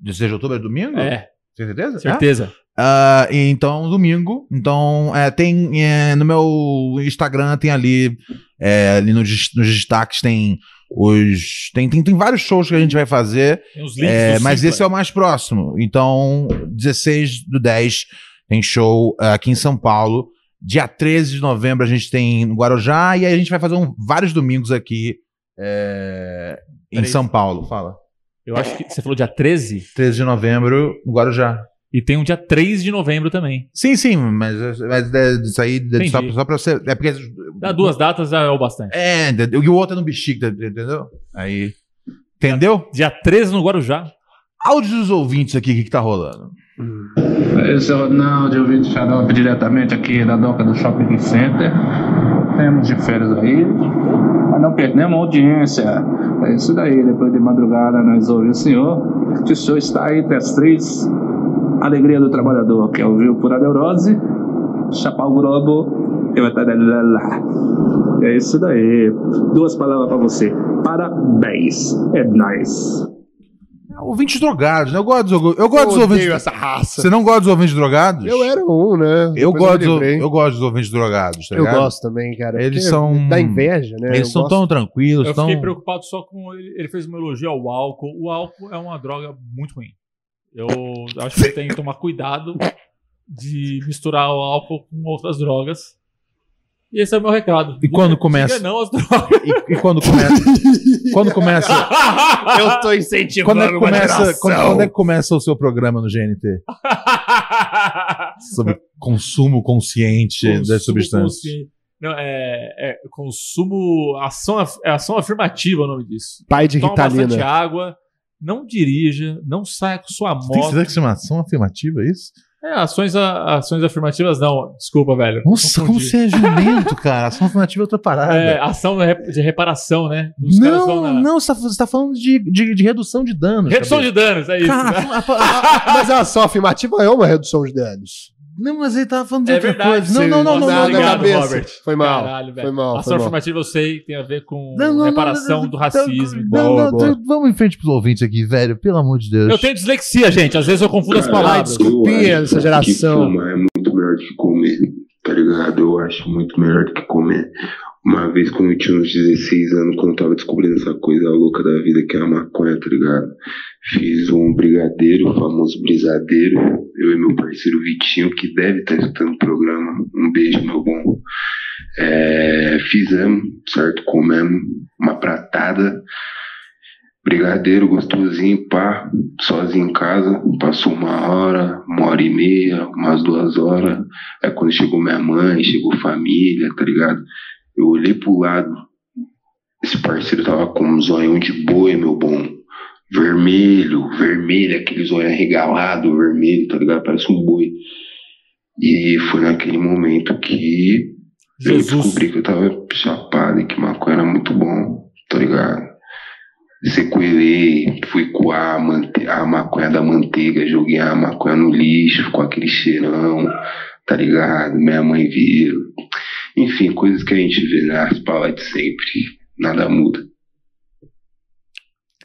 S4: 16 de outubro é domingo?
S3: É.
S4: Tem certeza?
S3: Certeza.
S4: É? Ah, então, domingo. Então, é, tem é, no meu Instagram, tem ali, é, ali nos, des- nos destaques, tem os. Tem, tem, tem vários shows que a gente vai fazer.
S3: Tem os links
S4: é,
S3: do
S4: mas
S3: Simpla.
S4: esse é o mais próximo. Então, 16 do 10 tem show ah, aqui em São Paulo. Dia 13 de novembro a gente tem no Guarujá. E aí a gente vai fazer um- vários domingos aqui é, em
S3: Peraí.
S4: São Paulo. Fala.
S3: Eu acho que você falou dia 13?
S4: 13 de novembro no Guarujá.
S3: E tem um dia 3 de novembro também.
S4: Sim, sim, mas, mas é, isso aí é só,
S3: Entendi.
S4: só pra você. É porque.
S3: Dá duas datas é o bastante.
S4: É, e o outro é no Bexiga, entendeu? Aí. Entendeu?
S3: Dia 13 no Guarujá.
S4: Áudio dos ouvintes aqui, o que, que tá rolando?
S15: Esse é o Ronaldo, eu vim de Xarope diretamente aqui da doca do Shopping Center. Temos de férias aí, mas não perdemos a audiência. É isso daí, depois de madrugada nós ouvimos o senhor. Que o senhor está aí entre as três. Alegria do trabalhador, que é ouvir o Pura Neurose, Chapar o Globo e vai estar lá. É isso daí. Duas palavras pra você. Parabéns. É nice.
S4: Ouvintes drogados, né? Eu gosto dos, eu gosto dos
S2: Eu odeio
S4: ouvintes.
S2: essa raça.
S4: Você não gosta dos ouvintes drogados?
S2: Eu era um, né?
S4: Eu
S2: Depois
S4: gosto,
S2: me
S4: eu,
S2: livrei.
S4: gosto dos ouvintes drogados, tá
S2: Eu
S4: ligado?
S2: gosto também, cara.
S4: Eles
S2: porque
S4: são.
S2: Dá inveja, né?
S4: Eles
S2: Eu
S4: são
S2: gosto.
S4: tão tranquilos,
S3: Eu
S4: tão.
S3: fiquei preocupado só com. Ele ele fez um elogio ao álcool. O álcool é uma droga muito ruim. Eu acho que tem que tomar cuidado de misturar o álcool com outras drogas. E esse é o meu recado.
S4: E quando começa?
S3: Diga não às drogas.
S4: E quando começa? quando começa?
S2: (laughs) Eu tô incentivando
S4: Quando é que
S2: uma
S4: começa,
S2: geração.
S4: quando, quando é que começa o seu programa no GNT?
S2: (laughs)
S4: Sobre consumo consciente das
S3: Consumo
S4: substâncias.
S3: consciente. Não, é, é consumo. Ação, af- é ação afirmativa é o nome disso.
S2: Pai de
S3: Toma
S2: Ritalina.
S3: bastante água, não dirija, não saia com sua
S4: Tem que
S3: moto.
S4: ser uma ação afirmativa, é isso?
S3: É, ações, a- ações afirmativas não, desculpa, velho.
S4: Nossa, como
S3: Confundi.
S4: você é jumento, cara. Ação afirmativa é outra parada.
S3: É, ação de rep- de reparação, né? (laughs) Os caras vão
S4: não,
S3: na.
S4: não, você tá, você tá falando de, de, de redução de danos.
S3: Redução
S4: cabeça.
S3: de danos, é isso.
S4: Cara,
S3: né?
S2: (laughs) Mas a ação afirmativa é uma redução de danos.
S4: Não, mas ele tava falando de
S3: É
S4: outra
S3: verdade,
S4: coisa. Não,
S3: você-
S4: não, não, não,
S3: Nossa,
S4: não, não,
S3: obrigado,
S4: não, não.
S3: Robert.
S2: Foi mal,
S3: Caralho, velho.
S2: foi mal,
S3: Ação
S2: foi mal.
S3: afirmativa eu sei, tem a ver com
S4: Não, não, não,
S3: reparação do racismo.
S4: Não, não, tu- vamos em frente pros ouvintes aqui, velho. Pelo amor de Deus.
S3: Eu tenho dislexia, gente. Às vezes eu confundo as palavras.
S6: Eu acho Que fumar é muito melhor do que comer, tá ligado? Eu acho muito melhor do que comer. Uma vez quando eu tinha uns 16 anos, quando eu tava descobrindo essa coisa louca da vida que é a maconha, tá ligado? Fiz um brigadeiro, o famoso brisadeiro, eu e meu parceiro Vitinho, que deve estar escutando o programa. Um beijo, meu bom. É, fizemos, certo? Comemos uma pratada. Brigadeiro gostosinho, pá, sozinho em casa. Passou uma hora, uma hora e meia, umas duas horas. É quando chegou minha mãe, chegou família, tá ligado? Eu olhei pro lado. Esse parceiro tava com um zoião de boi, meu bom. Vermelho, vermelho, aquele zoião arregalado, vermelho, tá ligado? Parece um boi. E foi naquele momento que eu descobri que eu tava chapado e que maconha era muito bom, tá ligado? sequelei, fui coar a, mante- a maconha da manteiga, joguei a maconha no lixo, ficou aquele cheirão, tá ligado? Minha mãe viu. Enfim, coisas que a gente vê nas palavras de sempre. Nada muda.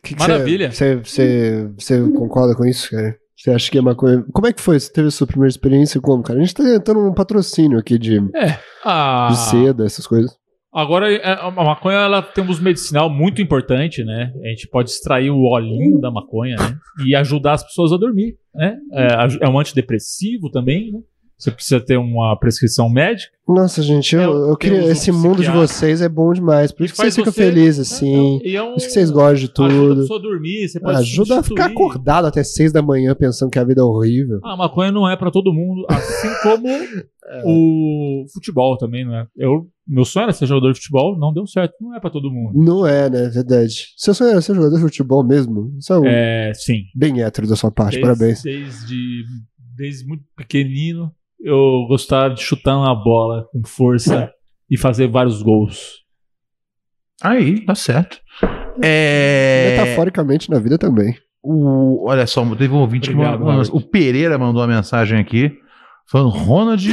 S2: Que que
S3: Maravilha.
S2: Você, você, você concorda com isso, cara? Você acha que é maconha? Como é que foi? Você teve a sua primeira experiência como, cara? A gente tá tentando um patrocínio aqui de,
S3: É. Ah,
S2: de seda, essas coisas.
S3: Agora, é, a maconha ela tem um uso medicinal muito importante, né? A gente pode extrair o olhinho da maconha né? e ajudar as pessoas a dormir, né? É, aj- é um antidepressivo também, né? Você precisa ter uma prescrição médica.
S2: Nossa, gente,
S3: É,
S2: eu, eu queria.
S3: uso
S2: Esse mundo de
S3: psiquiátrico.
S2: vocês é bom demais. Por isso que
S3: faz
S2: vocês ficam
S3: você-
S2: felizes, assim.
S3: E é um-
S2: Por isso que vocês gostam de
S3: Ajuda a
S2: tudo.
S3: pessoa a dormir, você pode
S2: Ajuda a ficar acordado até seis da manhã pensando que a vida é horrível.
S3: A
S2: É.
S3: maconha não é pra todo mundo, assim como o futebol também, né? Eu Meu sonho era ser jogador de futebol, não deu certo. Não é pra todo mundo.
S2: Não é, né? Verdade. Seu sonho era ser jogador de futebol mesmo? Isso é, um
S3: É, sim.
S2: bem hétero da sua parte,
S3: Desde-
S2: parabéns.
S3: Desde, desde muito pequenino, eu gostava de chutar uma bola com força e fazer vários gols.
S4: Aí, tá certo. É...
S2: Metaforicamente na vida também.
S4: O, olha só, teve um ouvinte que
S2: Obrigado,
S4: mandou,
S2: Robert.
S4: O Pereira mandou uma mensagem aqui falando:
S2: (laughs)
S4: Ronald,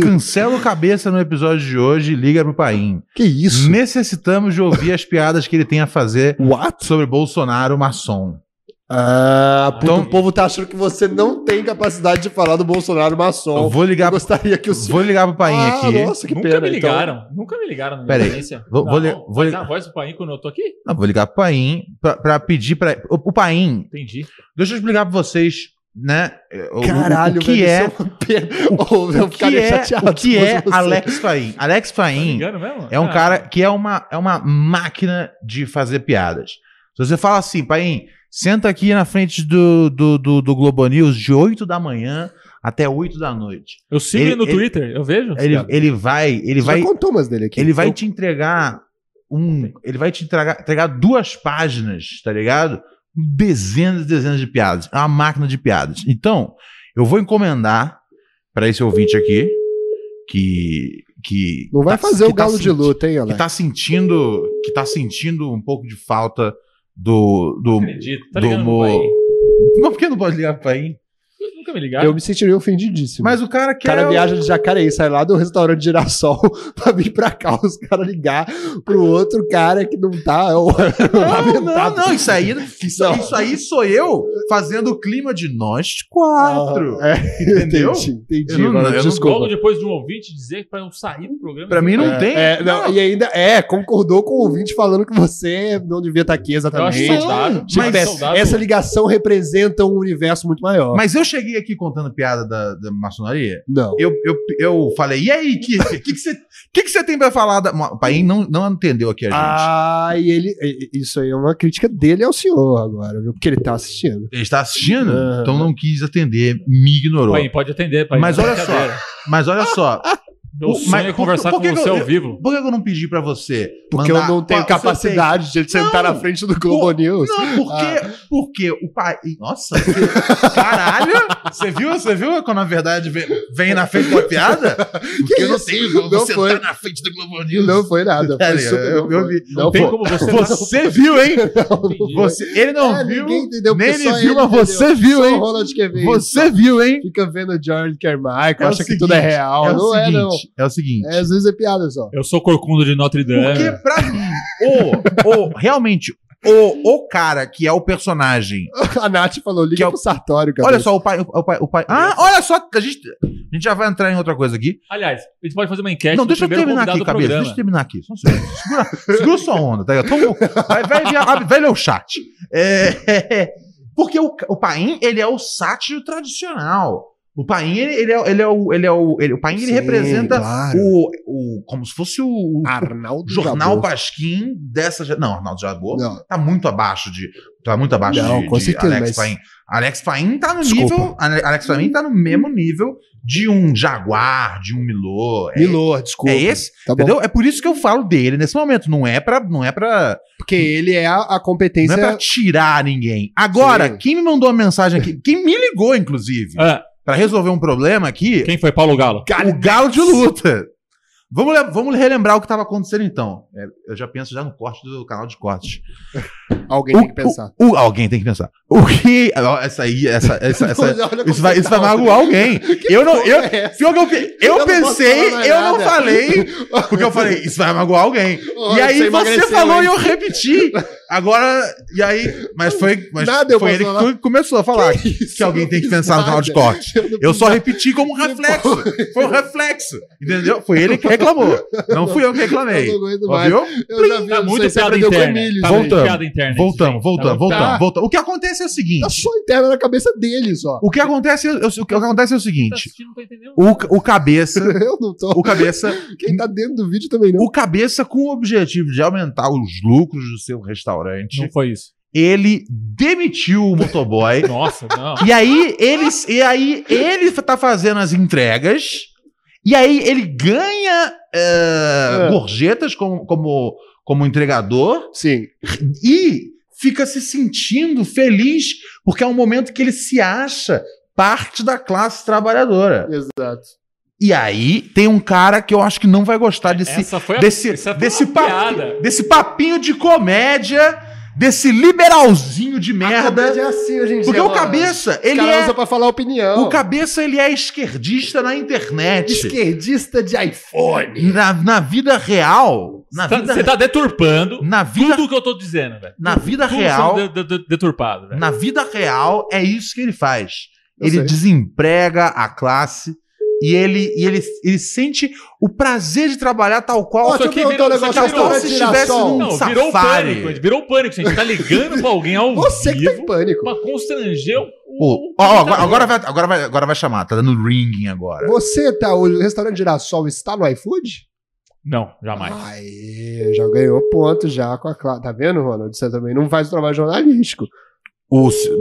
S4: cancela o cabeça no episódio de hoje e liga pro Paim.
S2: Que isso?
S4: Necessitamos de ouvir as piadas que ele tem a fazer sobre Bolsonaro maçom. Então-
S2: Ah, puta, o povo tá achando que você não tem capacidade de falar do Bolsonaro maçom.
S4: Eu vou ligar.
S2: gostaria que os...
S4: Vou ligar pro Paim
S2: Ah,
S4: aqui.
S2: nossa, que
S3: é? nunca
S2: pena,
S3: me
S2: então.
S3: ligaram. Nunca me ligaram na minha
S4: Peraí,
S3: agência.
S4: vou- vou
S3: Não,
S4: li- vou
S3: faz
S4: li-
S3: a voz do Paim quando eu tô aqui?
S4: Não, vou ligar pro Paim pra, pra pedir pra. O, o Paim.
S3: Entendi.
S4: Deixa eu explicar pra vocês, né? o- o-
S2: Caralho,
S4: o que
S2: velho,
S4: é.
S2: isso é uma pena. Ô, eu
S4: o que
S2: ficaria
S4: é,
S2: chateado
S4: o que
S2: se
S4: é
S2: fosse você.
S4: Alex Faim? Alex Faim
S3: Tá ligando mesmo?
S4: é um
S3: Ah.
S4: cara que é uma, é uma máquina de fazer piadas. Se você fala assim, Paim, senta aqui na frente do, do, do, do Globo News de 8 da manhã até 8 da noite.
S3: Eu sigo ele no Twitter, eu vejo.
S4: Ele, ele vai. Ele
S3: Você
S4: vai
S3: já
S2: contou umas dele aqui.
S4: Ele vai
S3: Eu-
S4: te entregar um. Ele vai te entregar, entregar duas páginas, tá ligado? Dezenas e dezenas de piadas. É uma máquina de piadas. Então, eu vou encomendar para esse ouvinte aqui que. que
S2: Não vai fazer o galo de
S4: senti-
S2: luta, hein, Alex?
S4: Que tá sentindo. Que tá sentindo um pouco de falta do. do
S3: Acredito. Tá
S4: do
S3: ligando pro
S4: humor.
S3: Paim?
S4: Mas por que não pode ligar pra mim?
S3: Nunca me ligaram.
S2: Eu me sentiria ofendidíssimo.
S4: Mas o cara
S2: quer. O cara viaja de Jacareí, sai lá do restaurante de Girassol (laughs) pra vir pra cá, os caras ligar pro outro cara que não tá. é o-
S4: Não,
S2: (laughs)
S4: não, não, isso aí, isso,
S2: Não.
S4: isso aí sou eu fazendo o clima de nós quatro.
S2: Ah, é,
S4: (laughs) entendeu?
S2: entendi, entendi.
S4: Eu não-
S2: agora,
S4: eu não
S2: desculpa.
S3: Logo depois de um ouvinte dizer pra eu sair do programa.
S2: É, é, não, E ainda, é, concordou com o ouvinte falando que você não devia estar aqui exatamente.
S4: Eu acho saudável,
S2: Tipo,
S4: mas
S2: essa-
S4: saudável.
S2: Essa ligação representa um universo muito maior.
S4: Mas eu cheguei aqui contando piada da, da maçonaria?
S2: Não.
S4: Eu, eu, eu falei, e aí, que que que você que que você tem pra falar? Da... O Paim não, não entendeu aqui a gente.
S2: Ah, e ele. e- e- Isso aí é uma crítica dele ao senhor agora, viu? Porque ele tá assistindo.
S4: Ele está assistindo?
S2: Ah.
S4: Então não quis atender, me ignorou.
S3: Paim, pode atender, Paim.
S4: Mas olha só,
S3: Brincadeira.
S4: mas olha só.
S3: Meu sonho é conversar com
S4: que
S3: você
S4: eu-
S3: ao vivo.
S4: Por que eu não pedi pra você?
S2: Porque eu não tenho
S4: Ó, você
S2: capacidade de sentar na frente do Globo News. Ah.
S4: Não, porque, porque o pai. Nossa! Caralho! Você viu? Você viu quando a verdade vem, vem na frente da
S2: (laughs)
S4: piada? Porque eu não sei, eu vou
S2: Não
S4: sentar
S2: foi.
S4: na frente do Globo News.
S2: Não
S4: (laughs)
S2: foi nada. Foi
S4: Cara,
S2: super-
S4: eu- eu
S2: foi.
S4: vi.
S2: Não
S4: Não tem
S2: foi.
S4: como você- Você viu, hein? Você- ele não
S2: É,
S4: viu,
S2: ninguém entendeu,
S4: nem
S2: porque
S4: ele
S2: só
S4: viu, mas
S2: entendeu.
S4: você viu,
S2: Só
S4: hein?
S2: o Ronald quer ver
S4: Você
S2: isso.
S4: viu, hein?
S2: Fica vendo o George Carmichael,
S4: É o
S2: acha que tudo é
S4: seguinte,
S2: real.
S4: é o
S2: não é, não.
S4: seguinte, é o seguinte.
S2: É, às vezes é piada só.
S3: Eu sou corcunda de Notre Dame.
S4: Porque pra mim, o, o, realmente, o, o cara que é o personagem.
S2: (laughs)
S4: é
S2: A Nath falou, liga pro Sartório, cara.
S4: Olha só, o pai, o, o pai, o pai. Ah, olha só, a gente, a gente já vai entrar em outra coisa aqui.
S3: Aliás, a gente pode fazer uma enquete.
S4: não,
S3: do
S4: deixa eu
S3: é primeiro
S4: terminar
S3: convidado
S4: aqui, cabeça.
S3: do programa.
S4: Deixa eu terminar aqui. Só um segundo. Segura, segura sua onda, tá ligado? Toma- vai, vai, ver- abre- vai ler o chat. É, (laughs) porque o, o Paim, ele é o sátiro tradicional. O Paim, ele, ele é, ele é o. Ele é o, ele- o Paim, ele
S2: Sim,
S4: representa
S2: claro.
S4: o, o. Como se fosse o. o
S2: Arnaldo
S4: Jornal
S2: Jabor.
S4: Pasquim dessa. gera- Não, Arnaldo Jabor
S2: Não.
S4: tá muito abaixo de. Tá muito abaixo
S2: Não,
S4: de,
S2: com
S4: de
S2: certeza,
S4: Alex
S2: mas-
S4: Paim. Alex Paim tá no
S2: Desculpa.
S4: nível. Ale- Alex Paim tá no mesmo nível de um Jaguar, de um Milô. É-
S2: Milô, desculpa.
S4: É esse?
S2: Tá bom.
S4: entendeu? É por isso que eu falo dele nesse momento. Não é pra. Não é pra
S2: Porque ele é a, a
S4: não
S2: competência.
S4: é pra tirar ninguém. Agora, quem me mandou uma mensagem aqui, quem me ligou, inclusive,
S3: pra
S4: resolver um problema aqui.
S3: É. Quem foi? Paulo Galo.
S4: O Galo de luta. Vamos, le- vamos relembrar o que estava acontecendo então. É, eu já penso já no corte do canal de corte.
S2: (laughs) Alguém tem que pensar.
S4: O- alguém tem que pensar. O que. ó, Essa aí, essa. essa, essa-
S2: (laughs) Olha, olha
S4: isso, vai,
S2: como
S4: isso vai
S2: tá.
S4: magoar
S2: (laughs)
S4: alguém. Eu não.
S2: porra
S4: Eu,
S2: é
S4: pior que eu, pe- eu,
S2: Eu não posso
S4: pensei,
S2: falar mais
S4: eu não
S2: nada. (laughs)
S4: falei. Porque eu falei, isso vai magoar alguém.
S2: Olha,
S4: e aí
S2: você
S4: você
S2: emagreceu,
S4: falou
S2: hein?
S4: e eu repeti. Agora. E aí. Mas foi. Mas
S2: Nada eu
S4: foi
S2: posso
S4: ele que
S2: falar.
S4: tu- começou a falar que, que alguém tem que pensar no canal de corte.
S2: Eu não fiz
S4: Eu só
S2: nada.
S4: repeti como um reflexo. Foi um reflexo. Entendeu? Foi ele que reclamou. Não fui eu que reclamei.
S2: Eu não aguento mais.
S4: Ouviu?
S2: Eu já vi,
S3: Tá
S2: eu não
S3: muito
S2: sei, você
S3: piada
S2: aprendeu com
S3: interna.
S2: Emílio,
S3: Tá
S2: isso aí.
S3: muito Voltamos. piada interna isso,
S4: Voltamos,
S3: gente.
S4: voltamos,
S3: Tá
S4: voltamos,
S3: bom.
S4: voltamos. O que acontece é o seguinte.
S2: Tá só interna na cabeça dele só.
S4: O que acontece, é- o que acontece é o seguinte.
S3: Tá não tô entendendo.
S4: O, ca- o cabeça.
S2: (laughs) Eu não tô.
S4: O cabeça.
S2: Quem tá dentro do vídeo também não.
S4: O cabeça, com o objetivo de aumentar os lucros do seu restaurante.
S3: Não foi isso.
S4: Ele demitiu o motoboy.
S3: (laughs) Nossa, não.
S4: E aí, eles, e aí ele tá fazendo as entregas. E aí ele ganha é, gorjetas como, como, como entregador.
S2: Sim.
S4: E fica se sentindo feliz, porque é um momento que ele se acha parte da classe trabalhadora.
S2: Exato.
S4: E aí tem um cara que eu acho que não vai gostar desse
S3: Essa foi a-
S4: desse
S3: essa foi
S4: desse,
S3: uma piada.
S4: papinho, desse papinho de comédia, desse liberalzinho de merda.
S2: comédia é assim hoje em dia,
S4: Porque o
S2: mano.
S4: cabeça,
S2: Os
S4: ele
S2: cara
S4: é
S2: usa pra falar opinião.
S4: O cabeça ele é esquerdista na internet.
S2: Esquerdista de iPhone.
S4: Na, na vida real, na
S3: Tá-
S4: vida
S3: Você tá deturpando
S4: na vida
S3: tudo que eu tô dizendo, velho.
S4: na vida
S3: Tudo
S4: real,
S3: sendo de- de- de- deturpado, velho.
S4: na vida real é isso que ele faz.
S3: Eu
S4: ele
S3: sei.
S4: desemprega a classe e ele, e ele, ele sente o prazer de trabalhar tal qual,
S2: Ó, Isso deixa eu aqui virou- perguntar um isso aqui
S4: tal
S2: negócio virou
S4: qual se estivesse
S2: girassol.
S4: num
S3: Não,
S4: safari.
S3: virou um pânico, gente. Virou pânico, gente. Tá ligando pra alguém ao
S2: Você
S3: vivo
S2: que tem pânico.
S3: pra constranger o. tá
S4: Pô, ó, ó, agora, agora vai, agora, vai, agora vai chamar, tá dando ringing agora.
S2: Você tá. O restaurante Girassol está no iFood?
S3: Não, jamais.
S2: Aê, já ganhou ponto já com a Clara. Tá vendo, Ronald? Você também não faz o trabalho jornalístico.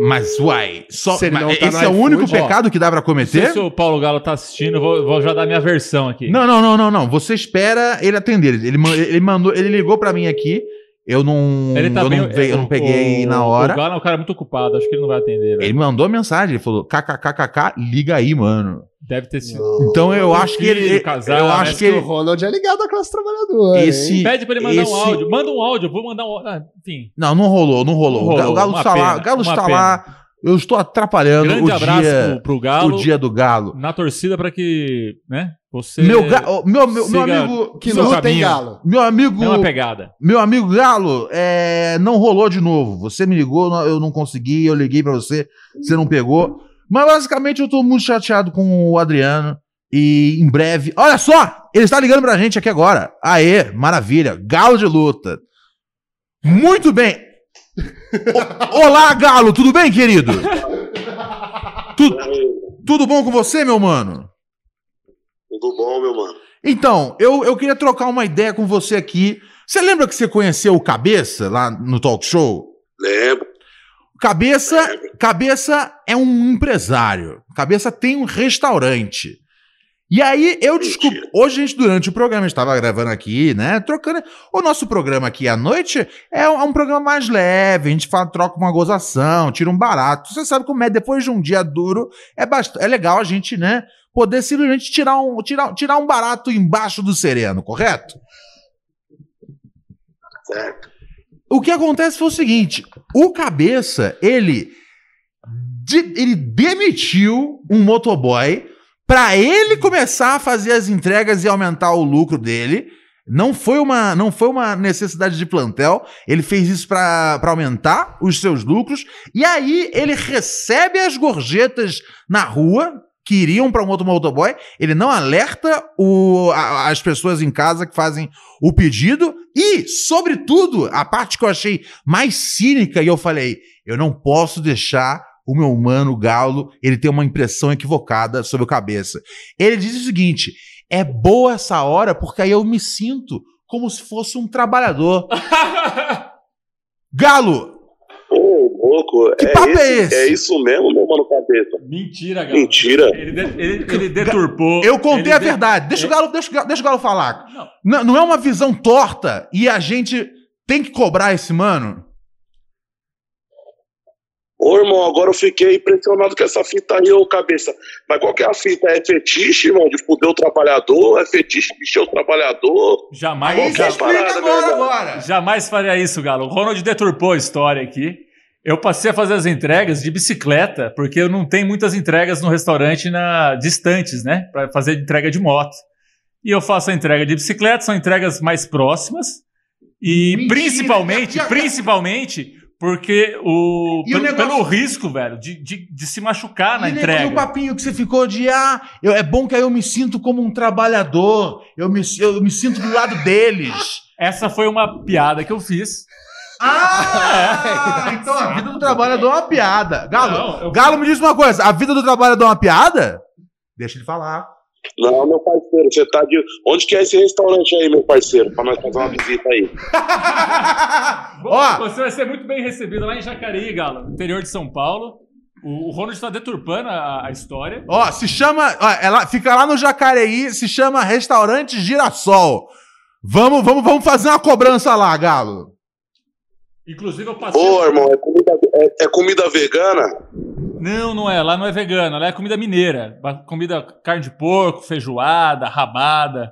S4: mas uai, só,
S2: Se ele
S4: mas
S2: não tá
S4: esse
S2: no
S4: é o único
S2: iFood, ó.
S4: pecado que dá pra
S3: Se o
S4: cometer?
S3: seu Paulo Galo tá assistindo, eu vou, vou já dar minha versão aqui.
S4: Não, não, não, não, não. Você espera ele atender. Ele, man- ele mandou, ele ligou pra mim aqui. Eu não,
S3: Ele tá
S4: eu,
S3: bem.
S4: não, ve- eu não
S3: o-
S4: peguei
S3: o-
S4: na hora.
S3: O Galo é um cara muito ocupado, acho que ele não vai atender. velho.
S4: Ele mandou mensagem, ele falou: kkkk, liga aí, mano.
S3: Deve ter sido.
S4: Então eu
S3: Tem
S4: acho que
S3: filho,
S4: ele.
S3: casal,
S4: eu
S3: né?
S4: acho que ele.
S2: Ronald é ligado à classe trabalhadora.
S4: Esse-
S2: hein?
S3: Pede pra ele mandar um
S4: esse-
S3: áudio. Manda um áudio, eu vou mandar um áudio. Ah, enfim.
S4: Não, não rolou, não rolou.
S3: Não
S4: O Ga-
S3: rolou,
S4: o Galo
S3: uma
S4: está lá,
S3: pena,
S4: o Galo
S3: uma
S4: está
S3: pena.
S4: lá. Eu estou atrapalhando
S3: Grande
S4: o
S3: abraço
S4: dia,
S3: pro- pro Galo.
S4: o dia do Galo.
S3: Na torcida pra que. né? Você.
S4: Meu, ga, oh, meu, meu, meu
S3: siga
S4: amigo,
S2: Que
S3: seu
S2: luta,
S3: caminho.
S2: hein, Galo?
S4: meu amigo,
S3: É uma pegada.
S4: meu amigo Galo, é, não rolou de novo. Você me ligou, não- eu não consegui, eu liguei pra você, você não pegou. Mas basicamente eu tô muito chateado com o Adriano e em breve, olha só, ele está ligando pra gente aqui agora. Aê, maravilha, Galo de luta. Muito bem. O- Olá, Galo, tudo bem, querido? Tu- tudo bom com você, meu mano?
S16: Tudo bom, meu mano?
S4: Então, eu, eu queria trocar uma ideia com você aqui. Você lembra que você conheceu o Cabeça lá no talk show?
S16: Lembro.
S4: Cabeça, Cabeça é um empresário. Cabeça tem um restaurante. E aí eu descobri. Hoje, a gente, durante o programa, a gente estava gravando aqui, né? Trocando. O nosso programa aqui à noite é um, é um programa mais leve. A gente fala, troca uma gozação, tira um barato. Você sabe como é, depois de um dia duro, é, bast... é legal a gente, né? Poder simplesmente tirar um, tirar, tirar um barato embaixo do sereno, correto? O que acontece foi o seguinte: o cabeça, ele, de- ele demitiu um motoboy pra ele começar a fazer as entregas e aumentar o lucro dele. Não foi uma, não foi uma necessidade de plantel. Ele fez isso pra pra aumentar os seus lucros. E aí ele recebe as gorjetas na rua que iriam para um outro motoboy. Ele não alerta o- a- as pessoas em casa que fazem o pedido. E, sobretudo, a parte que eu achei mais cínica e eu falei: eu não posso deixar o meu mano Galo ele ter uma impressão equivocada sobre o cabeça. Ele diz o seguinte: é boa essa hora porque aí eu me sinto como se fosse um trabalhador. Galo,
S16: Ô, louco.
S4: Que
S16: é
S4: papo
S16: esse-
S4: é esse?
S16: É isso mesmo, meu mano, cabeça.
S3: Mentira, Galo.
S16: Mentira.
S3: Ele, de- ele- ele deturpou.
S4: Eu contei
S3: Ele É.
S4: a
S3: de-
S4: verdade. Deixa o Galo, deixa, o Galo- deixa o Galo falar. N- Não. é uma visão torta e a gente tem que cobrar esse mano?
S16: Ô, irmão, agora eu fiquei impressionado com essa fita aí, ô, cabeça. Mas qual que é a fita? É fetiche, irmão, de fuder o trabalhador? É fetiche de mexer o trabalhador?
S3: Jamais.
S16: Aí você explica agora,
S3: Jamais faria isso, Galo. O Ronald deturpou a história aqui. Eu passei a fazer as entregas de bicicleta, porque eu não tenho muitas entregas no restaurante na distantes, né? Para fazer entrega de moto. E eu faço a entrega de bicicleta, são entregas mais próximas. E principalmente, principalmente, porque o,
S4: E o
S3: pelo,
S4: negócio-
S3: pelo risco, velho, de, de, de se machucar Tá na
S4: E nem-
S3: entrega.
S4: E o papinho que você ficou de ah, eu- é bom que aí eu me sinto como um trabalhador. Eu me, eu me sinto do lado
S3: (laughs)
S4: deles.
S3: Essa foi uma piada que eu fiz. (laughs)
S4: Ah, então a vida do trabalhador é uma piada. Galo,
S3: Não, eu-
S4: Galo me diz uma coisa: a vida do trabalhador é uma piada? Deixa ele falar.
S16: Não, meu parceiro, você tá de. Onde que é esse restaurante aí, meu parceiro? Pra nós fazer uma visita aí.
S3: Bom, Você vai ser muito bem recebido lá em Jacareí, Galo, interior de São Paulo. O, o Ronald tá deturpando a, a história.
S4: Ó, se chama. Ó, ela fica lá no Jacareí, se chama Restaurante Girassol. Vamos, vamos, vamos fazer uma cobrança lá, Galo.
S3: Inclusive eu passei.
S16: Boa, irmão, é comida, é- é comida vegana?
S3: Não, não é. Lá não é vegana. Lá é comida mineira. Ba- Comida carne de porco, feijoada, rabada.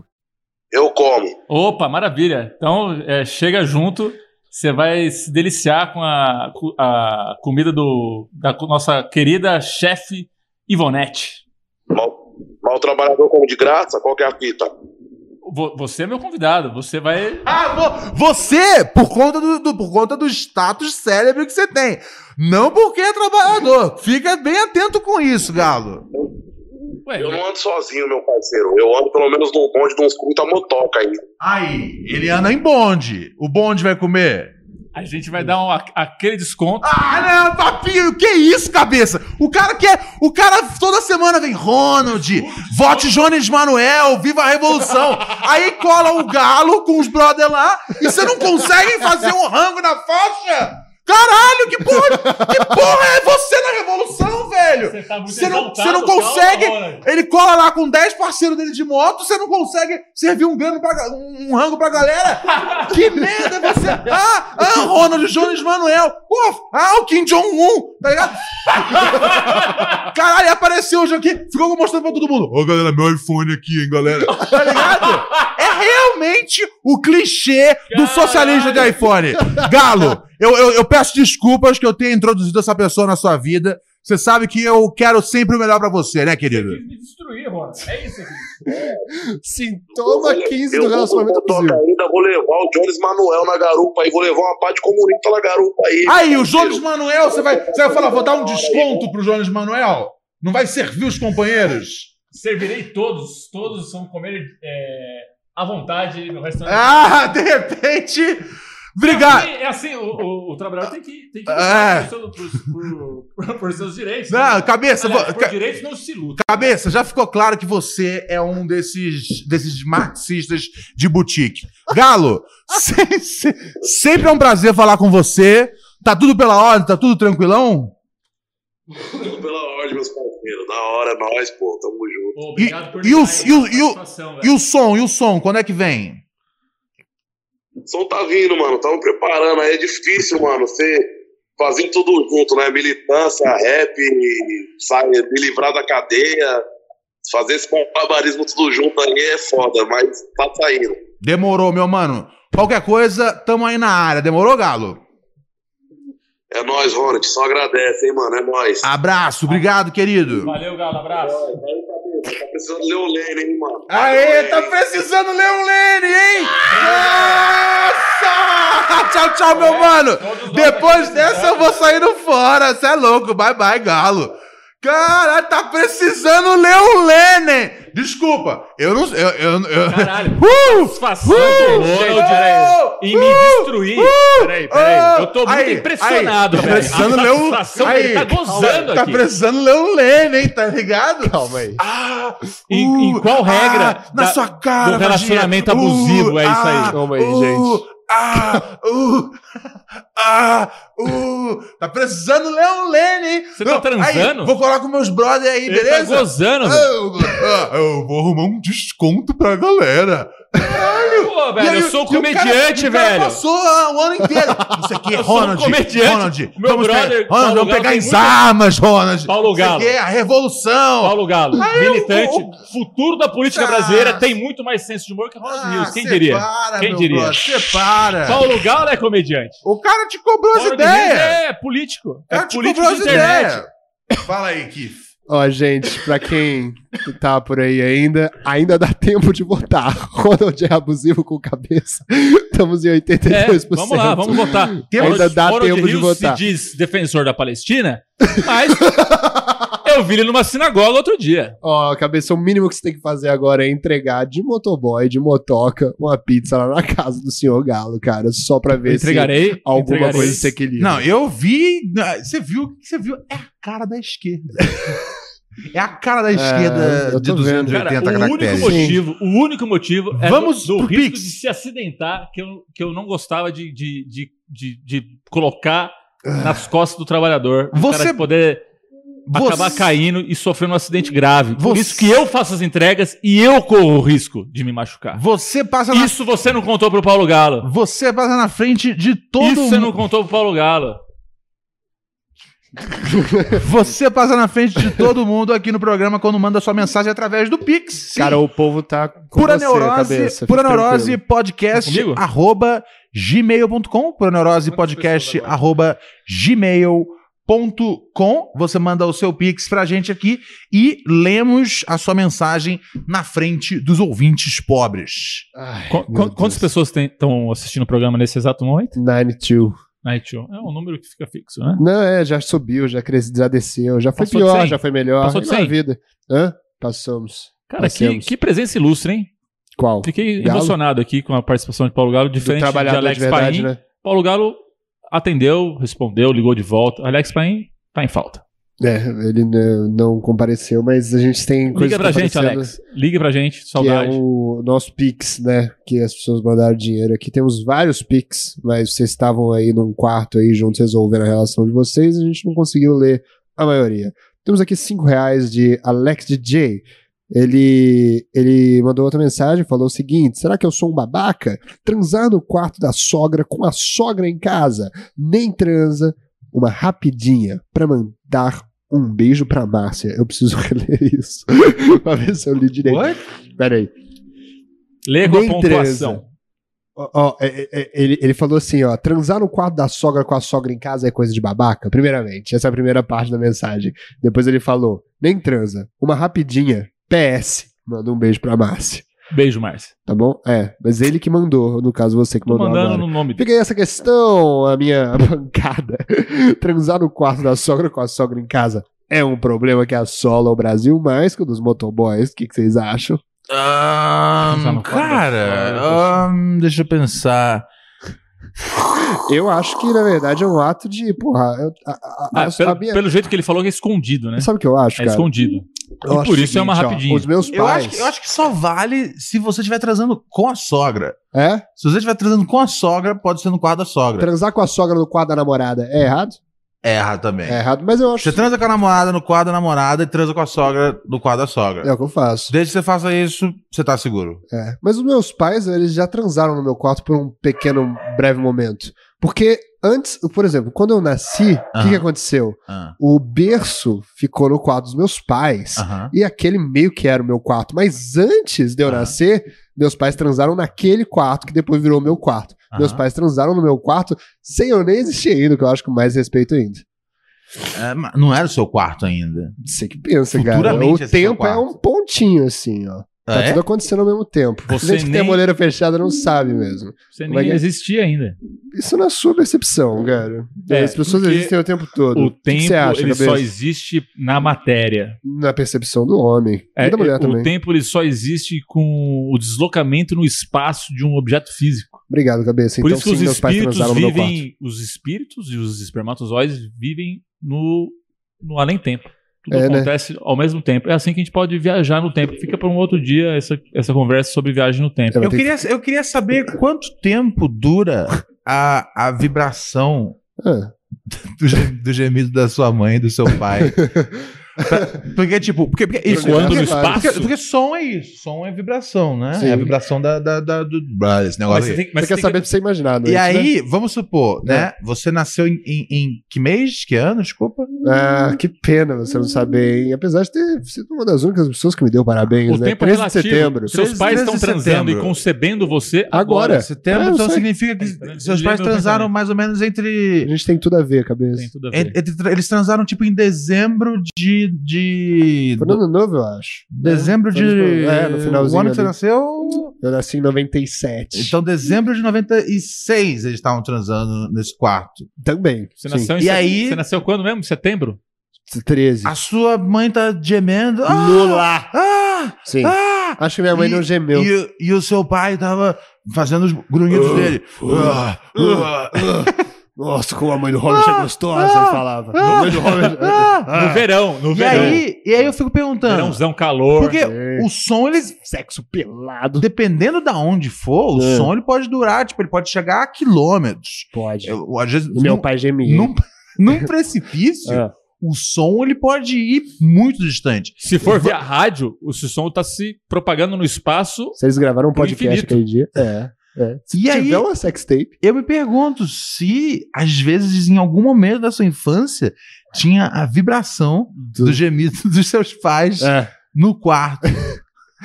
S16: Eu como.
S3: Opa, maravilha. Então, é, chega junto. Você vai se deliciar com a, cu- a comida do, da cu- nossa querida chefe Ivonete.
S16: Mal, mal trabalhador como de graça, qual que é a fita?
S3: Vo- Você é meu convidado. Você vai.
S4: Ah, Você, por conta do, do- por conta do status cérebro que você tem. Não porque é trabalhador. Fica bem atento com isso, Galo.
S3: né?
S16: eu não ando sozinho, meu parceiro. Eu ando pelo menos num bonde de uns 30 motoca aí.
S4: Aí, ele anda em bonde. O bonde vai comer.
S3: A gente vai dar um, a- aquele desconto.
S4: Ah, não, papinho, que isso, cabeça? O cara quer. O cara toda semana vem Ronald, vote Jones Manuel, viva a revolução. Aí cola o galo com os brother lá e você não consegue fazer um rango na faixa? Caralho, que porra, que porra é você na revolução, velho? Você não,
S3: tá exaltado, é
S4: você não
S3: calma,
S4: consegue.
S3: Ronald.
S4: ele cola lá com 10 parceiros dele de moto, você não consegue servir um, grano pra, ga- um rango pra galera? que merda é você? Ah, ah, Ronald Jones Manuel. Pô, ah, o Kim Jong-un, tá ligado? (laughs) Caralho, apareceu hoje aqui, ficou mostrando pra todo mundo. Ô, galera, meu iPhone aqui, hein, galera. (laughs) Tá ligado? É realmente o clichê do socialista de iPhone. Galo, eu, eu, eu peço desculpas que eu tenha introduzido essa pessoa na sua vida. Você sabe que eu quero sempre o melhor pra você, né, querido?
S3: Destruir, Rona. É isso aqui.
S2: Sintoma 15
S16: eu
S2: do
S16: vou com
S2: relacionamento
S16: motoca
S2: abusivo.
S16: ainda, vou levar o Jones Manuel na garupa aí, vou levar uma parte comunista na garupa aí.
S4: Aí, o
S16: parceiro.
S4: Jones Manuel, você vai, você vai falar, vou dar um desconto pro Jones Manuel? Não vai servir os companheiros?
S3: Servirei todos. Todos vão comer é, à vontade no restaurante.
S4: Ah, de repente. Obrigado.
S3: É assim, é assim, o, o- o trabalhador tem que, tem que
S4: É.
S3: lutar por, seus- por- por- por seus direitos.
S4: Não,
S3: né?
S4: cabeça,
S3: Aliás,
S4: vou-
S3: por
S4: ca-
S3: direitos não se luta. né?
S4: Cabeça, já ficou claro que você é um desses, desses marxistas de boutique.
S3: (laughs)
S4: Galo, se- se- sempre é um prazer falar com você. Tá tudo pela ordem, tá tudo tranquilão?
S16: Tudo pela ordem, meus parceiros. Da hora, nós, pô. Tamo junto.
S4: E,
S3: Tá
S4: e, o, e,
S3: né?
S4: o, e, o, e o som, e o som, quando é que vem?
S16: O som tá vindo, mano. Tamo preparando aí. É difícil, mano. Você fazendo tudo junto, né? Militância, rap, sai, me livrar da cadeia. Fazer esse barbarismo tudo junto aí é foda, mas tá saindo.
S4: Demorou, meu mano. Qualquer coisa, tamo aí na área. Demorou, Galo?
S16: É nóis, Ronald. Só agradece, hein, mano. É nóis.
S4: Abraço, obrigado, querido.
S3: Valeu, Galo. Abraço.
S16: Tá precisando ler o Lênin, hein, mano.
S4: Aê, tá precisando ler um Lene, hein? Nossa! (laughs) Tchau, tchau, meu mano. Depois dessa
S3: né?
S4: eu vou saindo fora. Cê é louco. Bye, bye, galo. Caralho, tá precisando ler um Lene. Desculpa, eu não. Eu, eu, eu...
S3: Caralho,
S4: (laughs) uh, Uh!
S3: satisfação do Ronald, velho, em me destruir. Peraí, peraí, eu tô muito impressionado,
S4: tá
S3: velho.
S4: Precisando
S3: A
S4: ler um...
S3: satisfação dele tá gozando
S4: tá
S3: aqui.
S4: precisando ler um Lene, hein? Tá ligado? Calma aí. Ah,
S3: Em, em qual regra
S4: na
S3: da-
S4: sua cara,
S3: do relacionamento abusivo é isso aí?
S4: Calma aí, gente. uh, Ah, uh, (laughs) ah, uh, tá precisando ler um Lene, hein? Você
S3: tá transando?
S4: vou colar com meus brothers aí,
S3: Ele tá
S4: beleza?
S3: gozando,
S4: Ah, eu, ah, eu vou arrumar um desconto pra galera. Caralho!
S3: Pô, velho,
S4: E aí,
S3: eu sou
S4: e o cara-
S3: comediante,
S4: o cara
S3: velho.
S4: passou ah, o ano inteiro. Isso aqui,
S3: Ah,
S4: é
S3: Eu sou um
S4: Ronald.
S3: comediante.
S4: Ronald,
S3: Meu
S4: vamos
S3: brother,
S4: pegar, Ronald,
S3: Paulo
S4: vamos
S3: Galo
S4: pegar
S3: tem
S4: as
S3: muita-
S4: armas, Ronald.
S3: Paulo
S4: Isso
S3: Galo.
S4: aqui é a revolução.
S3: Paulo Galo,
S4: Aí eu-
S3: militante,
S4: eu-
S3: futuro da política
S4: Ah.
S3: brasileira, tem muito mais senso de humor que Ronald Rios. Quem
S4: separa,
S3: diria? Quem
S4: meu
S3: diria?
S4: brother, separa.
S7: (laughs)
S3: Paulo Galo
S2: né,
S3: é comediante.
S4: O cara te cobrou as
S3: Ronald
S4: ideias.
S3: Rios é político. É
S4: Cara, te
S3: político
S4: cobrou
S3: de
S4: as
S3: internet.
S4: ideias. Fala aí, (laughs) Keith.
S2: Ó, gente, pra quem tá por aí ainda, ainda dá tempo de votar. (laughs) Ronald é abusivo com cabeça. Estamos em 82%.
S3: É, vamos lá, vamos votar.
S2: Ainda dá tempo de
S3: Rios
S2: votar.
S3: se diz defensor da Palestina, (laughs) mas eu vi ele numa sinagoga outro dia.
S2: Ó, cabeça, o mínimo que você tem que fazer agora é entregar de motoboy, de motoca, uma pizza lá na casa do senhor Galo, cara, só pra ver se
S4: Entregarei,
S2: alguma
S4: entregarei.
S2: coisa se equilibra.
S4: Não, eu vi. Você viu o que você viu? É a cara da
S2: (laughs)
S4: esquerda. É a cara da esquerda
S2: É, eu
S4: de
S2: tô vendo.
S4: 280
S3: Cara, o único
S4: caracteres.
S3: motivo, o único motivo é
S4: Vamos
S3: do, do
S4: pro
S3: risco
S4: Pix.
S3: de se acidentar que eu, que eu não gostava de, de, de, de, de colocar nas costas do trabalhador. O
S4: Ah. Você-
S3: cara poder
S4: Você-
S3: acabar caindo e sofrendo um acidente grave. Por
S4: Você-
S3: isso que eu faço as entregas e eu corro o risco de me machucar.
S4: Você passa na,
S3: Isso você não contou pro Paulo Galo.
S4: você passa na frente de todo
S3: Isso você
S4: mundo.
S3: não contou pro Paulo Galo.
S4: Você passa na frente de todo mundo aqui no programa quando manda sua mensagem através do Pix. Sim.
S2: Cara, o povo tá com
S4: Pura
S2: você,
S4: Neurose,
S2: cabeça.
S4: Pura
S2: fica
S4: Neurose
S2: tranquilo.
S4: Podcast,
S2: Tá comigo?
S4: arroba gmail.com, Pura Neurose Podcast, arroba gmail.com. Você manda o seu pix pra gente aqui e lemos a sua mensagem na frente dos ouvintes pobres.
S3: Qu- qu- quantas pessoas estão assistindo o programa nesse exato momento?
S2: 92.
S3: 92. É um número que fica fixo, né?
S2: Não, é, já subiu, já cresceu, já desceu, já foi
S3: Passou de
S2: pior,
S3: 100?
S2: já foi melhor.
S3: Passou de
S2: É uma
S3: 100?
S2: vida. Hã? Passamos.
S3: Cara, que,
S2: Passamos.
S3: que presença ilustre, hein?
S2: Qual?
S3: Fiquei
S2: Galo?
S3: emocionado aqui com a participação de Paulo Galo, diferente de
S2: trabalhador
S3: Alex
S2: de verdade,
S3: Paim.
S2: né?
S3: Paulo Galo atendeu, respondeu, ligou de volta. Alex Paim tá em falta.
S2: É, ele né, não compareceu, mas a gente tem coisas
S3: Liga pra gente,
S2: aparecendo,
S3: Alex. Liga pra gente,
S2: tá Que
S3: saudade.
S2: é o nosso Pix, né? Que as pessoas mandaram dinheiro aqui. Temos vários Pix, mas vocês estavam aí num quarto aí juntos resolvendo a relação de vocês e a gente não conseguiu ler a maioria. Temos aqui cinco reais de Alex DJ. Ele, ele mandou outra mensagem, falou o seguinte: será que eu sou um babaca? Transar no quarto da sogra com a sogra em casa. Nem transa, uma rapidinha pra mandar um beijo pra Márcia. Eu preciso (laughs) reler isso. pra ver se eu li direito. Pera aí.
S3: Lê com a
S2: Nem
S3: pontuação.
S2: transa. Ó, ó, é, é, é, ele, ele falou assim, ó, transar no quarto da sogra com a sogra em casa é coisa de babaca, primeiramente. Essa é a primeira parte da mensagem. Depois ele falou, nem transa, uma rapidinha, PS. Manda um beijo pra Márcia.
S3: Beijo, Márcia.
S2: Tá bom? É, mas ele que mandou, no caso você que
S3: Tô
S2: mandou
S3: mandando
S2: agora.
S3: no nome dele.
S2: Fica aí essa questão, a minha (laughs) bancada. Transar no quarto da sogra com a sogra em casa é um problema que assola o Brasil mais que o dos motoboys. O que, que vocês acham?
S4: Ahn, Ah, cara, ahn, deixa eu pensar.
S2: Eu acho que, na verdade, é um ato de, porra, eu- a- a- a-
S3: Ah,
S2: a-
S3: pelo,
S2: a minha-
S3: pelo jeito que ele falou, que é escondido, né?
S2: Sabe o que eu acho,
S3: É
S2: cara?
S3: escondido.
S2: Eu
S3: e
S2: acho
S3: por
S2: o
S3: isso é uma
S2: seguinte, ó,
S3: rapidinha.
S2: os meus
S4: Eu acho, que- eu acho que só vale se você estiver transando com a sogra.
S2: É?
S4: Se você estiver transando com a sogra, pode ser no quarto da sogra.
S2: Transar com a sogra no quarto da namorada é errado?
S4: Erra também.
S2: É errado, mas eu acho.
S4: Você transa com a namorada no quadro da namorada e transa com a sogra no quadro da sogra.
S2: É o que eu faço.
S4: Desde que você faça isso, você tá seguro.
S2: É. Mas os meus pais, eles já transaram no meu quarto por um pequeno, breve momento. Porque antes, por exemplo, quando eu nasci, o que,
S4: Aham.
S3: Ah.
S2: que aconteceu?
S4: Aham.
S2: O berço ficou no quarto dos meus pais.
S4: Aham.
S2: E aquele meio que era o meu
S3: Ah.
S2: quarto. Mas antes de eu nascer, meus pais transaram naquele quarto, que depois virou meu quarto. Meus pais transaram no meu quarto sem eu nem existir ainda, o que eu acho com mais respeito ainda.
S4: É, mas não era o seu quarto ainda.
S2: Você que pensa, cara. O
S4: esse é seu
S2: tempo é
S4: quarto.
S2: um pontinho, assim, ó. Tá
S4: Ah, é?
S2: tudo acontecendo ao mesmo tempo.
S4: Você
S2: Gente que tem a
S4: nem-
S2: moleira fechada não sabe mesmo.
S3: Você
S2: Como é
S3: nem
S2: que é?
S3: existia ainda.
S2: Isso na sua percepção, cara.
S3: É,
S2: As pessoas
S3: porque
S2: existem o tempo todo.
S3: O
S2: que que
S3: tempo
S2: você acha,
S3: ele
S2: cabeça?
S3: só existe na matéria.
S2: Na percepção do homem.
S3: É,
S2: e da mulher
S3: o
S2: também.
S3: tempo ele só existe com o deslocamento no espaço de um objeto físico.
S2: Obrigado, cabeça.
S3: Por
S2: então
S3: isso que
S2: sim,
S3: os
S2: meus pais
S3: espíritos
S2: transaram no meu quarto.
S3: vivem, os espíritos e os espermatozoides vivem no, no além-tempo. Tudo
S2: É, né?
S3: acontece ao mesmo tempo. É assim que a gente pode viajar no tempo. Fica para um outro dia essa, essa conversa sobre viagem no
S2: É,
S3: tempo.
S4: Eu queria, eu queria saber quanto tempo dura a, a vibração do, ge- do gemido da sua mãe e do seu
S2: (laughs)
S4: pai. Pra- porque, tipo, porque, porque
S3: E
S4: isso.
S2: é
S3: quando
S4: porque,
S3: no espaço?
S4: Porque, porque som é isso, som é vibração, né?
S2: Sim.
S4: É a vibração da, da, da- do. Ah, Esse negócio
S2: Mas você
S4: aí.
S2: tem- mas Você você quer tem saber que- pra você imaginar, não é
S4: E
S2: isso,
S4: aí,
S2: né? É.
S4: vamos supor, né? Você nasceu em, em- em que mês? Que ano? Desculpa.
S2: Ah, que pena você não saber, hein? Apesar de ter sido uma das únicas pessoas que me deu parabéns,
S3: O
S2: né?
S3: tempo é
S2: 13
S3: relativo.
S2: de setembro.
S3: Seus pais estão transando e
S2: com
S3: concebendo você
S2: Agora.
S3: agora.
S4: Setembro,
S2: É, eu
S4: então
S2: sei.
S4: significa que seus
S3: lembra
S4: pais
S3: o
S4: transaram mais ou menos entre.
S2: A gente tem tudo a ver, cabeça. Tem
S3: tudo a
S4: Ele- ele tra- Eles transaram tipo em dezembro de. de
S2: Foi no ano novo, eu acho.
S4: Dezembro
S2: É, Foi no
S4: de.
S2: ano- É, no finalzinho.
S4: O ano que você
S2: ali.
S4: nasceu.
S2: Eu nasci em 97.
S4: Então, dezembro de 96 eles estavam transando nesse quarto.
S2: Também.
S3: Você nasceu, em
S4: e
S3: set-
S4: aí,
S3: você nasceu quando mesmo? Em Setembro?
S2: 13.
S4: a sua mãe tá gemendo. Ah,
S2: Lula.
S4: Ah!
S2: Sim.
S4: Ah!
S2: Acho que minha mãe não gemeu.
S4: E, o- e o seu pai tava fazendo os grunhidos
S2: Ah,
S4: dele.
S2: ah,
S4: Ah, ah.
S2: Nossa, como a mãe do Robert é gostosa, ele falava.
S4: ah,
S2: a mãe do Robert.
S4: ah.
S2: Ah.
S3: No verão, no
S4: e
S3: verão.
S4: Aí, e aí eu fico perguntando.
S3: Verãozão, calor.
S4: Porque
S3: É.
S4: o som, ele.
S2: Sexo pelado.
S4: Dependendo da onde for, o
S2: É.
S4: som ele pode durar, tipo, ele pode chegar a quilômetros.
S2: Pode.
S4: Eu, às vezes,
S2: Meu
S4: num-
S2: pai gemia.
S4: Num, (laughs) num precipício,
S2: (laughs) É.
S4: o som ele pode ir muito distante.
S3: Se for via rádio, o som está se propagando no espaço.
S2: Vocês gravaram um
S3: Pro
S2: podcast
S3: infinito.
S2: aquele dia? É. é. Se
S4: E
S2: tiver
S4: aí-
S2: uma sextape,
S4: Eu me pergunto se, às vezes, em algum momento da sua infância, tinha a vibração do, gemido (laughs) dos seus pais
S2: É.
S4: no quarto.
S2: (laughs)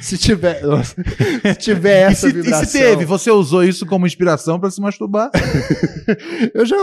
S2: se tiver. nossa, se tiver essa
S4: e, se, e se
S2: vibração.
S4: teve, você usou isso como inspiração pra se masturbar?
S2: (laughs) Eu já.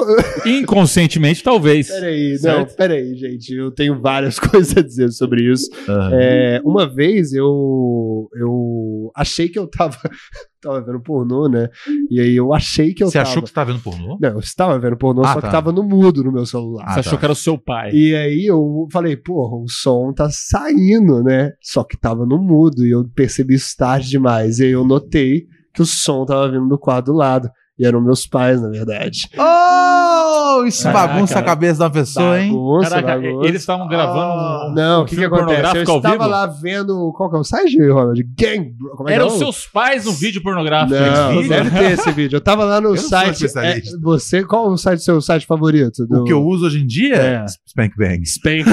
S3: Inconscientemente, talvez.
S2: Peraí, não,
S3: Certo?
S2: peraí, gente. Eu tenho várias (laughs) coisas a dizer sobre isso. É, uma vez eu, eu achei que eu tava, (laughs) tava vendo pornô, né? E aí eu achei que eu
S4: Você
S2: tava.
S4: achou que você tava vendo pornô?
S2: Não, eu estava vendo pornô,
S4: Ah,
S2: só
S4: tá.
S2: que tava no mudo no meu celular.
S3: Você achou que era o seu pai.
S2: Ah, tá. E aí eu falei, porra, o som tá saindo, né? Só que tava no mudo e eu percebi isso tarde demais. E aí eu notei que o som tava vindo do quarto do lado. E eram meus pais, na verdade.
S4: Oh, isso
S2: Caraca.
S4: bagunça a cabeça da pessoa, hein? Oh.
S2: Bagunça,
S3: Caraca,
S2: bagunça.
S3: eles estavam gravando um-
S2: Não,
S3: um
S2: o que, que
S3: filme
S2: acontece? Eu
S3: pornográfico ao
S2: estava
S3: vivo?
S2: lá vendo. Qual que é o site, Ronald? Gang. Bro- Como é que
S3: Eram
S2: é o-
S3: seus pais no vídeo pornográfico.
S2: Não,
S3: Eles-
S2: deve ter esse vídeo. Eu tava lá no
S4: Eu não sou
S2: site.
S4: especialista.
S2: é, você, qual o site, seu
S4: (laughs)
S2: site favorito?
S4: O que eu uso hoje em dia?
S2: É.
S4: Spank Bang.
S3: Spank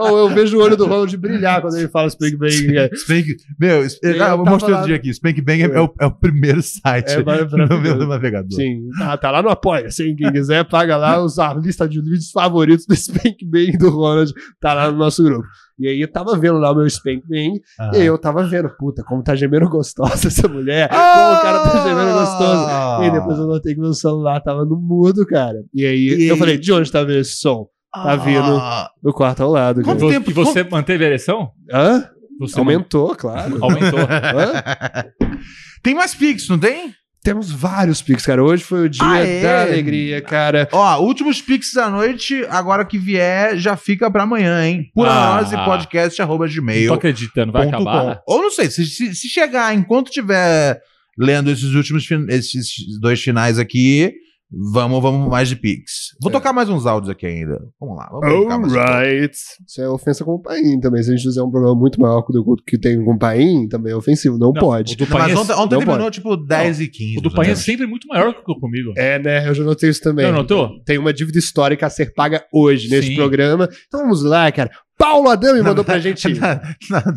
S2: Ou eu vejo o olho do Ronald brilhar quando ele fala Spank Bang. É,
S4: Spank, meu, eu,
S2: Eu
S4: cara, eu
S2: tava
S4: mostrei
S2: lá-
S4: outro dia aqui. Spank Bang é, é o, é o primeiro site (laughs)
S2: É, vai- vai-
S4: do meu do navegador.
S2: Sim, tá, tá lá no Apoia. Sim, quem quiser, paga lá os, a lista de vídeos favoritos do Spank Bang do Ronald. Tá lá no nosso grupo. E aí eu tava vendo lá o meu Spank Bang.
S4: Ah.
S2: E aí eu tava vendo, puta, como tá gemendo gostosa essa mulher.
S4: Ah!
S2: Como o cara tá gemendo gostoso. E aí depois eu notei que meu celular tava no mudo, cara. E aí
S4: E
S2: eu
S4: aí?
S2: falei, de onde tá vindo esse som? Tá vindo
S4: Ah.
S2: do quarto ao lado.
S3: E
S2: Cara.
S3: vo- E você manteve
S4: (laughs)
S3: a ereção?
S2: Hã?
S3: Você
S2: Aumentou, claro.
S3: Aumentou.
S2: Hã?
S4: Tem mais Pix, não tem?
S2: Temos vários pics, cara. Hoje foi o dia
S4: Ah, é?
S2: da alegria, cara.
S4: Ó, últimos Pix da noite, agora que vier, já fica pra amanhã, hein? Por
S3: Ah.
S4: análise podcast arroba gmail.
S3: Não tô acreditando, vai
S4: ponto
S3: acabar?
S4: com. Ou não sei, se, se- se chegar, enquanto tiver lendo esses últimos fin- esses dois finais aqui, vamos, vamos mais de Pix.
S3: É.
S4: Vou tocar mais uns áudios aqui ainda. Vamos lá, vamos brincar mais um pouco.
S2: Alright. tá- Isso é ofensa com o Paim também. Se a gente fizer um programa muito maior que o que tem com o Paim, também é ofensivo. Não,
S3: Não,
S2: pode.
S3: o do é
S4: Não, mas
S3: Painhas-
S4: ontem, ontem
S2: não
S4: terminou
S2: pode.
S4: tipo 10 e 15.
S3: O do
S4: mais ou
S3: Painha é
S4: menos.
S3: sempre muito maior que o comigo.
S2: É, né? Eu já notei isso também.
S3: Não, notou?
S2: Tem uma dívida histórica a ser paga hoje nesse
S3: Sim.
S2: programa. Então vamos lá, cara. Paulo Adame
S3: (laughs)
S2: mandou pra gente.
S4: Na,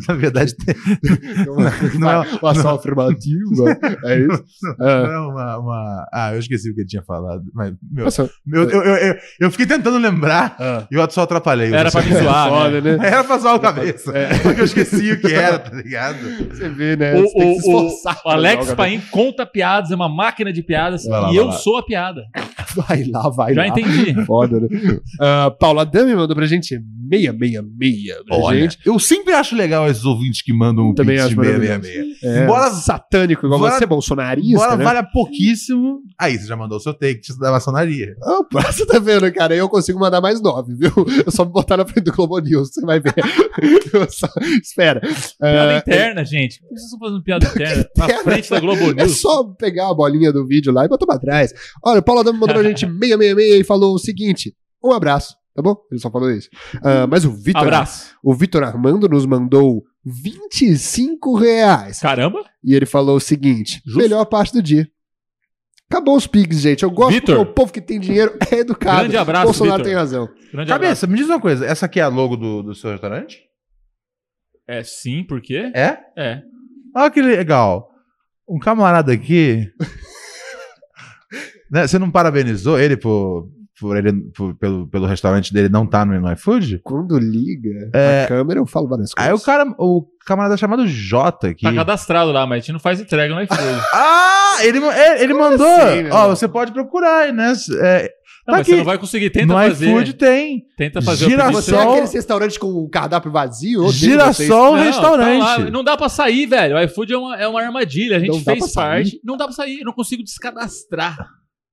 S4: na verdade, tem-
S3: (laughs)
S2: (laughs)
S4: não é
S2: uma só afirmativa. É isso?
S4: Não
S2: É.
S4: é uma, uma- Ah, eu esqueci o que ele tinha falado. Mas, meu,
S2: Nossa,
S4: meu- eu, eu, eu, eu fiquei tentando lembrar e eu só atrapalhei.
S2: Ah. Era pra me zoar, Foda, né? É.
S4: (laughs)
S2: né?
S4: Era pra zoar o cabeça. Só que eu esqueci o que
S2: (laughs)
S4: era, tá ligado?
S2: Você vê, né?
S3: O,
S2: Você tem que se
S3: o- o-
S2: esforçar
S3: o
S2: pra
S3: Alex
S2: jogar,
S3: Paim conta piadas, é uma máquina de piadas
S2: Vai lá,
S3: e
S2: vai
S3: eu
S2: lá.
S3: sou a piada.
S2: Vai lá, vai
S3: Já
S2: lá.
S3: entendi.
S2: Foda, né? Ah, Paula Dami mandou pra gente 666 pra
S4: Olha,
S2: gente.
S4: eu sempre acho legal esses ouvintes que mandam um
S2: Também
S4: pix
S2: acho
S4: de
S2: maravilhoso.
S4: 666.
S2: É,
S4: Embora-
S2: satânico igual
S4: embora-
S2: você, bolsonarista,
S4: Embora
S2: né?
S4: valha pouquíssimo. Aí, você já mandou o seu take disso da maçonaria.
S2: Opa, você tá vendo, cara? Eu consigo mandar mais nove, viu? Eu só me botar na frente do Globo News, você vai ver. (laughs) Eu só- Espera.
S3: Piada
S2: Ah,
S3: interna, gente. Por que vocês estão fazendo piada interna? Na frente da Globo
S2: (laughs) É
S3: News.
S2: só pegar a bolinha do vídeo lá e botar pra trás. Olha, o Paulo Adamo
S4: (laughs)
S2: mandou pra gente 666 e falou o seguinte: um abraço, tá bom? Ele só falou isso. Ah, mas o Vitor.
S3: Abraço.
S2: O Vitor Armando nos mandou 25 reais.
S3: Caramba!
S2: E ele falou o seguinte: melhor parte do dia. Acabou os pigs, gente. Eu gosto
S4: Vitor.
S2: porque o povo que tem dinheiro é educado.
S4: Grande abraço,
S2: Bolsonaro
S4: Vitor.
S2: tem razão.
S4: Cabeça, me diz uma coisa. Essa aqui é a logo do, do seu restaurante?
S3: É sim, por quê?
S4: É?
S3: É.
S4: Olha que legal. Um camarada aqui. né, você não parabenizou ele por. Por ele, por- pelo, pelo restaurante dele não tá no iFood?
S2: Quando liga
S4: É.
S2: a câmera, eu falo várias coisas.
S4: Aí o cara, o camarada chamado Jota aqui.
S3: Tá cadastrado lá, mas a gente não faz entrega no iFood.
S4: Ah, ele, ma- é, ele mandou.
S3: assim, meu
S4: Ó,
S3: irmão?
S4: você pode procurar, aí, né? É,
S3: Não, mas você não vai conseguir. Tenta
S4: no
S3: fazer.
S4: iFood tem.
S3: Tenta fazer o
S4: Girassol.
S3: pedido.
S2: Você é aqueles restaurantes com o cardápio vazio? Eu odeio vocês.
S4: Girassol
S3: Não,
S4: Restaurante.
S3: tá lá. não dá pra sair, velho. O iFood é uma, é uma armadilha. A gente
S2: Não dá pra
S3: fez
S2: sair?
S3: parte. Não dá pra sair. Eu não consigo descadastrar.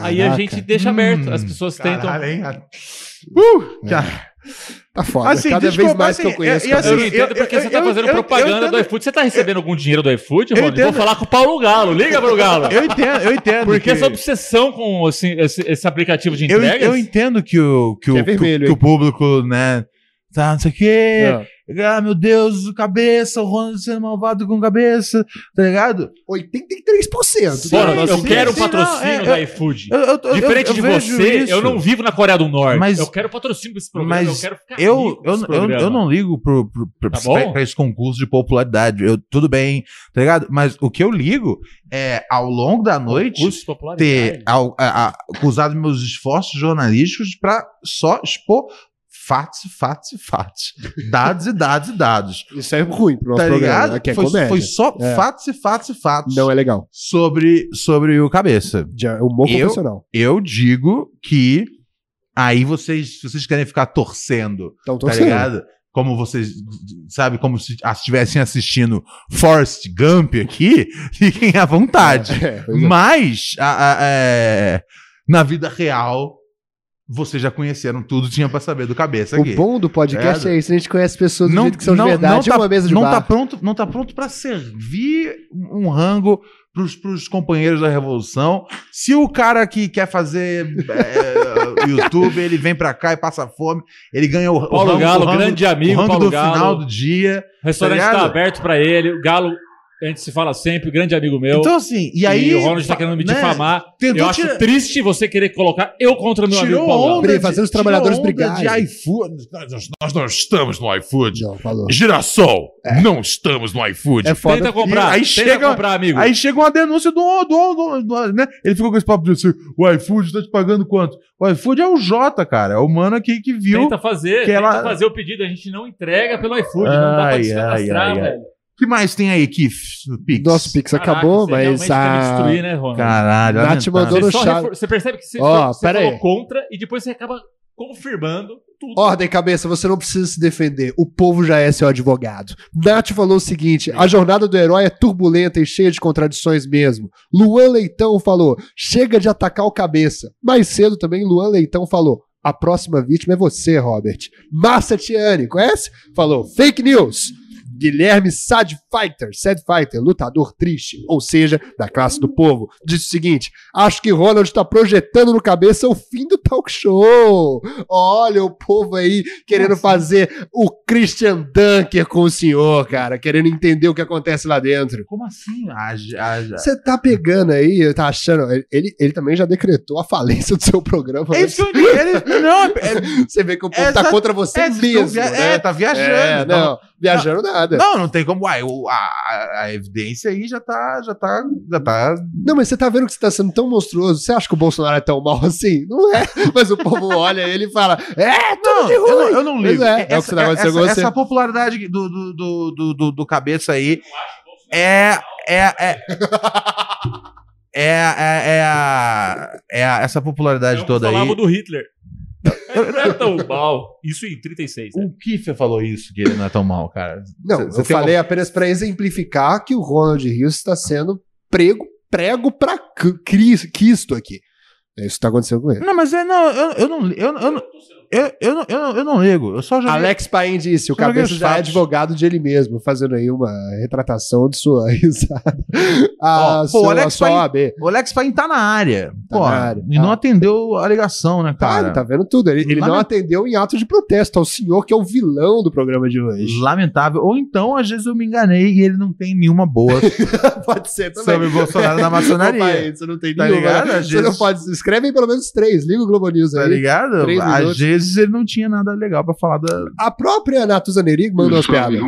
S3: Aí a gente deixa aberto. As pessoas tentam.
S4: Caralho, hein? Uh,
S3: É.
S4: cara.
S2: Tá foda.
S3: Assim,
S2: Cada
S3: desculpa,
S2: vez mais
S3: assim,
S2: que eu conheço.
S4: é,
S3: eu- eu
S2: cara.
S3: não entendo porque você tá fazendo propaganda do iFood. Você tá recebendo algum dinheiro do iFood,
S4: Eu
S3: Rony? Vou
S4: entendo.
S3: falar com o Paulo Galo. Liga pro Galo.
S4: Eu entendo, eu entendo
S3: Porque
S4: que-
S3: essa obsessão com assim, esse, esse aplicativo de
S4: Eu,
S3: entregas.
S4: eu entendo que o, que, o,
S3: Que é
S4: que o-
S3: vermelho,
S4: que o
S3: hein?
S4: público, né? Tá, não sei o quê.
S3: Ah.
S4: Ah, meu Deus, o cabeça, o Ronald sendo malvado com cabeça, tá ligado?
S2: 83%.
S3: Bora,
S4: Sim,
S3: eu
S4: sim,
S3: quero um
S4: sim, não,
S3: patrocínio
S4: é,
S3: da
S4: eu-
S3: iFood.
S4: eu- eu- eu-
S3: Diferente
S4: eu
S3: de
S4: vejo
S3: você,
S4: isso.
S3: eu não vivo na Coreia do Norte.
S4: Mas-
S3: eu quero patrocínio pra esse programa.
S4: Mas
S3: eu quero ficar
S4: eu,
S3: rico com
S4: eu,
S3: esse
S4: eu,
S3: programa.
S4: eu não ligo pro, pro, pro,
S3: Tá
S4: pra,
S3: bom?
S4: pra esse concurso de popularidade. Eu, tudo bem, tá ligado? Mas o que eu ligo é, ao longo da noite,
S3: Concurso de popularidade?
S4: ter ao, a, a, usado meus esforços jornalísticos pra só expor fatos, fatos e
S3: (laughs)
S4: fatos. Dados e dados e dados.
S2: Isso é ruim pro nosso
S4: tá
S2: programa,
S4: ligado?
S2: né, que é
S4: foi,
S2: comédia.
S4: foi só
S2: É.
S4: fatos e fatos e fatos.
S2: Não é legal.
S4: Sobre, sobre o cabeça.
S2: Já, é humor
S4: eu,
S2: convencional.
S4: eu digo que aí vocês, se vocês querem ficar torcendo,
S2: torcendo.
S4: tá ligado? Como vocês, sabe, como se estivessem assistindo Forrest Gump aqui, (laughs) fiquem à vontade.
S2: pois é.
S4: Mas, a- a- é, na vida real, vocês já conheceram tudo, tinha pra saber do cabeça aqui.
S2: O bom do podcast
S4: Tá ligado?
S2: é isso. A gente conhece pessoas do
S4: não,
S2: jeito que são
S4: não,
S2: de verdade.
S4: não
S2: é
S4: tá,
S2: uma mesa de
S4: não
S2: bar.
S4: tá pronto Não tá pronto pra servir um rango pros, pros companheiros da Revolução. Se o cara que quer fazer é, (laughs) YouTube, ele vem pra cá e passa fome, ele ganha o,
S3: Paulo
S4: o rango,
S3: Galo,
S4: o rango-
S3: grande amigo,
S4: o rango
S3: Paulo
S4: do
S3: Galo.
S4: final do dia.
S3: O restaurante tá
S4: ligado?
S3: aberto pra ele. O Galo A gente se fala sempre, grande amigo meu.
S4: Então, assim, e aí-
S3: o Ronald tá querendo me
S4: né,
S3: difamar.
S4: tentou
S3: Eu acho
S4: tirar-
S3: triste você querer colocar eu contra meu
S4: Tirou
S3: amigo Paulão.
S4: onda de- tirou onda De
S3: Ai,
S4: iFood. Nós, nós- nós não estamos no iFood.
S17: Girassol,
S2: É.
S17: não estamos no iFood.
S4: É foda. E Aí chega, Aí chega uma denúncia do, do, do- do- né? Ele ficou com esse papo de assim, o iFood tá te pagando quanto? O iFood é o Jota, cara. É o mano aqui que viu.
S3: Tenta fazer,
S4: que
S3: tenta
S4: ela...
S3: fazer o pedido, a gente não entrega pelo iFood, não dá pra
S4: Ai,
S3: descadastrar,
S4: ai, ai, ai.
S3: velho.
S4: que mais tem aí, Kif? No Pix? Nosso
S2: Pix acabou,
S4: você realmente
S2: mas
S4: quer me
S2: a.
S4: destruir, né, Ronald? Caralho,
S2: Nath
S4: lamentável.
S2: mandou no
S4: Você só
S2: chat.
S4: refor-
S3: Você percebe que você,
S2: Ó,
S3: você
S2: pera
S3: falou
S2: aí.
S3: contra e depois você acaba confirmando tudo.
S2: Ordem, cabeça, você não precisa se defender. O povo já é seu advogado. Nath falou o seguinte: a jornada do herói é turbulenta e cheia de contradições mesmo. Luan Leitão falou: chega de atacar o cabeça. Mais cedo também, Luan Leitão falou: a próxima vítima é você, Robert. Márcia Tiani, conhece? Falou: fake news. Guilherme Sad Fighter, Sad Fighter, lutador triste, ou seja, da classe do povo, disse o seguinte: acho que Ronald está projetando no cabeça o fim do talk show. Olha o povo aí querendo fazer o Christian Dunker com o senhor, cara, querendo entender o que acontece lá dentro.
S4: Como assim? Ah, já- já-
S2: Você tá pegando aí, tá achando. ele- Ele, ele também já decretou a falência do seu programa. né?
S4: É isso que eu digo,
S2: (laughs)
S4: ele- não,
S2: você vê que o povo
S4: Essa-
S2: tá contra você
S4: é,
S2: mesmo.
S4: via-
S2: né?
S4: É, tá viajando.
S2: É, não, viajando
S4: não-
S2: nada.
S4: Não, não tem como. Uai, o- a, a- a evidência aí já tá, já tá, já tá.
S2: Não, mas você tá vendo que você tá sendo tão monstruoso. Você acha que o Bolsonaro é tão mal assim? Não é. Mas o povo olha ele e fala: É, tudo
S4: Não,
S2: de
S4: eu
S2: ruim.
S4: não, eu não ligo.
S2: Pois É, é o que
S4: Essa-
S2: você tá acontecendo com
S4: essa-
S2: você.
S4: Essa popularidade do, do, do, do, do- do cabeça aí é. É.
S2: (laughs)
S4: É. É, é, é a, é a- essa popularidade toda
S3: um Falava
S4: aí.
S3: do Hitler. Não é tão mal. Isso em 36, né?
S4: O Kiffer falou isso, que ele não é tão mal, cara.
S2: Não,
S4: Você- você
S2: eu
S4: tem uma-
S2: falei apenas pra exemplificar que o Ronald Rios está sendo prego, prego pra cri- Cristo aqui. É isso que tá acontecendo com ele.
S4: Não, mas é, não, eu, eu não. Eu, eu, não- eu, eu, não- eu, não- eu não ligo. Eu só joguei-
S2: Alex Paim disse, o
S4: Só joguei
S2: cabeça
S4: os
S2: já é
S4: fatos.
S2: advogado de ele mesmo, fazendo aí uma retratação de sua (laughs) risada. A
S4: Pô, o
S2: sua, a
S4: Alex,
S2: sua OAB.
S4: Paim, o Alex Paim tá na área. Pô,
S2: na área,
S4: e não atendeu a ligação, né, cara?
S2: Tá, tá vendo tudo. Ele, ele não
S4: Lament-
S2: atendeu em ato de protesto ao senhor, que é o vilão do programa de hoje.
S4: Lamentável. Ou então, às vezes, eu me enganei e ele não tem nenhuma boa.
S2: Pode ser também.
S4: Sobre o Bolsonaro
S2: (laughs)
S4: na maçonaria.
S2: Opa, aí, você não tem
S4: Tá
S2: nenhuma,
S4: ligado?
S2: né?
S4: Às
S2: Você
S4: vezes-
S2: não pode. Escrevem pelo menos três. Liga o Globo News aí.
S4: tá ligado?
S2: Três
S4: Às
S2: minutos.
S4: vezes ele não tinha nada legal pra falar da.
S2: A própria Natuza Neri (laughs) mandou umas piadas.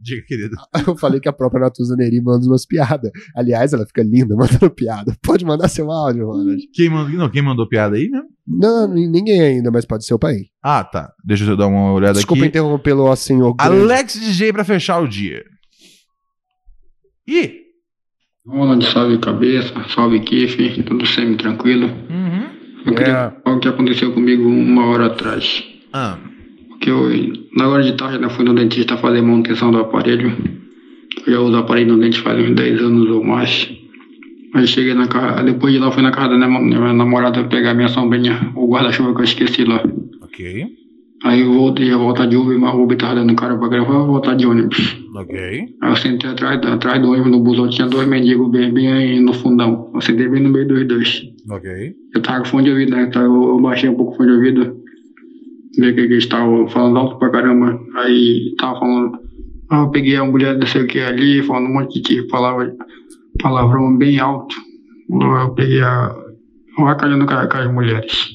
S4: Diga, querido.
S2: (laughs) Eu falei que a própria Natuza Neri manda umas piadas. Aliás, ela fica linda (laughs) mandando piada. Pode mandar seu áudio, Ronald.
S4: Quem mandou, não, quem mandou piada aí, né?
S2: Não, n- ninguém ainda, mas pode ser o pai.
S4: Ah, tá. Deixa eu dar uma olhada
S2: Desculpa
S4: aqui.
S2: interrompê-lo, ó, senhor. grande.
S4: Alex DJ pra fechar o dia. Ih!
S18: Ronald, salve cabeça, salve Kiff, tudo semi-tranquilo.
S4: Uhum.
S18: Eu queria
S2: É.
S18: falar o que aconteceu comigo uma hora atrás.
S4: Ah.
S18: Porque eu, na hora de tarde, eu fui no dentista fazer manutenção do aparelho. Eu já uso aparelho no dente faz uns 10 anos ou mais. Aí cheguei na casa, depois de lá fui na casa da minha, minha namorada pegar minha sombrinha, o guarda-chuva que eu esqueci lá.
S4: Ok.
S18: Aí eu voltei a voltar de Uber, mas o Uber tava dando cara pra gravar, eu vou voltar de ônibus.
S4: Ok.
S2: Hum.
S18: Aí eu sentei atrás, atrás do ônibus, no busão, tinha dois mendigos bem, bem aí no fundão. Eu sentei bem no meio dos dois.
S4: Ok.
S18: Eu tava com fone de ouvido, né? Então eu, eu baixei um pouco o fone de ouvido, ver o que que eles estavam falando alto pra caramba. Aí tava falando, ah, eu peguei a mulher não sei o que ali, falando um monte de palavra, palavrão bem alto. Eu peguei a. Eu acalhando com, a- com as mulheres.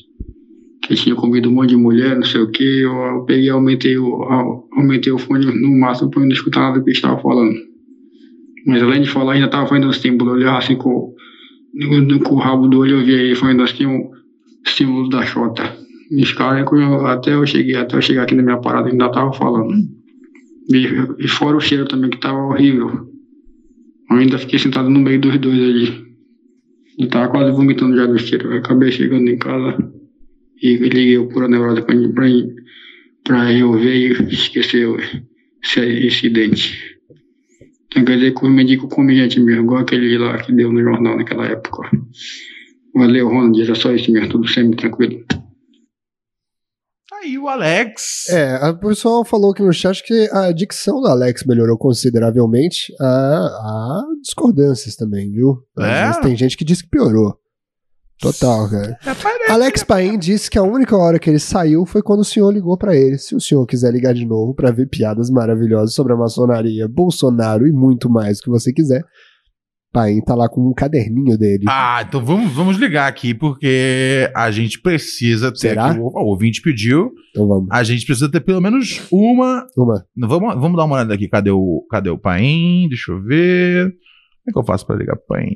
S18: Que tinha comido um monte de mulher, não sei o que. Eu, eu peguei, aumentei o, au- aumentei o fone no máximo pra eu não escutar nada do que eles estavam falando. Mas além de falar, ainda tava fazendo símbolo, olhar assim com no- no- com o rabo do olho eu vi aí, foi ainda assim um símbolo da Xota. E Os caras, quando eu- até eu cheguei, até eu chegar aqui na minha parada, ainda tava falando. E, e fora o cheiro também, que tava horrível. Eu ainda fiquei sentado no meio dos dois ali. E tava quase vomitando já do cheiro. Eu acabei chegando em casa e liguei o pura neurose pra, pra, pra resolver e esquecer o- esse incidente. Então quer dizer que o mendigo come gente mesmo, igual aquele lá que deu no jornal naquela época. Valeu, Ronald, era só isso mesmo, tudo sempre tranquilo.
S4: Aí o Alex.
S2: É, a- o pessoal falou aqui no chat que a dicção do Alex melhorou consideravelmente. Há, há discordâncias também, viu?
S4: É?
S2: Mas tem gente que diz que piorou. Total, cara.
S4: É,
S2: Alex Paim disse que a única hora que ele saiu foi quando o senhor ligou pra ele. Se o senhor quiser ligar de novo pra ver piadas maravilhosas sobre a maçonaria, Bolsonaro e muito mais que você quiser, Paim tá lá com um caderninho dele.
S4: Ah, então vamos, vamos ligar aqui, porque a gente precisa ter.
S2: Será?
S4: aqui- o, o ouvinte pediu.
S2: Então vamos.
S4: A gente precisa ter pelo menos uma.
S2: Uma.
S4: Vamos, vamos dar uma olhada aqui. Cadê o, cadê o Paim? Deixa eu ver. Como é que eu faço pra ligar pro Paim?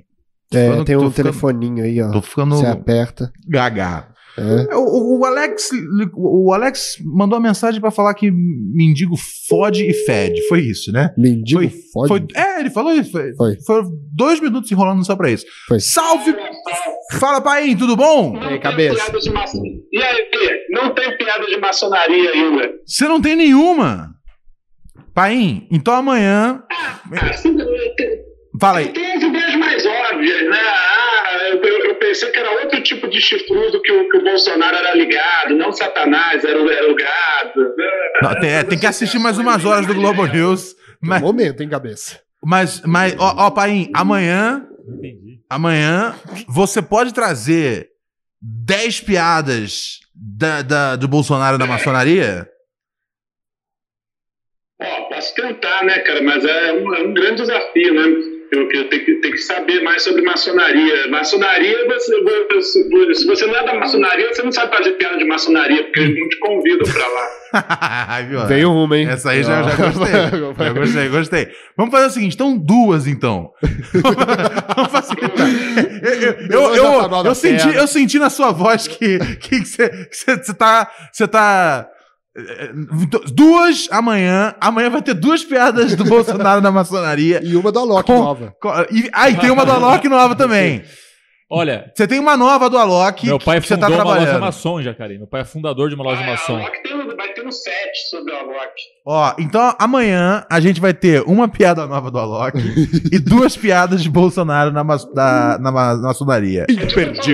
S2: É,
S4: Tô ficando-
S2: tem um
S4: tô ficando-
S2: telefoninho aí, ó.
S4: Tô ficando-
S2: Você aperta.
S4: Gaga.
S2: É.
S4: O, o- o Alex, li- o o Alex mandou uma mensagem pra falar que mendigo fode e fede. Foi isso, né?
S2: Mendigo fode?
S4: é, ele falou isso. Foi, Foram dois minutos enrolando só pra isso. Salve! Fala, pai, tudo bom? E aí, cabeça?
S7: piada de maçonaria. E aí, Pia? Não tem piada de maçonaria ainda.
S4: Você não tem nenhuma? Paim, então amanhã.
S7: Assim
S4: Fala aí.
S7: Tem as ideias mais óbvias, né? Ah, eu, eu- eu pensei que era outro tipo de chifrudo que o, que o Bolsonaro era ligado, não Satanás, era o, era o gado. né?
S4: Não, tem, é, tem que assistir mais umas horas do Globo News. Mas,
S2: um momento, hein, cabeça?
S4: Mas, mas ó, ó Paim, amanhã. Amanhã você pode trazer 10 piadas da, da- do Bolsonaro da maçonaria? (laughs)
S7: Ó, posso tentar, né, cara? Mas é um, é um grande desafio, né? Eu, eu tenho, que, tenho que saber mais sobre maçonaria. Maçonaria, você, você- se você não é da maçonaria, você não sabe fazer piada de maçonaria, porque eles não te convidam pra lá.
S4: Veio
S2: uma, hein?
S4: Essa aí já, já
S2: Não.
S4: gostei.
S2: (laughs)
S4: Já gostei, gostei. Vamos fazer o seguinte: então duas, então. Vamos facilitar. Eu, eu, eu, eu-
S2: tá
S4: eu senti, eu senti na sua voz que você que cê- que cê- cê tá. Você tá. eh, eh, Duas amanhã. Amanhã vai ter duas piadas do Bolsonaro na maçonaria.
S2: E uma do Alok nova.
S4: e, ah, e tem uma do Alok nova também.
S3: Olha.
S4: Você tem uma nova do Alok.
S3: Meu pai
S4: que você
S3: fundou
S4: tá
S3: uma loja
S4: trabalhando.
S3: maçom, Jacareí. Meu pai é fundador de uma loja maçom.
S7: Vai ter um set sobre o Alok.
S4: Ó, então amanhã a gente vai ter uma piada nova do
S2: (laughs)
S4: Alok e duas piadas de Bolsonaro na, ma da, na, ma- maçonaria.
S7: Faustão, Agora,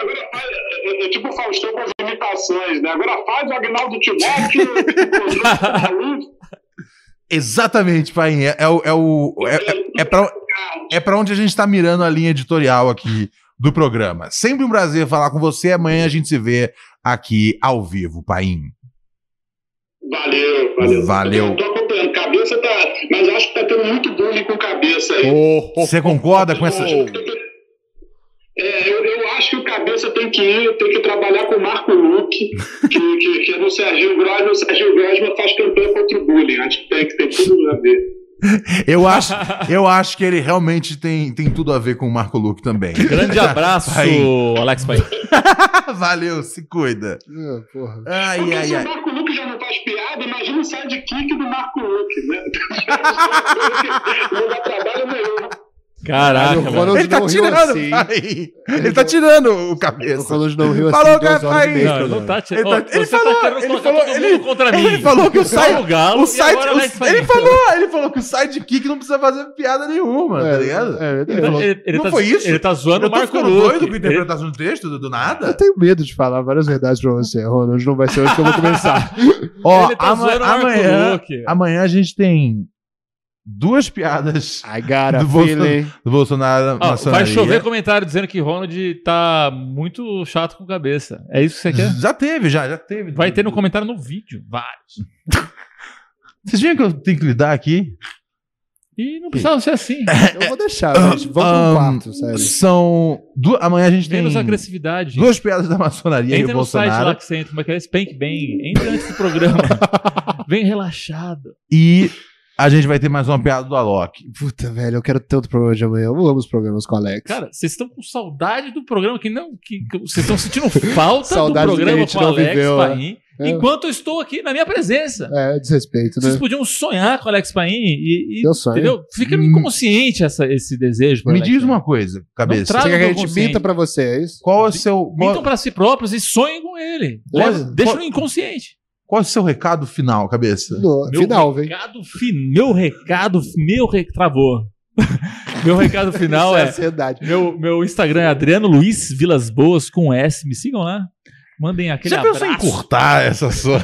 S7: agora, olha, é, é tipo o Faustão com as imitações, né? Agora faz o Agnaldo
S4: (laughs)
S7: Timóteo.
S4: Exatamente, Paim. É, é o. É, o é, é, é, pra, é pra onde a gente tá mirando a linha editorial aqui do programa. Sempre um prazer falar com você. Amanhã a gente se vê aqui ao vivo, Paim.
S7: valeu, valeu.
S4: Valeu.
S7: Tô acompanhando. Cabeça tá. Mas acho que tá tendo muito bullying com cabeça aí.
S4: Você concorda com essa.
S7: É, eu, eu acho que o cabeça tem que ir, tem que trabalhar com o Marco Luque, que, que, que é no Serginho Grosman, o Serginho Grosman faz campanha contra o bullying. Acho que tem, que tem tudo a ver.
S4: Eu acho, eu acho que ele realmente tem, tem tudo a ver com o Marco Luque também.
S3: Grande abraço,
S4: Paim.
S3: Alex Paim.
S4: (laughs) Valeu, se cuida. Ai,
S7: Porque
S4: ai,
S7: se
S4: ai.
S7: o Marco Luque já não faz piada, imagina o sidekick do Marco Luque,
S4: (laughs)
S7: né? não dá trabalho nenhum.
S3: Caraca,
S2: Caralho, o Ronald
S4: Ele tá
S2: não riu
S4: tirando,
S2: assim.
S4: Paim. Ele tá tirando o cabeça. O
S2: Ronald não riu assim.
S4: Falou,
S2: duas horas e
S4: Paim.
S2: meia,
S4: Não, ele
S2: cara.
S4: não tá
S3: tirando.
S4: Ó,
S2: ele
S4: você tá
S2: falou,
S4: querendo
S2: ele
S4: colocar
S2: falou,
S4: todo
S2: ele,
S4: mundo contra
S2: ele
S4: mim.
S2: falou que o
S4: Só
S2: site,
S4: o Galo
S2: o
S4: e
S2: site,
S4: agora
S2: o-
S4: vai sair.
S2: ele falou,
S4: ele falou que o sidekick não precisa fazer piada nenhuma, tá ligado?
S2: ele falou-
S4: ele,
S2: ele
S4: não
S2: tá-
S4: foi isso?
S2: ele tá zoando
S4: Eu tô
S2: o Marco
S4: ficando
S2: Luque.
S4: doido com a interpretação do texto, do, do nada?
S2: Eu tenho medo de falar várias verdades pra você, Ronald. Não vai ser hoje que eu vou
S3: (laughs)
S2: começar.
S4: Ó,
S2: Ele tá
S4: ama-
S2: zoando o Marco
S4: amanhã,
S2: Luque.
S4: amanhã a gente tem duas piadas
S2: a
S4: do, Bolso-
S2: feeling.
S4: do Bolsonaro
S3: Ó, vai
S4: maçonaria.
S3: chover comentário dizendo que Ronald tá muito chato com cabeça. É isso que você quer?
S4: Já teve, já, já teve.
S3: Vai ter no comentário no vídeo, vários.
S4: Vocês viram que eu tenho que lidar aqui?
S3: E não precisava
S4: é
S3: ser
S2: (laughs)
S3: assim.
S2: Eu vou deixar,
S4: Ah.
S2: gente. Vamos pro
S4: Ahn,
S2: quarto, sério.
S4: São. du- Amanhã a gente tem.
S3: um Menos agressividade.
S4: Duas piadas da maçonaria e
S3: Entra
S4: o
S3: no
S4: Bolsonaro.
S3: site lá que você entra, como é que é? Spank bem. Entra antes
S4: (laughs)
S3: do programa. Vem relaxado.
S4: E a gente vai ter mais uma piada do Alok.
S2: Puta, velho, eu quero tanto programa de amanhã. Eu amo os programas com o Alex.
S3: Cara, vocês estão com saudade do programa que não. que que Vocês estão sentindo falta do
S2: Saudade do que a
S3: programa
S2: gente
S3: com o
S2: não
S3: Alex
S2: viveu, né?
S3: Paim.
S2: É.
S3: Enquanto eu estou aqui na minha presença.
S2: É, desrespeito, né?
S3: Vocês podiam sonhar com o Alex Paim e. e
S2: Eu sonho.
S3: Entendeu? Fica no É inconsciente essa, esse desejo. né?
S4: Me diz uma coisa, cabeça.
S3: traga
S2: Você quer que a
S3: do
S2: gente
S3: consciente.
S2: minta pra você, é isso?
S4: Qual é o seu.
S3: Mintam pra si próprios e sonhem com ele. Leva- deixa no inconsciente.
S4: Qual é o seu recado final, cabeça?
S3: Meu recado, fi- meu recado, meu re- travou. (laughs) meu recado final
S2: Isso é
S3: é, meu, meu Instagram é Adriano Luiz Vilas Boas com S, me sigam lá. Mandem aquele
S4: Já pensou em
S3: abraço.
S4: cortar essa sua.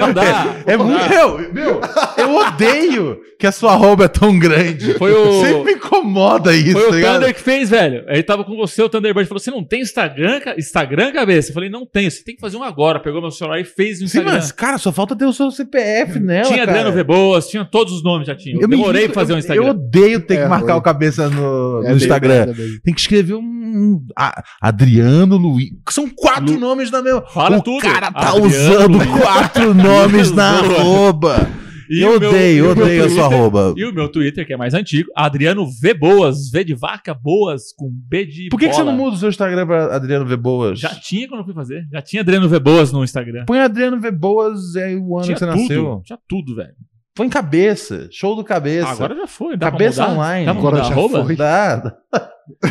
S3: Não dá.
S4: É
S3: não
S4: muito.
S3: dá.
S4: Meu, meu, eu odeio que a sua roupa é tão grande.
S3: Foi o-
S4: Sempre me incomoda isso,
S3: Foi
S4: tá
S3: o
S4: ligado?
S3: Thunder que fez, velho. Ele tava com você, o Thunderbird falou: Você não tem Instagram, ca- Instagram, cabeça? Eu falei: Não tenho, você tem que fazer um agora. Pegou meu celular e fez o
S4: Sim,
S3: Instagram.
S4: mas, cara, só falta ter o seu CPF nela.
S3: tinha
S4: cara.
S3: Adriano Veboas, tinha todos os nomes já tinha. Eu
S4: me
S3: demorei
S4: irrito,
S3: pra fazer
S4: eu-
S3: um Instagram.
S4: Eu odeio ter que
S3: É,
S4: marcar
S3: ruim.
S4: o cabeça no,
S3: É
S4: no
S3: meio
S4: Instagram.
S3: merda mesmo.
S4: Tem que escrever um. um- a- Adriano Luiz. que São quatro nomes na mesma.
S3: Fala
S4: o
S3: tudo.
S4: cara tá
S3: Adriano
S4: usando
S3: Luiz. (laughs)
S4: quatro nomes na
S3: Zoa.
S4: arroba.
S3: E
S4: eu
S3: o meu-
S4: odeio,
S3: e
S4: eu
S3: o meu
S4: odeio a sua
S3: Twitter-
S4: arroba.
S3: E o meu Twitter, que é mais antigo, Adriano V Boas, V de vaca, boas, com B de
S4: Por que, que você
S3: bola.
S4: não muda o seu Instagram pra Adriano V. Boas?
S3: Já tinha quando eu fui fazer. Já tinha Adriano V Boas no Instagram.
S4: Põe Adriano V. Boas é, e aí o ano
S3: Tinha
S4: que você
S3: tudo,
S4: nasceu.
S3: Tinha tudo, velho.
S4: Põe cabeça. Show do cabeça.
S3: Agora já foi. Dá pra
S4: Cabeça
S3: mudar?
S4: online.
S3: Dá pra Agora mudar já arroba? foi.
S4: Dá.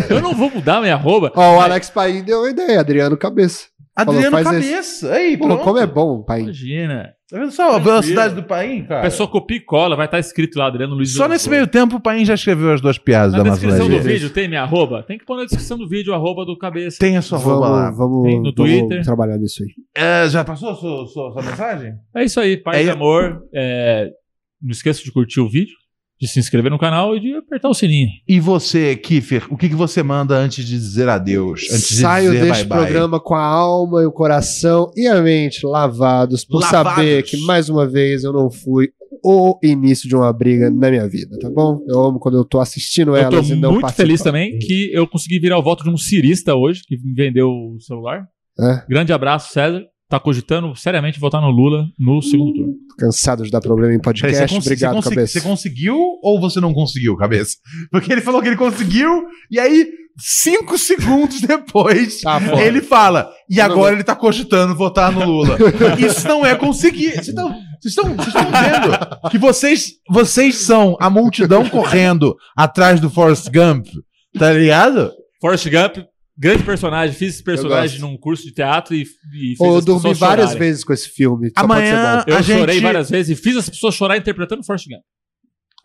S3: Eu não vou mudar minha arroba.
S2: Ó, o Alex Paim deu uma ideia, Adriano Cabeça.
S4: Adriano
S2: faz
S4: Cabeça, aí,
S2: Pô,
S4: pronto.
S2: como é bom, Paim.
S3: Imagina.
S4: Tá vendo só a
S3: Tranquilo.
S4: velocidade do Paim, cara?
S3: A pessoa copia e cola, vai estar escrito lá, Adriano Luiz.
S4: Só
S3: Veloso.
S4: nesse meio tempo o Paim já escreveu as duas piadas
S3: Na
S4: da
S3: descrição do
S4: maçonaria.
S3: vídeo tem minha arroba? Tem que pôr na descrição do vídeo a arroba do cabeça.
S4: Tem a sua arroba lá.
S2: Vamos,
S3: Tem no
S2: vamos
S3: Twitter.
S2: trabalhar nisso aí.
S4: É, já passou a sua, sua- sua mensagem?
S3: É isso aí, paz
S4: É
S3: e
S4: isso.
S3: amor. É, não esqueça de curtir o vídeo, de se inscrever no canal e de apertar o sininho.
S4: E você, Kiefer, o que, que você manda antes de dizer adeus? Antes
S2: Saio
S4: de dizer
S2: deste programa com a alma e o coração e a mente lavados por
S4: Lavados.
S2: saber que, mais uma vez, eu não fui o início de uma briga na minha vida, tá bom? Eu amo quando eu tô assistindo
S3: Eu tô
S2: elas e não
S3: muito
S2: participo.
S3: feliz também que eu consegui virar o voto de um cirista hoje, que me vendeu o celular.
S2: É.
S3: Grande abraço, César. Tá cogitando seriamente votar no Lula no segundo turno.
S2: Cansado de dar problema em
S4: Peraí, É, você,
S2: podcast.
S4: cons-
S2: Obrigado,
S4: você, consegui-
S2: cabeça.
S4: você conseguiu ou você não conseguiu, cabeça? (laughs) Porque ele falou que ele conseguiu, e aí, cinco segundos (laughs) depois,
S2: Tá fora.
S4: ele fala. E
S2: Não,
S4: agora
S2: não.
S4: ele tá cogitando votar no
S2: (laughs)
S4: Lula. (laughs) Isso não é conseguir. Vocês estão vocês estão- vocês estão vendo que vocês, vocês são a
S2: (laughs)
S4: multidão correndo atrás do Forrest Gump, tá ligado?
S3: Forrest Gump, grande personagem. Fiz esse personagem
S2: gosto.
S3: num curso de teatro e, e fiz
S2: Ou eu
S3: as pessoas
S2: dormi várias
S3: chorarem.
S2: vezes com esse filme. Só
S4: Amanhã
S2: pode ser bom.
S3: Eu
S4: a
S3: chorei
S4: gente-
S3: várias vezes e fiz as pessoas chorar interpretando Forrest Gump.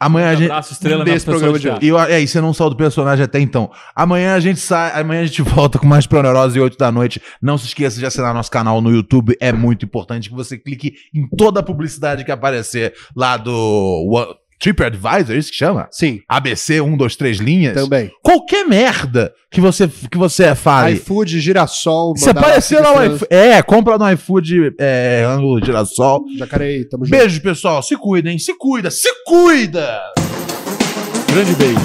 S4: Amanhã a gente.
S3: Um abraço, estrela
S4: desse
S3: na pessoa
S4: programa
S3: de
S4: de hoje.
S3: teatro.
S4: E eu- é, e você não saiu do personagem até então. Amanhã a gente sai, amanhã a gente volta com mais Proneurose e 8 da noite. Não se esqueça de assinar nosso canal no YouTube. É muito importante que você clique em toda a publicidade que aparecer lá do Wa- TripAdvisor, é isso que chama?
S2: Sim.
S4: ABC 1, 2, 3 um, linhas.
S2: Também.
S4: Qualquer merda que você, que você é fale.
S2: iFood, girassol. assim
S4: Se aparecer lá no iFood. É, compra no iFood, é, ângulo girassol.
S2: Jacarei, tamo junto.
S4: Beijo, pessoal. Se cuidem, se cuida, se cuida!
S3: Grande beijo.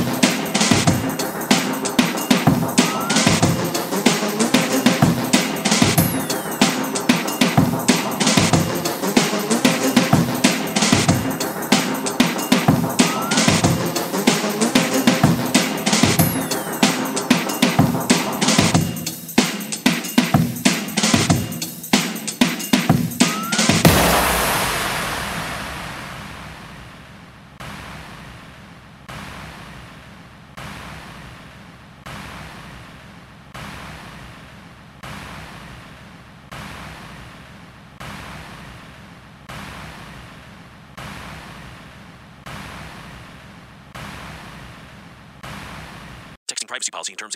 S11: Texting privacy policy and terms